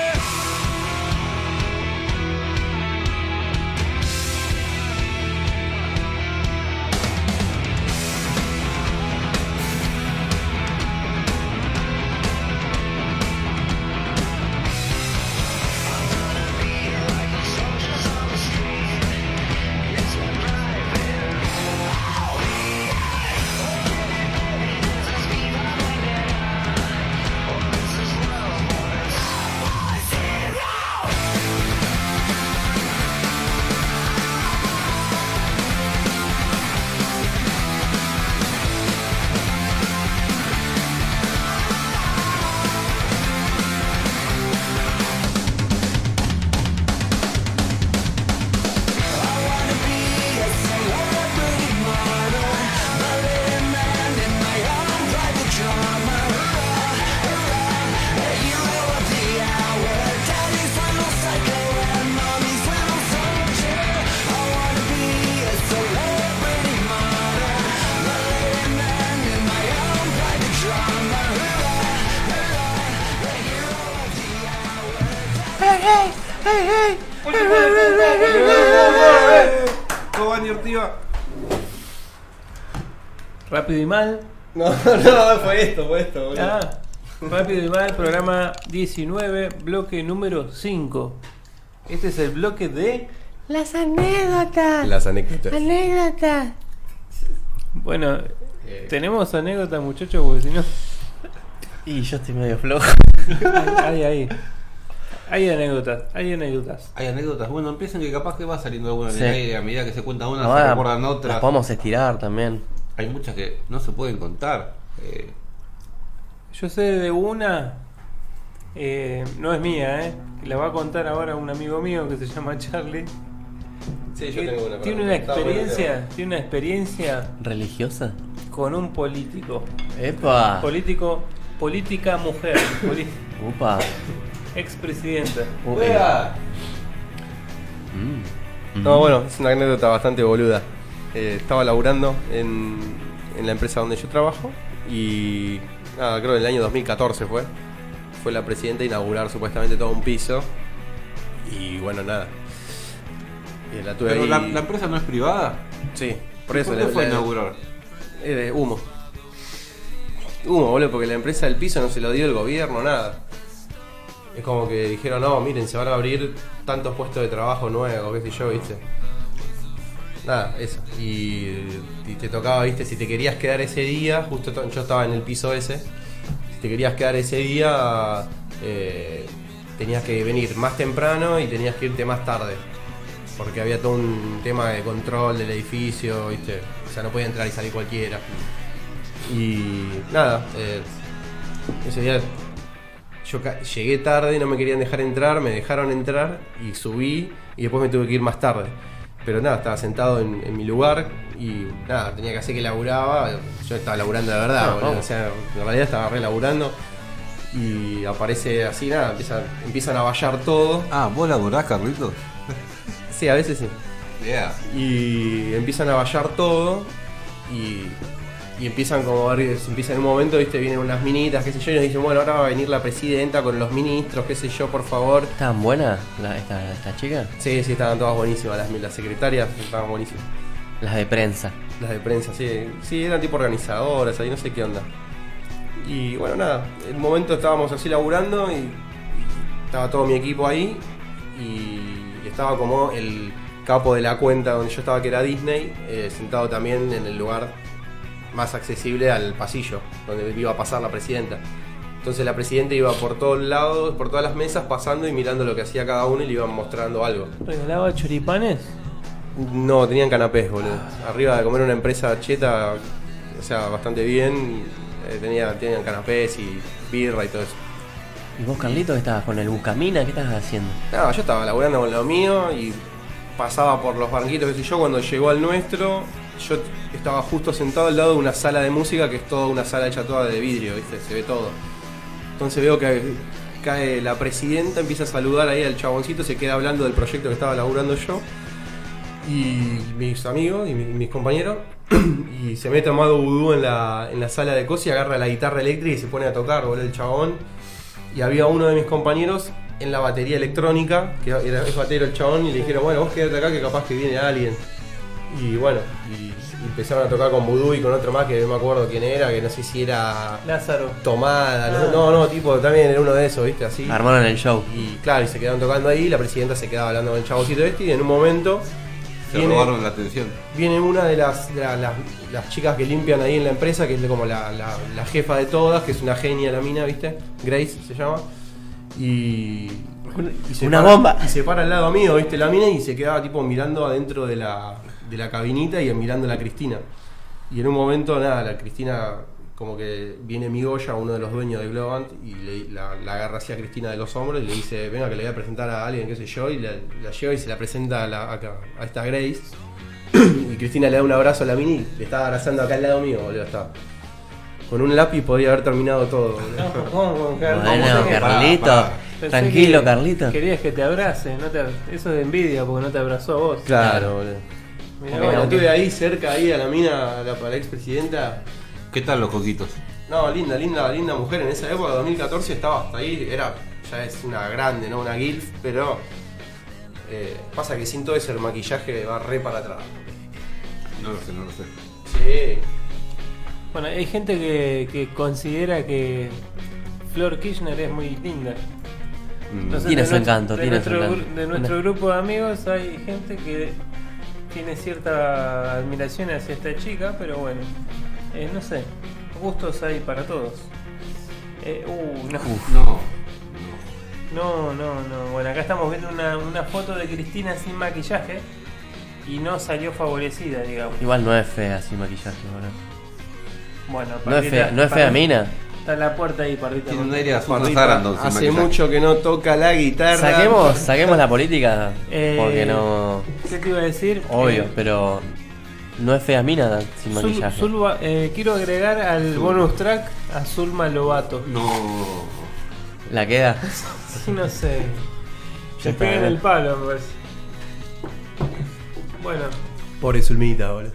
D: Rápido y mal.
A: No, no, fue esto, fue esto, boludo.
D: Ah, rápido y mal, programa 19, bloque número 5. Este es el bloque de.
F: Las
D: Ah.
F: anécdotas.
A: Las anécdotas.
F: Anécdotas.
D: Bueno, tenemos anécdotas, muchachos, porque si no.
C: Y yo estoy medio flojo.
D: Hay, hay. Hay anécdotas, hay anécdotas.
B: Hay anécdotas. Bueno, empiecen que capaz que va saliendo alguna
C: Sí.
B: de ahí, a medida que se cuenta una, se
C: Ahora
B: recuerdan
C: Ah, las
B: otras.
C: podemos estirar también.
B: Hay muchas que no se pueden contar. Eh,
D: Yo sé de una. eh, no es mía, ¿eh? Que la va a contar ahora un amigo mío que se llama Charlie.
A: Sí,
D: que tiene una experiencia, tiene una experiencia
C: ¿Religiosa?
D: con un político.
C: ¡Epa!
D: Político, política mujer, poli-
C: ¡Upa!
D: expresidenta.
C: Uh, mm.
A: No, bueno, es una anécdota bastante boluda. Eh, estaba laburando en, en la empresa donde yo trabajo y nada, creo que en el año 2014 fue. Fue la presidenta a inaugurar supuestamente todo un piso y bueno, nada. Eh, la tuve
B: pero
A: ahí.
B: la, la empresa no es privada.
A: Sí, por eso
B: ¿Cuándo
A: la-
B: fue a
A: la-
B: inaugurar?
A: eh, de humo. Humo, boludo, porque la empresa del piso no se lo dio el gobierno, nada. Es como que dijeron, no, miren, se van a abrir tantos puestos de trabajo nuevos, qué sé yo, viste. Nada, eso. Y, y te tocaba, viste, si te querías quedar ese día, justo to- yo estaba en el piso ese, si te querías quedar ese día, eh, tenías que venir más temprano y tenías que irte más tarde. Porque había todo un tema de control del edificio, viste. O sea, no podía entrar y salir cualquiera. Y nada, eh, ese día yo ca- llegué tarde, no me querían dejar entrar, me dejaron entrar y subí y después me tuve que ir más tarde. Pero nada, estaba sentado en, en mi lugar y nada, tenía que hacer que laburaba. Yo estaba laburando de verdad,
C: Ah,
A: boludo,
C: vamos.
A: o sea, en realidad estaba re laburando. Y aparece así, nada, empieza- empiezan a vallar todo.
B: Ah, ¿vos laburás, Carlitos?
A: Sí, a veces sí.
B: Yeah.
A: Y empiezan a vallar todo. Y, y empiezan como a ver, empieza en un momento, viste, vienen unas minitas, qué sé yo, y nos dicen, bueno, ahora va a venir la presidenta con los ministros, qué sé yo, por favor.
C: ¿Tan buena la- esta, esta chica?
A: Sí, sí, estaban todas buenísimas, las, las secretarias estaban buenísimas.
C: Las de prensa.
A: Las de prensa, sí. Sí, eran tipo organizadoras, ahí no sé qué onda. Y bueno, nada, en un momento estábamos así laburando y estaba todo mi equipo ahí y estaba como el capo de la cuenta donde yo estaba, que era Disney, eh, sentado también en el lugar más accesible al pasillo, donde iba a pasar la presidenta. Entonces la presidenta iba por todos lados, por todas las mesas, pasando y mirando lo que hacía cada uno y le iban mostrando algo.
D: ¿Regalaba choripanes?
A: No, tenían canapés, boludo. Arriba de comer una empresa cheta, o sea, bastante bien, eh, tenía, tenían canapés y birra y todo eso.
C: ¿Y vos, Carlitos, estabas con el Buscamina? ¿Qué estabas haciendo?
A: Nada, yo estaba laburando con lo mío y pasaba por los banquitos, qué sé yo, cuando llegó al nuestro, yo estaba justo sentado al lado de una sala de música que es toda una sala hecha toda de vidrio, ¿viste? Se ve todo. Entonces veo que cae la presidenta, empieza a saludar ahí al chaboncito, se queda hablando del proyecto que estaba laburando yo. Y mis amigos y mi- mis compañeros. y se mete Amado Vudú en la, en la sala de cosas y agarra la guitarra eléctrica y se pone a tocar, boludo, el chabón. Y había uno de mis compañeros en la batería electrónica, que era, es batero el chabón, y le dijeron, bueno, vos quedate acá que capaz que viene alguien. Y bueno, y empezaron a tocar con Vudú y con otro más que no me acuerdo quién era, que no sé si era
D: Lázaro.
A: tomada. ¿no? No, no, tipo, también era uno de esos, ¿viste? Así.
C: Armaron el show.
A: Y claro, y se quedaron tocando ahí, la presidenta se quedaba hablando con el chavosito este, y en un momento
B: Se
A: viene,
B: robaron la atención.
A: viene una de las, de la- las, las chicas que limpian ahí en la empresa, que es como la, la- la jefa de todas, que es una genia la mina, ¿viste? Grace se llama. Y. y se
C: Una
A: para-
C: bomba.
A: Y se para al lado mío, ¿viste? La mina y se quedaba tipo mirando adentro de la, de la cabinita y mirando a la Cristina. Y en un momento, nada, la Cristina, como que viene Migoya, uno de los dueños de Globant, y le- la, la agarra así a Cristina de los hombros y le dice, venga que le voy a presentar a alguien, qué sé yo, y la, la lleva y se la presenta a, la- acá, a esta Grace. y Cristina le da un abrazo a la mini, le estaba abrazando acá al lado mío, boludo, estaba. Con un lápiz podría haber terminado todo, boludo.
C: Bueno,
D: Pensé que-
C: Carlitos.
B: pará,
D: pensé
C: Tranquilo,
D: que
C: Carlitos.
D: Querías que te abrace, no te, eso es de envidia porque no te abrazó a vos.
A: Claro, boludo.
D: Mirá
A: Bueno,
D: vos.
A: estuve ahí cerca, ahí a la mina, a la, a la expresidenta.
B: ¿Qué tal los coquitos?
A: No, linda, linda, linda mujer. En esa época, 2014, estaba hasta ahí. Era, ya es una grande, ¿no? Una guilf, pero. eh, pasa que sin todo ese maquillaje va re para atrás.
B: No lo sé, no lo sé.
A: Sí.
D: Bueno, hay gente que, que considera que Flor Kirchner es muy linda. Entonces,
C: Tiene
D: de
C: su
D: nuestro-
C: encanto,
D: de
C: tiene su
D: nuestro, gru-
C: encanto.
D: De nuestro grupo de amigos hay gente que tiene cierta admiración hacia esta chica, pero bueno, eh, no sé, gustos hay para todos. Eh, uh, no.
B: Mm. No.
D: No, no, no. Bueno, acá estamos viendo una, una foto de Cristina sin maquillaje y no salió favorecida, digamos.
C: Igual no es fea sin maquillaje, boludo.
D: Bueno,
C: No es
D: Pardita,
C: fea, no es fea
D: Pardita,
C: mina.
D: Está en la puerta ahí, Pardita.
B: Tiene un aire a Susana
A: Juanita,
B: Sarandon sin
A: hace
B: maquillaje.
A: mucho que no toca la guitarra.
C: Saquemos, saquemos la política.
D: Eh,
C: Porque no.
D: ¿Qué te iba a decir?
C: Obvio,
D: Eh,
C: pero. No es fea mina sin
D: Zul-
C: maquillaje.
D: Zulba- eh, quiero agregar al bonus track a Zulma Lobato.
B: No.
C: La queda.
D: Sí, no sé.
C: Ya
D: Se
C: está,
D: pegan
C: eh.
D: el palo, me parece. Bueno,
A: Pobre Zulmita, boludo.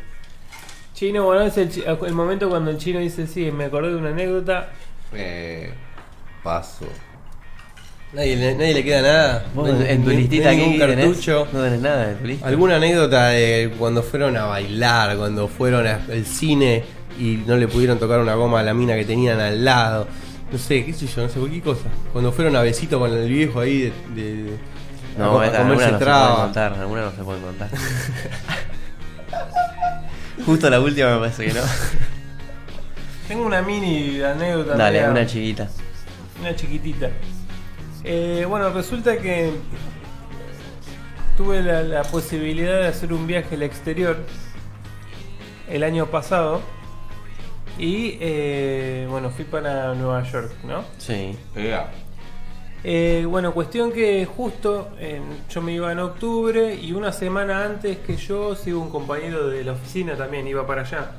D: Chino, bueno, es el, chi- el momento cuando el chino dice, sí, me acordé de una anécdota.
B: Eh, paso.
A: Nadie, le- nadie le queda nada.
C: Vos
A: No hay-
C: en tu
A: ni-
C: listita
A: ni
C: aquí
A: ningún
C: tenés-
A: cartucho.
C: no tenés nada de tu lista.
A: ¿Alguna anécdota de cuando fueron a bailar, cuando fueron a- al cine y no le pudieron tocar una goma a la mina que tenían al lado? No sé, qué sé yo, no sé, cualquier cosa. Cuando fueron a besito con el viejo ahí de. de- de- a
C: No,
A: co- a
C: esta-
A: comerse
C: alguna no se puede
A: traba.
C: contar, alguna no se puede contar. Justo la última me parece que no.
D: Tengo una mini anécdota.
C: Dale,
D: media-
C: una chiquita.
D: Una chiquitita. Eh, bueno, resulta que tuve la, la posibilidad de hacer un viaje al exterior el año pasado. Y eh, bueno, fui para Nueva York, ¿no?
C: Sí.
B: Ea.
D: Eh, bueno, cuestión que justo eh, yo me iba en octubre y una semana antes que yo, sigo un compañero de la oficina también, iba para allá.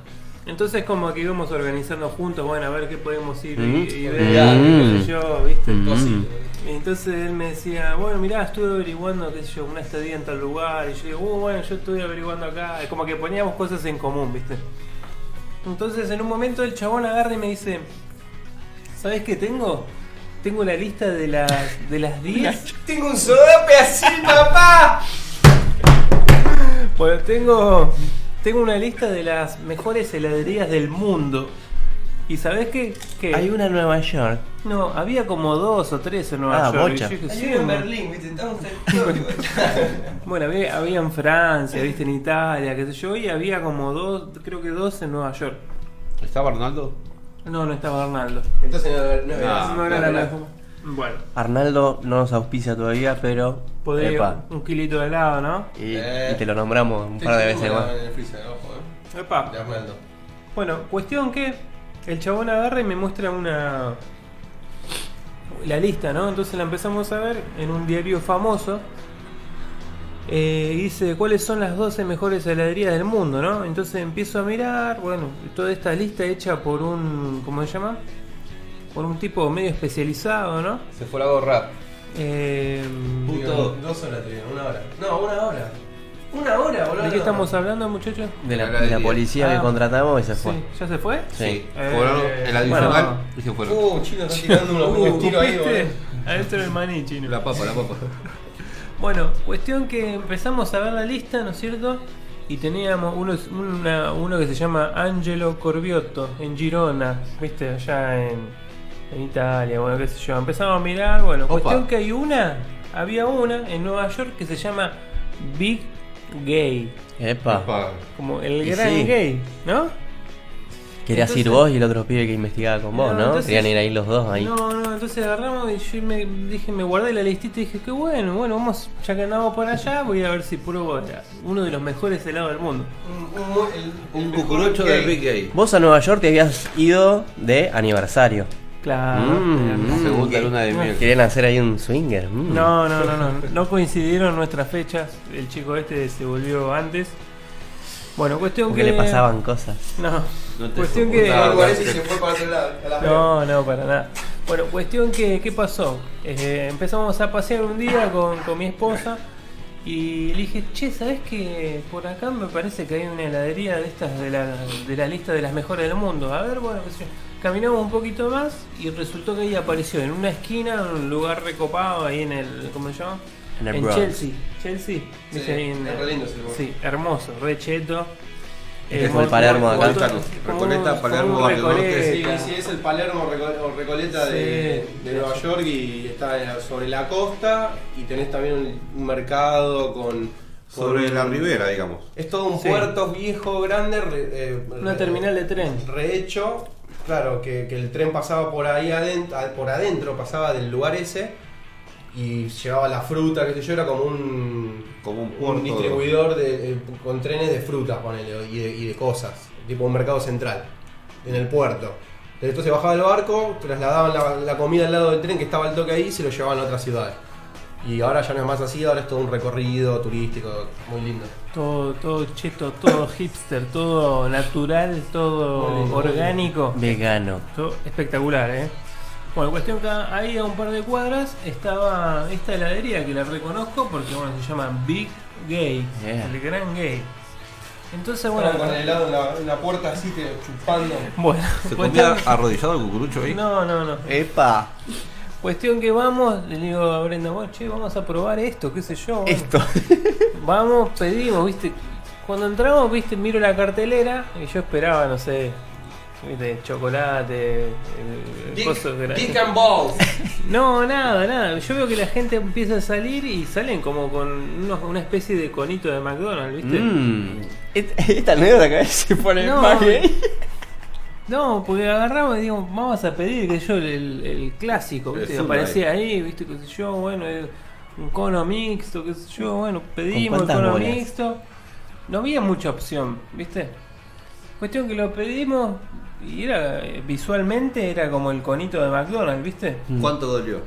D: Entonces como que íbamos organizando juntos, bueno, a ver qué podemos ir y, y ver,
C: Mm.
D: qué sé yo, viste,
C: Mm.
D: Cosas. Entonces él me decía, bueno, mirá, estuve averiguando, qué sé yo, una estadía en tal lugar, y yo digo, "Uh, bueno, yo estuve averiguando acá, Y como que poníamos cosas en común, viste. Entonces en un momento el chabón agarra y me dice, ¿sabes qué tengo? Tengo la lista de las, de las 10.
A: Tengo un sodape así, papá.
D: Bueno, tengo, tengo una lista de las mejores heladerías del mundo. ¿Y sabes qué? Que
C: Hay una en Nueva York.
D: No, había como dos o tres en Nueva
C: Ah,
D: York.
C: bocha.
D: Y yo dije,
I: Hay
D: sí,
I: uno en
D: como-
I: Berlín, ¿viste? Estamos en
D: Bueno, había, había en Francia, viste, en Italia, qué sé yo, y había como dos, creo que dos en Nueva York.
B: ¿Está Arnaldo?
D: No, no estaba Arnaldo.
A: Entonces no, no,
B: Ah,
D: No era
B: claro.
D: Arnaldo. Bueno,
C: Arnaldo no nos auspicia todavía, pero.
D: podría
C: Epa.
D: un kilito de helado, ¿no?
C: Y,
A: Eh.
C: y te lo nombramos un par de veces más.
D: Epa. Bueno, cuestión que el chabón agarra y me muestra una. la lista, ¿no? Entonces la empezamos a ver en un diario famoso. Eh, y dice cuáles son las 12 mejores heladerías del mundo, ¿no? Entonces empiezo a mirar, bueno, toda esta lista hecha por un. ¿Cómo se llama? Por un tipo medio especializado, ¿no?
B: Se fue la gorra.
D: Eh,
B: Puto.
A: Dos horas tuvieron, una hora. No, una hora. Una hora, boludo.
D: ¿De qué estamos hablando, muchachos?
C: De la,
B: Ahora
C: de la
B: diría.
C: policía
D: Ah.
C: que contratamos y se fue.
D: Sí. ¿Ya se fue?
B: Sí.
C: Sí.
B: Cobraron
D: Eh,
B: el adicional
D: bueno. uh,
B: y se fueron.
A: Uh, chino, está tirando unos buenos tiros ahí,
D: ¿Viste?
A: boludo.
D: Adentro del maní chino.
B: La papa, la papa.
D: Bueno, cuestión que empezamos a ver la lista, ¿no es cierto? Y teníamos uno, una- uno que se llama Angelo Corbiotto en Girona, ¿viste? Allá en, en Italia, bueno, qué sé yo. Empezamos a mirar, bueno,
B: Opa.
D: cuestión que hay una, había una en Nueva York que se llama Big Gay,
C: Epa.
B: Papa.
D: como el
C: Y
D: gran
C: sí.
D: gay, ¿no?
C: Querías ir
D: Entonces-
C: vos y el otro pibe que investigaba con vos,
D: No,
C: ¿no?
D: entonces-
C: Querían ir ahí los dos ahí.
D: No, no, entonces agarramos y yo me dije, me guardé la listita y dije, qué bueno, bueno, vamos, ya que andamos por allá, voy a ver si pruebo la- uno de los mejores helados del mundo.
B: Un cucurucho de Big Gay.
C: Vos a Nueva York te habías ido de aniversario.
D: Claro.
C: Mm.
D: pero-
B: Segunda luna de
D: No.
B: miel.
C: Querían hacer ahí un swinger. mm.
D: No, no, no, no, no coincidieron nuestras fechas, el chico este se volvió antes. Bueno, cuestión
C: Porque
D: que...
C: le pasaban cosas.
D: No,
B: No te
D: cuestión que...
B: soportaba.
A: Algo parece y se fue para otro lado. a la verga.
D: No, no, para nada. Bueno, cuestión que, ¿qué pasó? Eh, empezamos a pasear un día con, con mi esposa y le dije, che, ¿sabes que por acá me parece que hay una heladería de estas de la, de la lista de las mejores del mundo? A ver, bueno, qué sé yo. Caminamos un poquito más y resultó que ahí apareció en una esquina, en un lugar recopado ahí en el, ¿cómo se llama?
C: En
D: En,
C: el Bronx.
D: Chelsea. Chelsea.
A: Sí,
D: dice ahí en-
A: es re lindo ese lugar.
D: Sí, hermoso, re cheto.
C: Este Es
D: Eh,
C: como el
D: monto-
C: Palermo de acá.
D: monto- como un-
B: Recoleta,
D: como un
B: Palermo, Barrio Norte.
A: Sí,
D: Recoleta.
A: sí, es el Palermo o Reco- o Recoleta de,
D: Eh, Sí.
A: de Nueva York y está en la- sobre la costa y tenés también un, un mercado con...
B: Sobre
A: con-
B: la ribera, digamos.
A: Es todo un
D: Sí.
A: puerto viejo, grande. re- eh,
D: Una
A: re-
D: terminal de tren.
A: Rehecho. Claro, que, que el tren pasaba por ahí adentro, por adentro, pasaba del lugar ese y llevaba la fruta, qué sé yo, era como un,
B: Como un puerto.
A: un distribuidor de, eh, con trenes de frutas, ponele, y de, y de cosas, tipo un mercado central, en el puerto. Entonces bajaba el barco, trasladaban la, la comida al lado del tren que estaba al toque ahí y se lo llevaban a otra ciudad. Y ahora ya no es más así, ahora es todo un recorrido turístico muy lindo.
D: Todo, todo cheto, todo hipster, todo natural,
A: Muy
D: todo
A: lindo.
D: orgánico.
C: Vegano.
D: Todo espectacular, ¿eh? Bueno, cuestión que ahí a un par de cuadras estaba esta heladería que la reconozco porque bueno, se llama Big Gay,
C: Yeah.
D: el gran gay. Entonces, bueno,
A: Bueno, con el helado en la, en la puerta así te chupando.
D: bueno,
B: ¿Se comía
D: cuestión-
B: arrodillado el cucurucho ahí?
D: no, no, no.
C: Epa.
D: Cuestión que vamos, le digo a Brenda, bueno, che, vamos a probar esto, qué sé yo. bueno.
C: Esto.
D: Vamos, pedimos, viste. Cuando entramos, viste, miro la cartelera y yo esperaba, no sé, ¿viste? chocolate, el- el coso que la-
A: Balls.
D: No, nada, nada. Yo veo que la gente empieza a salir y salen como con unos- una especie de conito de McDonald's, ¿viste?
C: Mm. Et- Esta anécdota que se pone
D: No.
C: más ¿eh? gay.
D: No, porque agarramos y digo, vamos a pedir que yo el, el clásico,
B: El
D: ¿viste?
B: Sunlight.
D: aparecía ahí, viste, qué sé yo, bueno, eh, un cono mixto, qué sé yo, bueno, pedimos el
C: cuántas
D: cono
C: bolas?
D: mixto. No había mucha opción, ¿viste? Cuestión que lo pedimos y era eh, visualmente era como el conito de McDonald's, ¿viste?
B: ¿Cuánto dolió?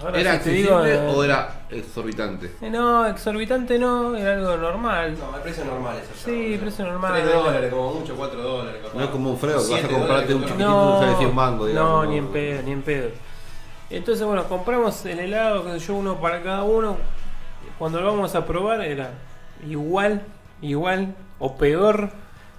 D: Ahora
B: ¿Era
D: si te digo,
B: accesible
D: eh,
B: o era exorbitante?
D: eh, No, exorbitante no, era algo normal.
A: No, el precio normal es
D: Sí, precio normal.
A: 3 dólares, como mucho, 4 dólares. capaz.
B: No es como un Fredo, que vas a
A: Siete
B: comprarte un
A: dólares,
B: chiquitito
D: No,
B: no sale 100 mango, digamos.
D: No, ni en pedo, ni en pedo. Entonces, bueno, compramos el helado, qué sé yo, uno para cada uno. Cuando lo vamos a probar era igual, igual o peor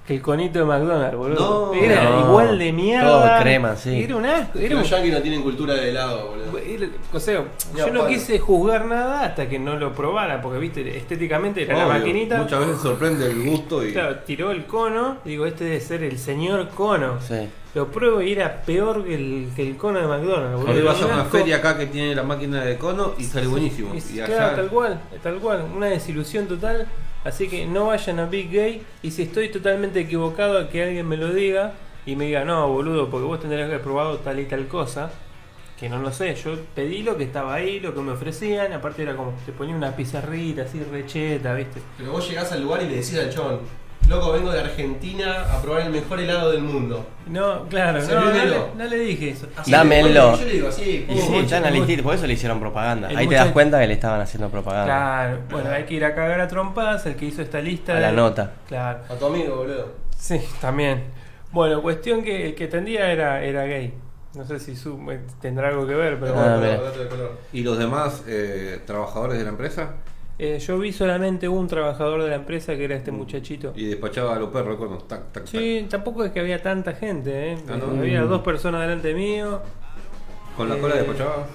D: que el conito de McDonald's, boludo.
B: No.
D: era
C: No.
D: igual de mierda.
C: Todo crema, sí.
D: Era un asco, era un-
A: Los yankees no tienen cultura de helado, boludo.
D: era- o sea,
A: Ni a
D: yo no
A: palo.
D: quise juzgar nada hasta que no lo probara, porque viste, estéticamente era la
B: Obvio,
D: maquinita.
B: Muchas veces sorprende el gusto y.
D: Claro, tiró el cono, digo, este debe ser el señor cono.
C: Sí.
D: Lo pruebo y era peor que el, que el cono de McDonald's, boludo.
B: Hoy
D: Era
B: vas a
D: un
B: una
D: asco.
B: feria acá que tiene la máquina de cono y sale buenísimo.
D: Es-
B: Y
D: claro,
B: allá.
D: tal cual, tal cual. Una desilusión total. Así que no vayan a Big Gay. Y si estoy totalmente equivocado, que alguien me lo diga y me diga, no, boludo, porque vos tendrías que haber probado tal y tal cosa. Que no lo sé, yo pedí lo que estaba ahí, lo que me ofrecían. Aparte era como, te ponía una pizarrita así recheta, ¿viste?
A: Pero vos llegás al lugar y le decís al chon, loco, vengo de Argentina a probar el mejor helado del mundo.
D: No, claro,
A: Se
D: no, no,
A: vio
D: le,
A: helado.
D: no le dije eso.
A: Así
C: Dámelo.
A: le- Yo le digo así,
C: Y sí,
A: pum.
C: están al
D: mucho-
C: instinto, por eso le hicieron propaganda.
D: el
C: Ahí te das
D: muchacho-
C: cuenta que le estaban haciendo propaganda.
D: Claro, bueno, hay que ir a cagar a trompadas. El que hizo esta lista.
C: A la
D: de-
C: nota.
D: Claro.
A: A tu amigo, boludo.
C: Ah,
D: Sí, también. Bueno, cuestión que el que tendía era, era gay. No sé si su, eh, tendrá algo que ver, pero
C: Ah,
D: bueno.
C: mira.
A: Dato de color.
B: ¿Y los demás eh, trabajadores de la empresa?
D: Eh, yo vi solamente un trabajador de la empresa que era este muchachito.
B: Mm. Y despachaba a los perros con los tac, tac,
D: Sí, tampoco es que había tanta gente, ¿eh?
B: Ah, no.
D: Había dos personas delante mío.
B: tac. ¿Con la cola
D: Eh,
B: despachaba?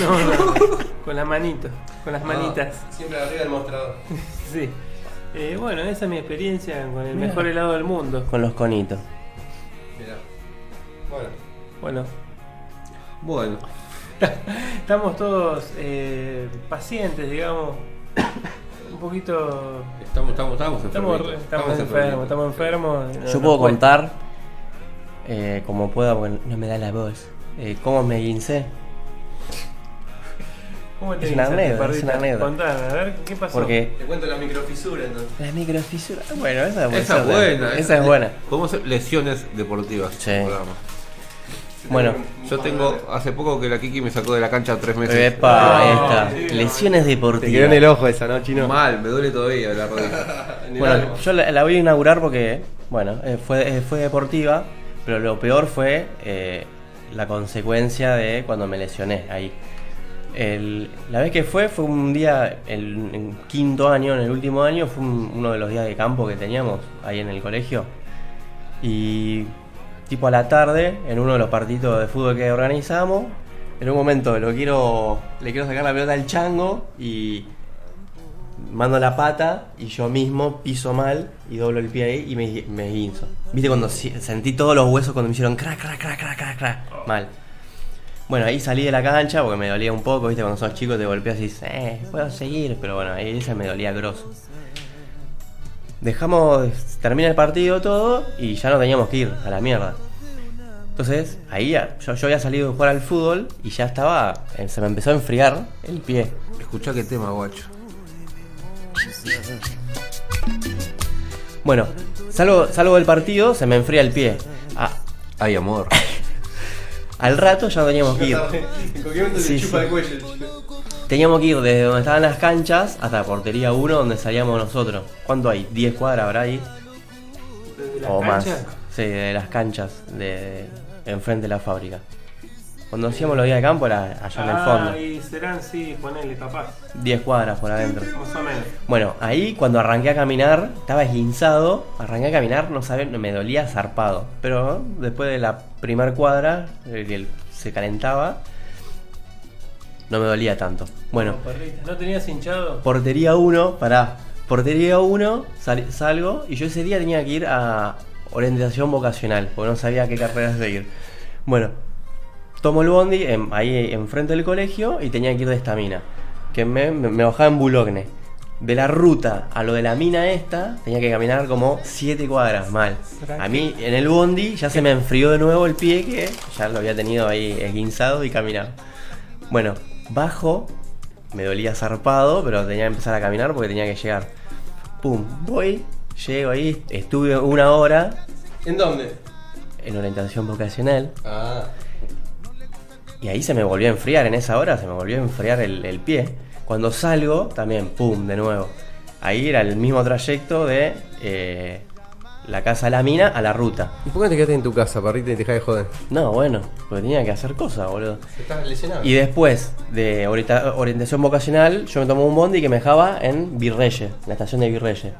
D: No, no, con la manito, con
B: Ah.
D: las manitas.
A: Siempre arriba del mostrador.
D: Sí. Eh, bueno, esa es mi experiencia con el mejor helado del mundo.
C: Con los conitos.
A: Mirá. Bueno.
D: Bueno,
B: Bueno,
D: estamos todos eh, pacientes, digamos. Un poquito
B: estamos, estamos, estamos
D: Estamos,
B: enfermitos.
D: estamos enfermos, estamos enfermos. No,
C: Yo puedo
D: no puede-
C: contar, eh, como pueda, porque no me da la voz, eh, cómo me guincé.
D: ¿Cómo te
C: Es una
D: guinzaste,
C: anécdota,
D: perrita?
C: es una anécdota.
D: Contame, a ver, ¿qué pasó?
C: Porque
A: Te cuento la microfisura entonces.
C: la microfisura. Bueno, esa, puede
B: Esa
C: ser
B: es
C: de-
B: buena. eh.
C: Esa es buena.
B: Podemos hacer lesiones deportivas.
C: Sí.
B: en el programa.
C: Bueno,
B: Yo tengo, hace poco que la Kiki me sacó de la cancha tres meses. Ah.
C: Epa, ahí
A: No,
C: está.
A: sí, no.
C: Lesiones deportivas.
A: ojo esa, ¿no, chino?
B: Mal, me duele todavía la rodilla.
C: Bueno, yo la, la voy a inaugurar porque, bueno, eh, fue, eh, fue deportiva, pero lo peor fue eh, la consecuencia de cuando me lesioné ahí. El- la vez que fue, fue un día, el, en quinto año, en el último año, fue un- uno de los días de campo que teníamos ahí en el colegio. Y tipo a la tarde, en uno de los partidos de fútbol que organizamos, en un momento lo quiero, le quiero sacar la pelota al chango y mando la pata y yo mismo piso mal y doblo el pie ahí y me, me guinzo. ¿Viste cuando si- sentí todos los huesos cuando me hicieron crack, crack, crack, crack, crack, crack? Mal. Bueno, ahí salí de la cancha porque me dolía un poco, ¿viste? Cuando sos chico te golpeas y dices, eh, puedo seguir, pero bueno, ahí esa me dolía grosso. Dejamos, termina el partido todo y ya no teníamos que ir a la mierda. Entonces, ahí ya, yo, yo había salido a jugar al fútbol y ya estaba, eh, se me empezó a enfriar el pie.
B: Escuchá qué tema, guacho.
C: Bueno, salgo, salgo del partido, se me enfría el pie. A-
B: Ay, amor.
C: al rato ya teníamos que ir.
A: En cualquier momento
C: Sí,
A: te chupa
C: sí.
A: el cuello. el chico.
C: Teníamos que ir desde donde estaban las canchas hasta la portería 1 donde salíamos nosotros. ¿Cuánto hay? ¿10 cuadras habrá ahí?
D: ¿De la
C: o
D: cancha?
C: más. Sí, de las canchas de, de enfrente de la fábrica. Cuando hacíamos los días de campo era allá en el
D: Ah,
C: fondo.
D: y serán, sí, ponele, capaz.
C: 10 cuadras por adentro.
D: Más o menos.
C: Bueno, ahí cuando arranqué a caminar, estaba esguinzado, arranqué a caminar, no sabía, me dolía zarpado. Pero ¿no? después de la primer cuadra, eh, que el- se calentaba, no me dolía tanto. Bueno,
D: Como perrita. ¿No tenías hinchado?
C: portería 1, pará, portería 1, sal- salgo y yo ese día tenía que ir a orientación vocacional, porque no sabía qué carrera seguir. Bueno, tomo el bondi en- ahí enfrente del colegio y tenía que ir de esta mina, que me, me- me bajaba en Bulogne. De la ruta a lo de la mina esta, tenía que caminar como 7 cuadras, mal. A mí en el bondi ya se me enfrió de nuevo el pie que ya lo había tenido ahí esguinzado y caminaba. Bueno, bajo, me dolía zarpado, pero tenía que empezar a caminar porque tenía que llegar. Pum, voy, llego ahí, estuve una hora
A: ¿En dónde?
C: en orientación vocacional
A: Ah.
C: y ahí se me volvió a enfriar, en esa hora se me volvió a enfriar el, el pie. Cuando salgo, también, pum, de nuevo. Ahí era el mismo trayecto de eh, la casa a la mina a la ruta.
A: ¿Y por qué no te quedaste en tu casa, parrita, y te dejás de joder?
C: No, bueno, porque tenía que hacer cosas, boludo.
A: Estás lesionado.
C: Y después de orienta- orientación vocacional, yo me tomé un bondi que me dejaba en Virreyes, en la estación de Virreyes.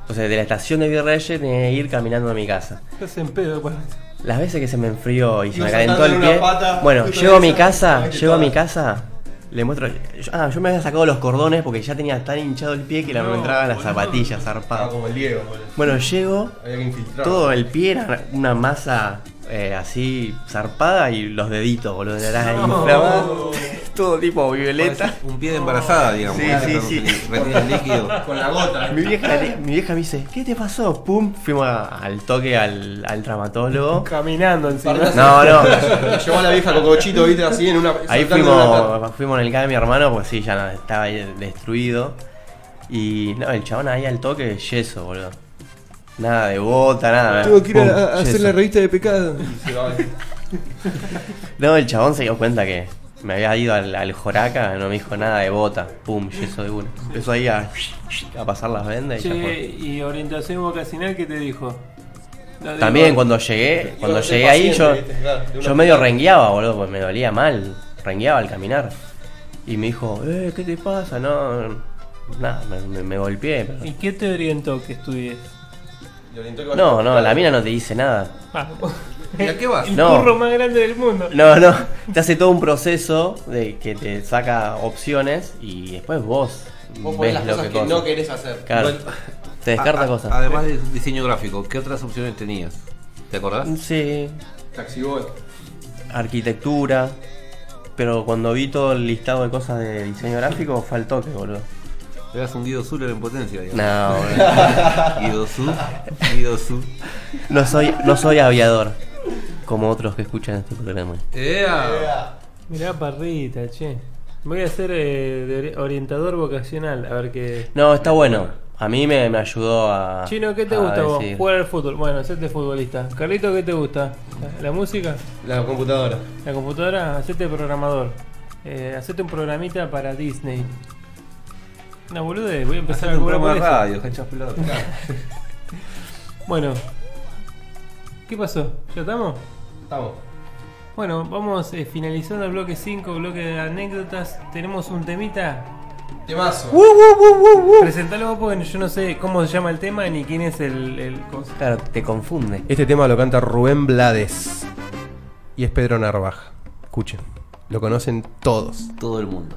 C: Entonces, de la estación de Virreyes tenía que ir caminando a mi casa.
D: Estás en pedo, pues. bueno.
C: Las veces que se me enfrió y se
A: Y
C: me
A: un
C: calentó
A: saltando
C: el pie.
A: en una pata,
C: bueno,
A: justo
C: llego a
A: en
C: mi
A: esa,
C: casa,
A: ahí que
C: llego a mi
A: estaba.
C: casa, le muestro. yo- ah, yo me había sacado los cordones porque ya tenía tan hinchado el pie que la me entraban las zapatillas
A: Ah,
C: zarpadas.
A: como el Diego, boludo.
C: Bueno, llego,
A: Había que infiltrar.
C: todo el pie era una masa eh, así zarpada y los deditos, boludo, era inflamados. Todo tipo violeta.
B: Un pie de embarazada, digamos.
C: Sí, sí, sí.
B: Retiene el líquido.
A: Con la gota.
C: Mi vieja, mi vieja me dice, ¿qué te pasó? Pum, fuimos a- al toque al, al traumatólogo.
D: Caminando encima.
A: Parrita se-
C: No, no.
A: La llevó a la vieja cocochito, viste, así en una.
C: Ahí
A: saltando en una plata.
C: fuimos, fuimos en el carro de mi hermano, pues sí, ya no, estaba ahí destruido. Y no, el chabón ahí al toque de yeso, boludo. Nada de bota, nada.
F: Tengo que ir
C: Pum,
F: a, a hacer
C: yeso.
F: la revista de pecado.
A: Se va-
C: No, el chabón se dio cuenta que me había ido al, al Joraca, no me dijo nada de bota. Pum, yeso de uno. Empezó ahí a, a pasar las vendas y ya
D: Che,
C: fue.
D: y orientación vocacional, ¿qué te dijo? No,
C: También
D: digo,
C: cuando llegué, cuando
A: Iba a ser
C: llegué ahí yo,
A: paciente, viste, claro, de una-
C: yo medio rengueaba, boludo, porque me dolía mal, rengueaba al caminar. Y me dijo, eh, ¿qué te pasa? No, nada, me, me- me golpeé. pero-
D: ¿Y qué te orientó que estudies?
A: le orientó que vaya-
C: No, no, la mina no te dice nada.
D: Ah,
B: ¿Y a qué vas?
D: el
C: No.
D: burro más grande del mundo.
C: No, no, te hace todo un proceso de que te saca opciones y después vos,
A: Vos
C: ves
A: ponés las
C: lo
A: cosas
C: que,
A: que
C: cosa.
A: no querés hacer.
C: Claro,
A: Bueno,
C: te descarta
B: A- a-
C: cosas.
B: Además de diseño gráfico, ¿qué otras opciones tenías? ¿Te acordás?
C: Sí,
A: Taxiboy.
C: arquitectura. Pero cuando vi todo el listado de cosas de diseño gráfico, fue al toque, boludo.
B: Te das un Guido Zuller en potencia, digamos.
C: No, boludo.
B: Guido Zu, Guido Zu.
C: No soy, no soy aviador. Como otros que escuchan este programa.
B: ¡Ea!
D: Mirá, parrita, che. Voy a ser eh, de ori- orientador vocacional, a ver qué.
C: No, está bueno. A mí me, me ayudó
B: Ah,
C: a.
D: Chino, ¿qué te
C: a
D: gusta vos?
C: decir.
D: Jugar al fútbol. Bueno, hacete futbolista. Carlito, ¿qué te gusta? ¿La- ¿La música?
A: La computadora.
D: ¿La computadora? Hacete programador. Eh, hacete un programita para Disney. No, boludo, voy a empezar
B: Hacete
D: a
B: un
D: cobrar por
B: programa de
D: eso.
B: radio, canchas pelotas.
D: Bueno. ¿Qué pasó? ¿Ya estamos?
A: Estamos.
D: Bueno, vamos eh, finalizando el bloque 5, bloque de anécdotas. Tenemos un temita.
A: Temazo.
C: Uh.
D: Presentalo vos porque yo no sé cómo se llama el tema ni quién es el... el cos-
C: Claro, te confunde.
A: Este tema lo canta Rubén Blades. Y es Pedro Narvaja. Escuchen. Lo conocen todos.
B: Todo el mundo.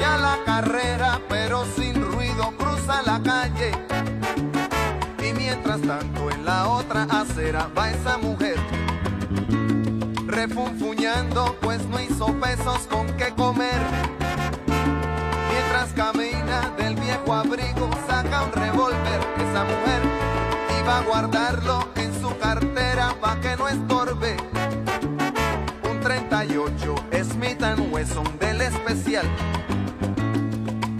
I: Ya la carrera, pero sin ruido, cruza la calle. Y mientras tanto en la otra acera va esa mujer. Refunfuñando, pues no hizo pesos con qué comer. Mientras camina del viejo abrigo, saca un revólver esa mujer y va a guardarlo en su cartera pa' que no estorbe. Un 38 Smith Wesson del especial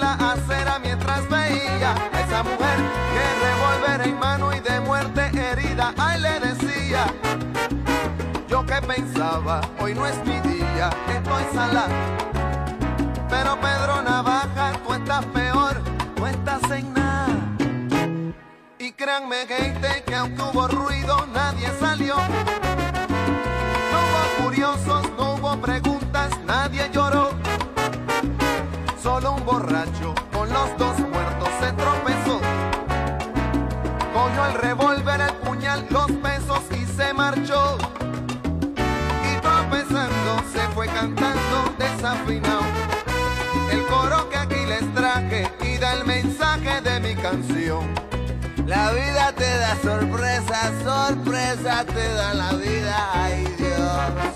I: la acera mientras veía a esa mujer que revólver en mano y de muerte herida. Ay, le decía. Yo que pensaba, hoy no es mi día, estoy sala. Pero Pedro Navaja, tú estás peor, tú estás en nada. Y créanme, gente, que aunque hubo ruido, nadie salió. No hubo curiosos, no hubo preguntas, nadie lloró. Solo un borracho con los dos muertos se tropezó. Cogió el revólver, el puñal, los pesos y se marchó. Y tropezando se fue cantando desafinado. El coro que aquí les traje y da el mensaje de mi canción. La vida te da sorpresa, sorpresa te da la vida, ay Dios.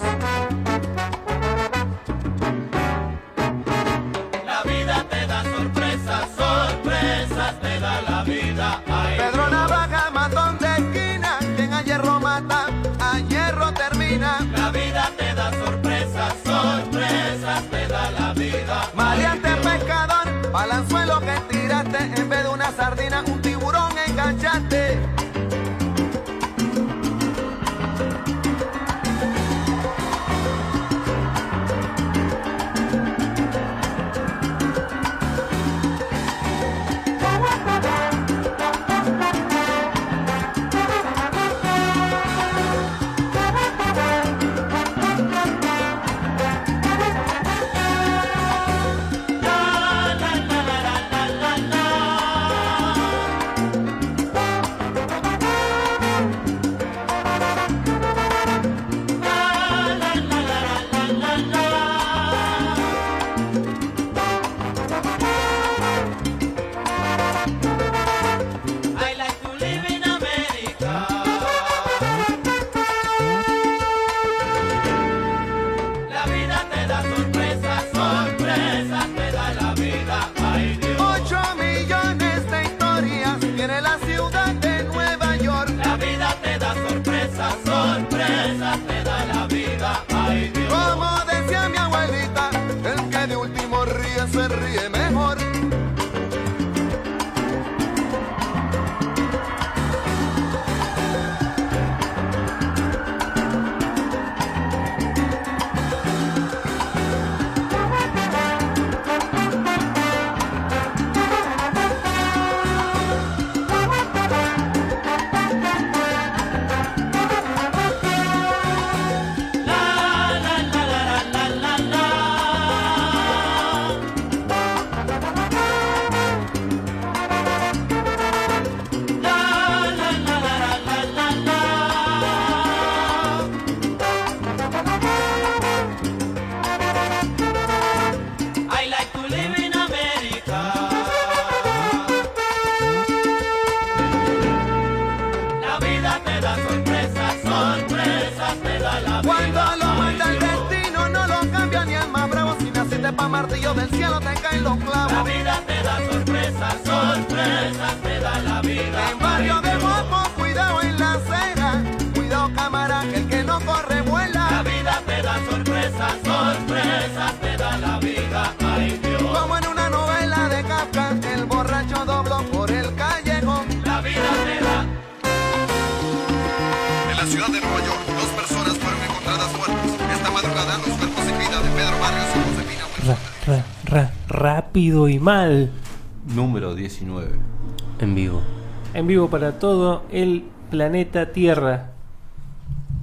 G: La vida te da sorpresas, sorpresas te da la vida. Ay,
I: Pedro Navaja, matón de esquina, quien a hierro mata, a hierro termina.
G: la vida te da sorpresas, sorpresas te da la vida.
I: Maleante pescador, balanzuelo que tiraste, en vez de una sardina, un tiburón enganchaste.
G: La, la, la, la, la, la, la, la.
I: barrio de guapo, cuidado en la acera. Cuidado, cámara, que el que no corre vuela. La vida te da sorpresas, sorpresas te da la vida. Ay, Dios. Como en una novela de Kafka, el borracho dobló por el callejón. La vida te da
J: En la ciudad de Nueva York, dos personas fueron encontradas muertas. Esta madrugada, los cuerpos sin vida de Pedro Barrios y Josefina
D: Ra- ra- ra- rápido y mal.
B: Número 19.
C: En vivo.
D: En vivo para todo el planeta Tierra.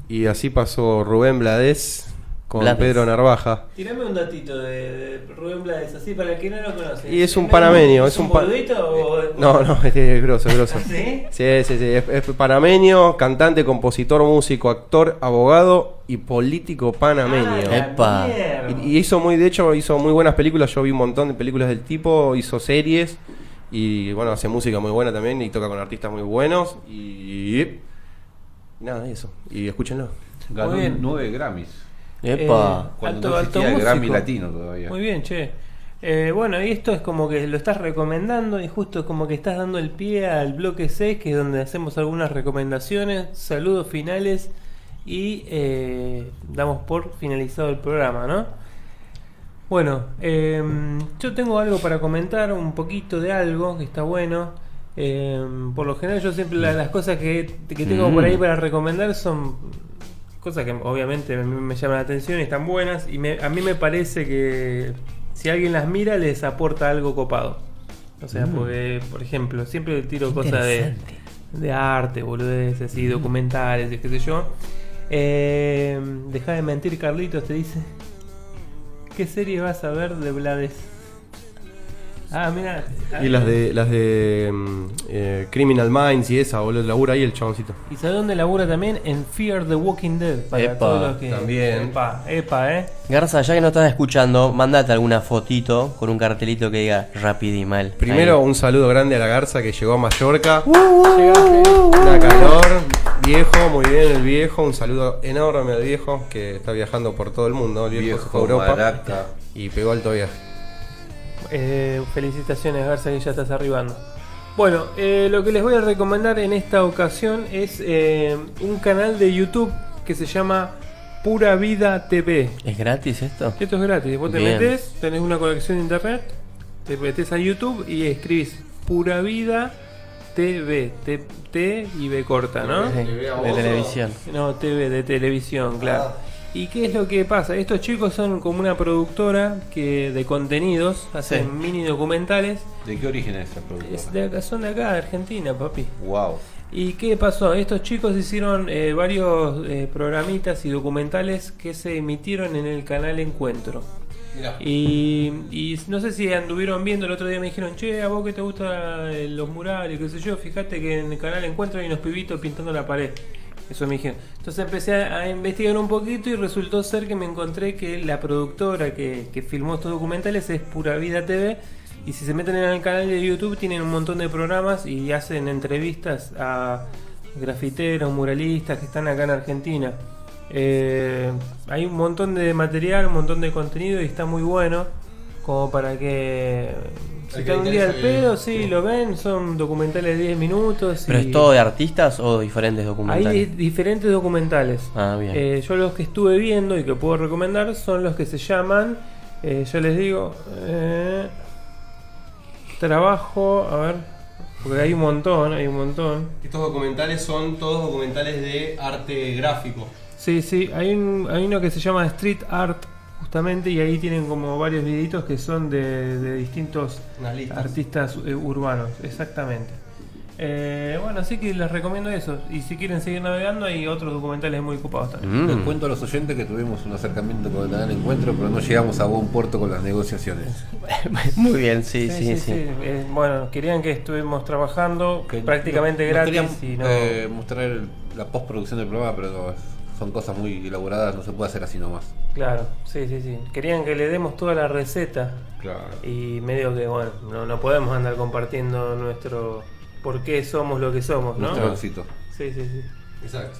A: Y así pasó Rubén Blades con
C: Blades.
A: Pedro Narvaja.
D: Tirame un datito de, de Rubén Blades, así para el que no lo conoce.
A: Y es un panameño, es un pa-
D: boludito o-
A: No, no, este es grosso, grosso.
D: ¿Ah, ¿Sí?
A: Sí, sí, sí. Es, es panameño, cantante, compositor, músico, actor, abogado y político panameño.
D: Ah, la
C: Epa.
D: mierda.
A: Y, y hizo muy, de hecho, hizo muy buenas películas. Yo vi un montón de películas del tipo, hizo series y bueno, hace música muy buena también y toca con artistas muy buenos. Y, y nada, eso. Y escúchenlo.
B: Ganó
D: Muy bien.
B: 9 Grammys.
C: Epa.
D: Eh,
B: Cuando
D: Alto-
B: no
D: alto
B: existía el Grammy
D: músico.
B: latino todavía.
D: Muy bien, che. Eh, bueno, y esto es como que lo estás recomendando y justo es como que estás dando el pie al bloque 6, que es donde hacemos algunas recomendaciones, saludos finales y eh, damos por finalizado el programa, ¿no? Bueno, eh, yo tengo algo para comentar, un poquito de algo que está bueno. Eh, por lo general yo siempre la- las cosas que, que tengo por ahí
C: Mm.
D: para recomendar son cosas que obviamente a mí me llaman la atención y están buenas y me- a mí me parece que si alguien las mira les aporta algo copado. O sea, porque, por ejemplo, siempre tiro cosas de, de arte, boludeces y documentales y qué sé yo. Eh, deja de mentir, Carlitos, te dice. ¿Qué serie vas a ver de Blades? Ah, mira.
A: Y las de las de mm, eh, Criminal Minds y esa, boludo, labura ahí el chaboncito.
D: ¿Y sabe dónde labura también? En Fear the Walking Dead. Para
C: Epa,
D: todos los que.
A: también.
D: Epa, epa, eh.
C: Garza, ya que no estás escuchando, mandate alguna fotito con un cartelito que diga rápido y mal.
A: Primero,
C: Ahí.
A: un saludo grande a la Garza que llegó a Mallorca. Una calor, viejo, muy bien el viejo. Un saludo enorme al viejo que está viajando por todo el mundo. El viejo, se fue a Europa
B: maraca.
A: y pegó alto viaje.
D: Eh, felicitaciones, Garza, que ya estás arribando. Bueno, eh, lo que les voy a recomendar en esta ocasión es eh, un canal de YouTube que se llama Pura Vida TV.
C: ¿Es gratis esto?
D: Esto es gratis. Vos te
C: Bien.
D: metés, tenés una conexión de internet, te metés a YouTube y escribís Pura Vida TV. T, T y B corta, ¿no?
C: Sí, de televisión.
D: No, TV, de televisión, claro.
C: Ah.
D: ¿Y qué es lo que pasa? Estos chicos son como una productora que de contenidos, hacen
C: Sí.
D: mini documentales.
B: ¿De qué origen es esa
D: Es
B: productora?
D: de acá- son de acá, de Argentina, papi.
B: Wow.
D: ¿Y qué pasó? Estos chicos hicieron eh, varios eh, programitas y documentales que se emitieron en el canal Encuentro. Y, y no sé si anduvieron viendo, el otro día me dijeron, che, a vos que te gustan eh, los murales, qué sé yo, fíjate que en el canal Encuentro hay unos pibitos pintando la pared. Eso me dijeron. Entonces empecé a, a investigar un poquito y resultó ser que me encontré que la productora que, que filmó estos documentales es Pura Vida TV. Y si se meten en el canal de YouTube tienen un montón de programas y hacen entrevistas a grafiteros, muralistas que están acá en Argentina. Eh, hay un montón de material, un montón de contenido y está muy bueno. Como para que. Si
A: que
D: están un
A: le
D: día al
A: interesa,
D: pedo, sí, lo ven. Son documentales de 10 minutos.
C: ¿Pero
D: y
C: es todo de artistas o diferentes documentales?
D: Hay di- diferentes documentales.
C: Ah, bien.
D: Eh, yo los que estuve viendo y que puedo recomendar son los que se llaman. eh, yo les digo. eh, trabajo. A ver. Porque hay un montón, hay un montón.
A: Estos documentales son todos documentales de arte gráfico.
D: Sí, sí, hay, un, hay uno que se llama Street Art, justamente, y ahí tienen como varios videitos que son de, de distintos
A: Unas listas.
D: artistas eh, urbanos, exactamente. Eh, bueno, así que les recomiendo eso. Y si quieren seguir navegando, hay otros documentales muy ocupados también.
C: Mm.
B: Les cuento a los oyentes que tuvimos un acercamiento con el canal Encuentro, pero no llegamos a buen puerto con las negociaciones.
C: Muy bien, sí, sí, sí.
D: Eh, bueno, querían que estuvimos trabajando
B: Que
D: prácticamente
B: no- nos
D: gratis
B: querían,
D: y no.
B: eh, mostrar el- la postproducción del programa, pero no, es- son cosas muy elaboradas, no se puede hacer así nomás.
D: Claro, sí, sí, sí. Querían que le demos toda la receta.
B: Claro.
D: Y medio que, bueno, no, no podemos andar compartiendo nuestro por qué somos lo que somos, ¿no?
B: Nuestro éxito.
D: Sí, sí, sí.
A: Exacto.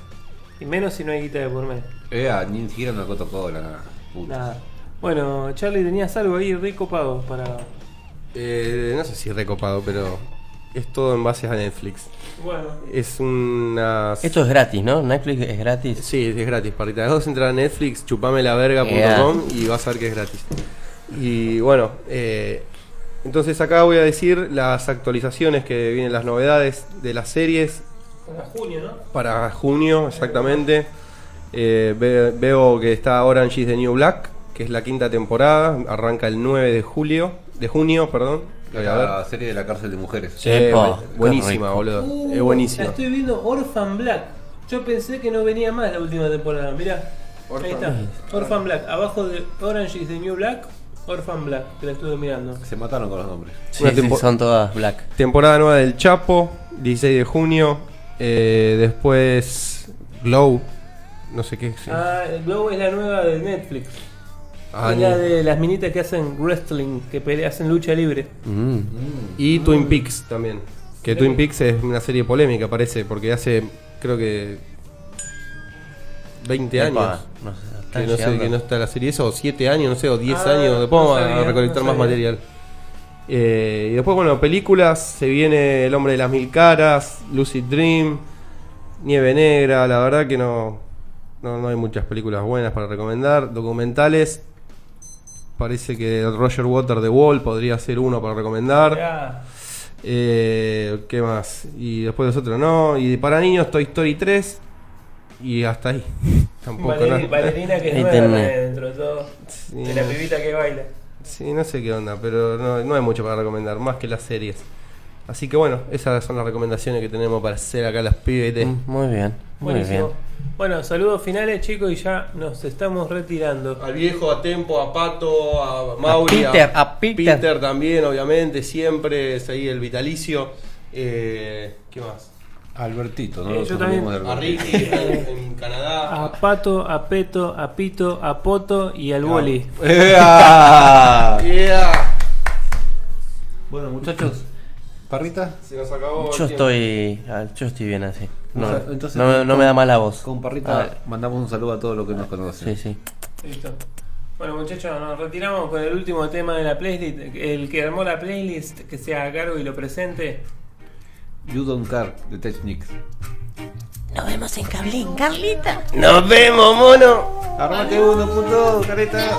D: Y menos si no hay guita de por medio.
B: Eh, ah, ni siquiera una Coca-Cola, nada. Puta.
D: Nada. Bueno, Charlie, tenías algo ahí recopado para.
A: Eh, no sé si recopado, pero es todo en base a Netflix.
D: Bueno.
A: Es una.
C: Esto es gratis, ¿no? Netflix es gratis.
A: Sí, es gratis. Para vos entrar a Netflix, chupamelaverga.com y vas a ver que es gratis. Y bueno, eh, entonces acá voy a decir las actualizaciones que vienen, las novedades de las series
D: Para junio, ¿no?
A: para junio exactamente. Eh, ve- veo que está Orange is the New Black, que es la quinta temporada, arranca el 9 de julio, de junio, perdón. La voy a ver.
B: La serie de la cárcel de mujeres.
A: Eh,
C: Epa, qué
A: buenísima,
C: rico.
A: boludo.
D: Uh,
A: es buenísima.
D: la Estoy viendo Orphan Black. Yo pensé que no venía más la última temporada. Mirá. Ahí está. Orphan Black. Abajo de Orange is the New Black. Orphan Black. Que la estuve mirando.
B: Se mataron con los nombres.
C: Sí,
A: Una
C: sí,
A: tempo-
C: son todas black.
A: Temporada nueva del Chapo, 16 de junio. Eh, después Glow, no sé qué. es.
D: Ah, Glow es la nueva de Netflix.
A: Ah,
D: es la
A: ni-
D: de las minitas que hacen wrestling, que pele- hacen lucha libre.
C: Mm.
A: Y Twin Peaks también. Que
D: Sí.
A: Twin Peaks es una serie polémica, parece, porque hace, creo que, 20
C: Epa,
A: años.
C: nos están
A: Que no, sé,
C: llegando.
A: que no está la serie eso, o 7 años, no sé, o 10
D: Ah,
A: años, después vamos
D: no
A: a
D: sabía,
A: recolectar
D: no
A: más
D: sabía.
A: material. Eh, y después, bueno, películas, se viene El hombre de las mil caras, Lucid Dream, Nieve Negra, la verdad que no, no, no hay muchas películas buenas para recomendar. Documentales, parece que Roger Water The Wall podría ser uno para recomendar.
D: Mirá.
A: Eh, ¿Qué más? Y después los otros no. Y para niños, Toy Story 3. Y hasta ahí. Tampoco
D: Valeri-
A: no.
D: Valerina que es
C: Ahí
D: nueva
C: tenés.
D: dentro de todo.
A: Sí,
D: De la
A: no.
D: pibita que baila.
A: Sí, no sé qué onda, pero no, no hay mucho para recomendar, más que las series. Así que bueno, esas son las recomendaciones que tenemos para hacer acá las pibes.
C: Mm, Muy bien, muy
D: Buenísimo.
C: bien.
D: Bueno, saludos finales, chicos, y ya nos estamos retirando.
A: Al viejo, a Tempo, a Pato, a Mauri,
C: A Peter, a Peter.
A: también, obviamente, siempre, es ahí el vitalicio. Eh, ¿Qué más?
B: Albertito, ¿no?
D: Eh,
B: Los
D: yo también.
B: amigos de
A: A
B: Albertito.
A: Ricky en, en Canadá.
D: A Pato, a Peto, a Pito, a Poto y al Boli.
B: ¡Ea!
A: Yeah.
B: Bueno, muchachos, Parrita,
A: Se nos acabó. el
C: Yo
A: tiempo.
C: estoy, ah, yo estoy bien así. No,
B: O sea, entonces-
C: no, no me da mala voz.
B: con Parrita
C: Ah,
B: mandamos un saludo a todos los que nos
C: sí,
B: conocen.
C: sí.
D: Listo. Bueno, muchachos, nos retiramos con el último tema de la playlist. El que armó la playlist, que sea a cargo y lo presente.
B: You Don't Care, de Technics.
F: Nos vemos en Cablín, Carlita.
C: Nos vemos, mono.
B: Armate uno, puto, careta.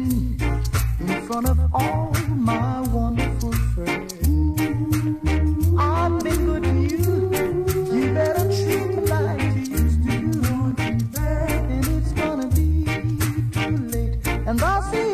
I: in front of all my wonderful friends. I've been good to you. You better treat me like you used to. And it's gonna be too late. And I'll see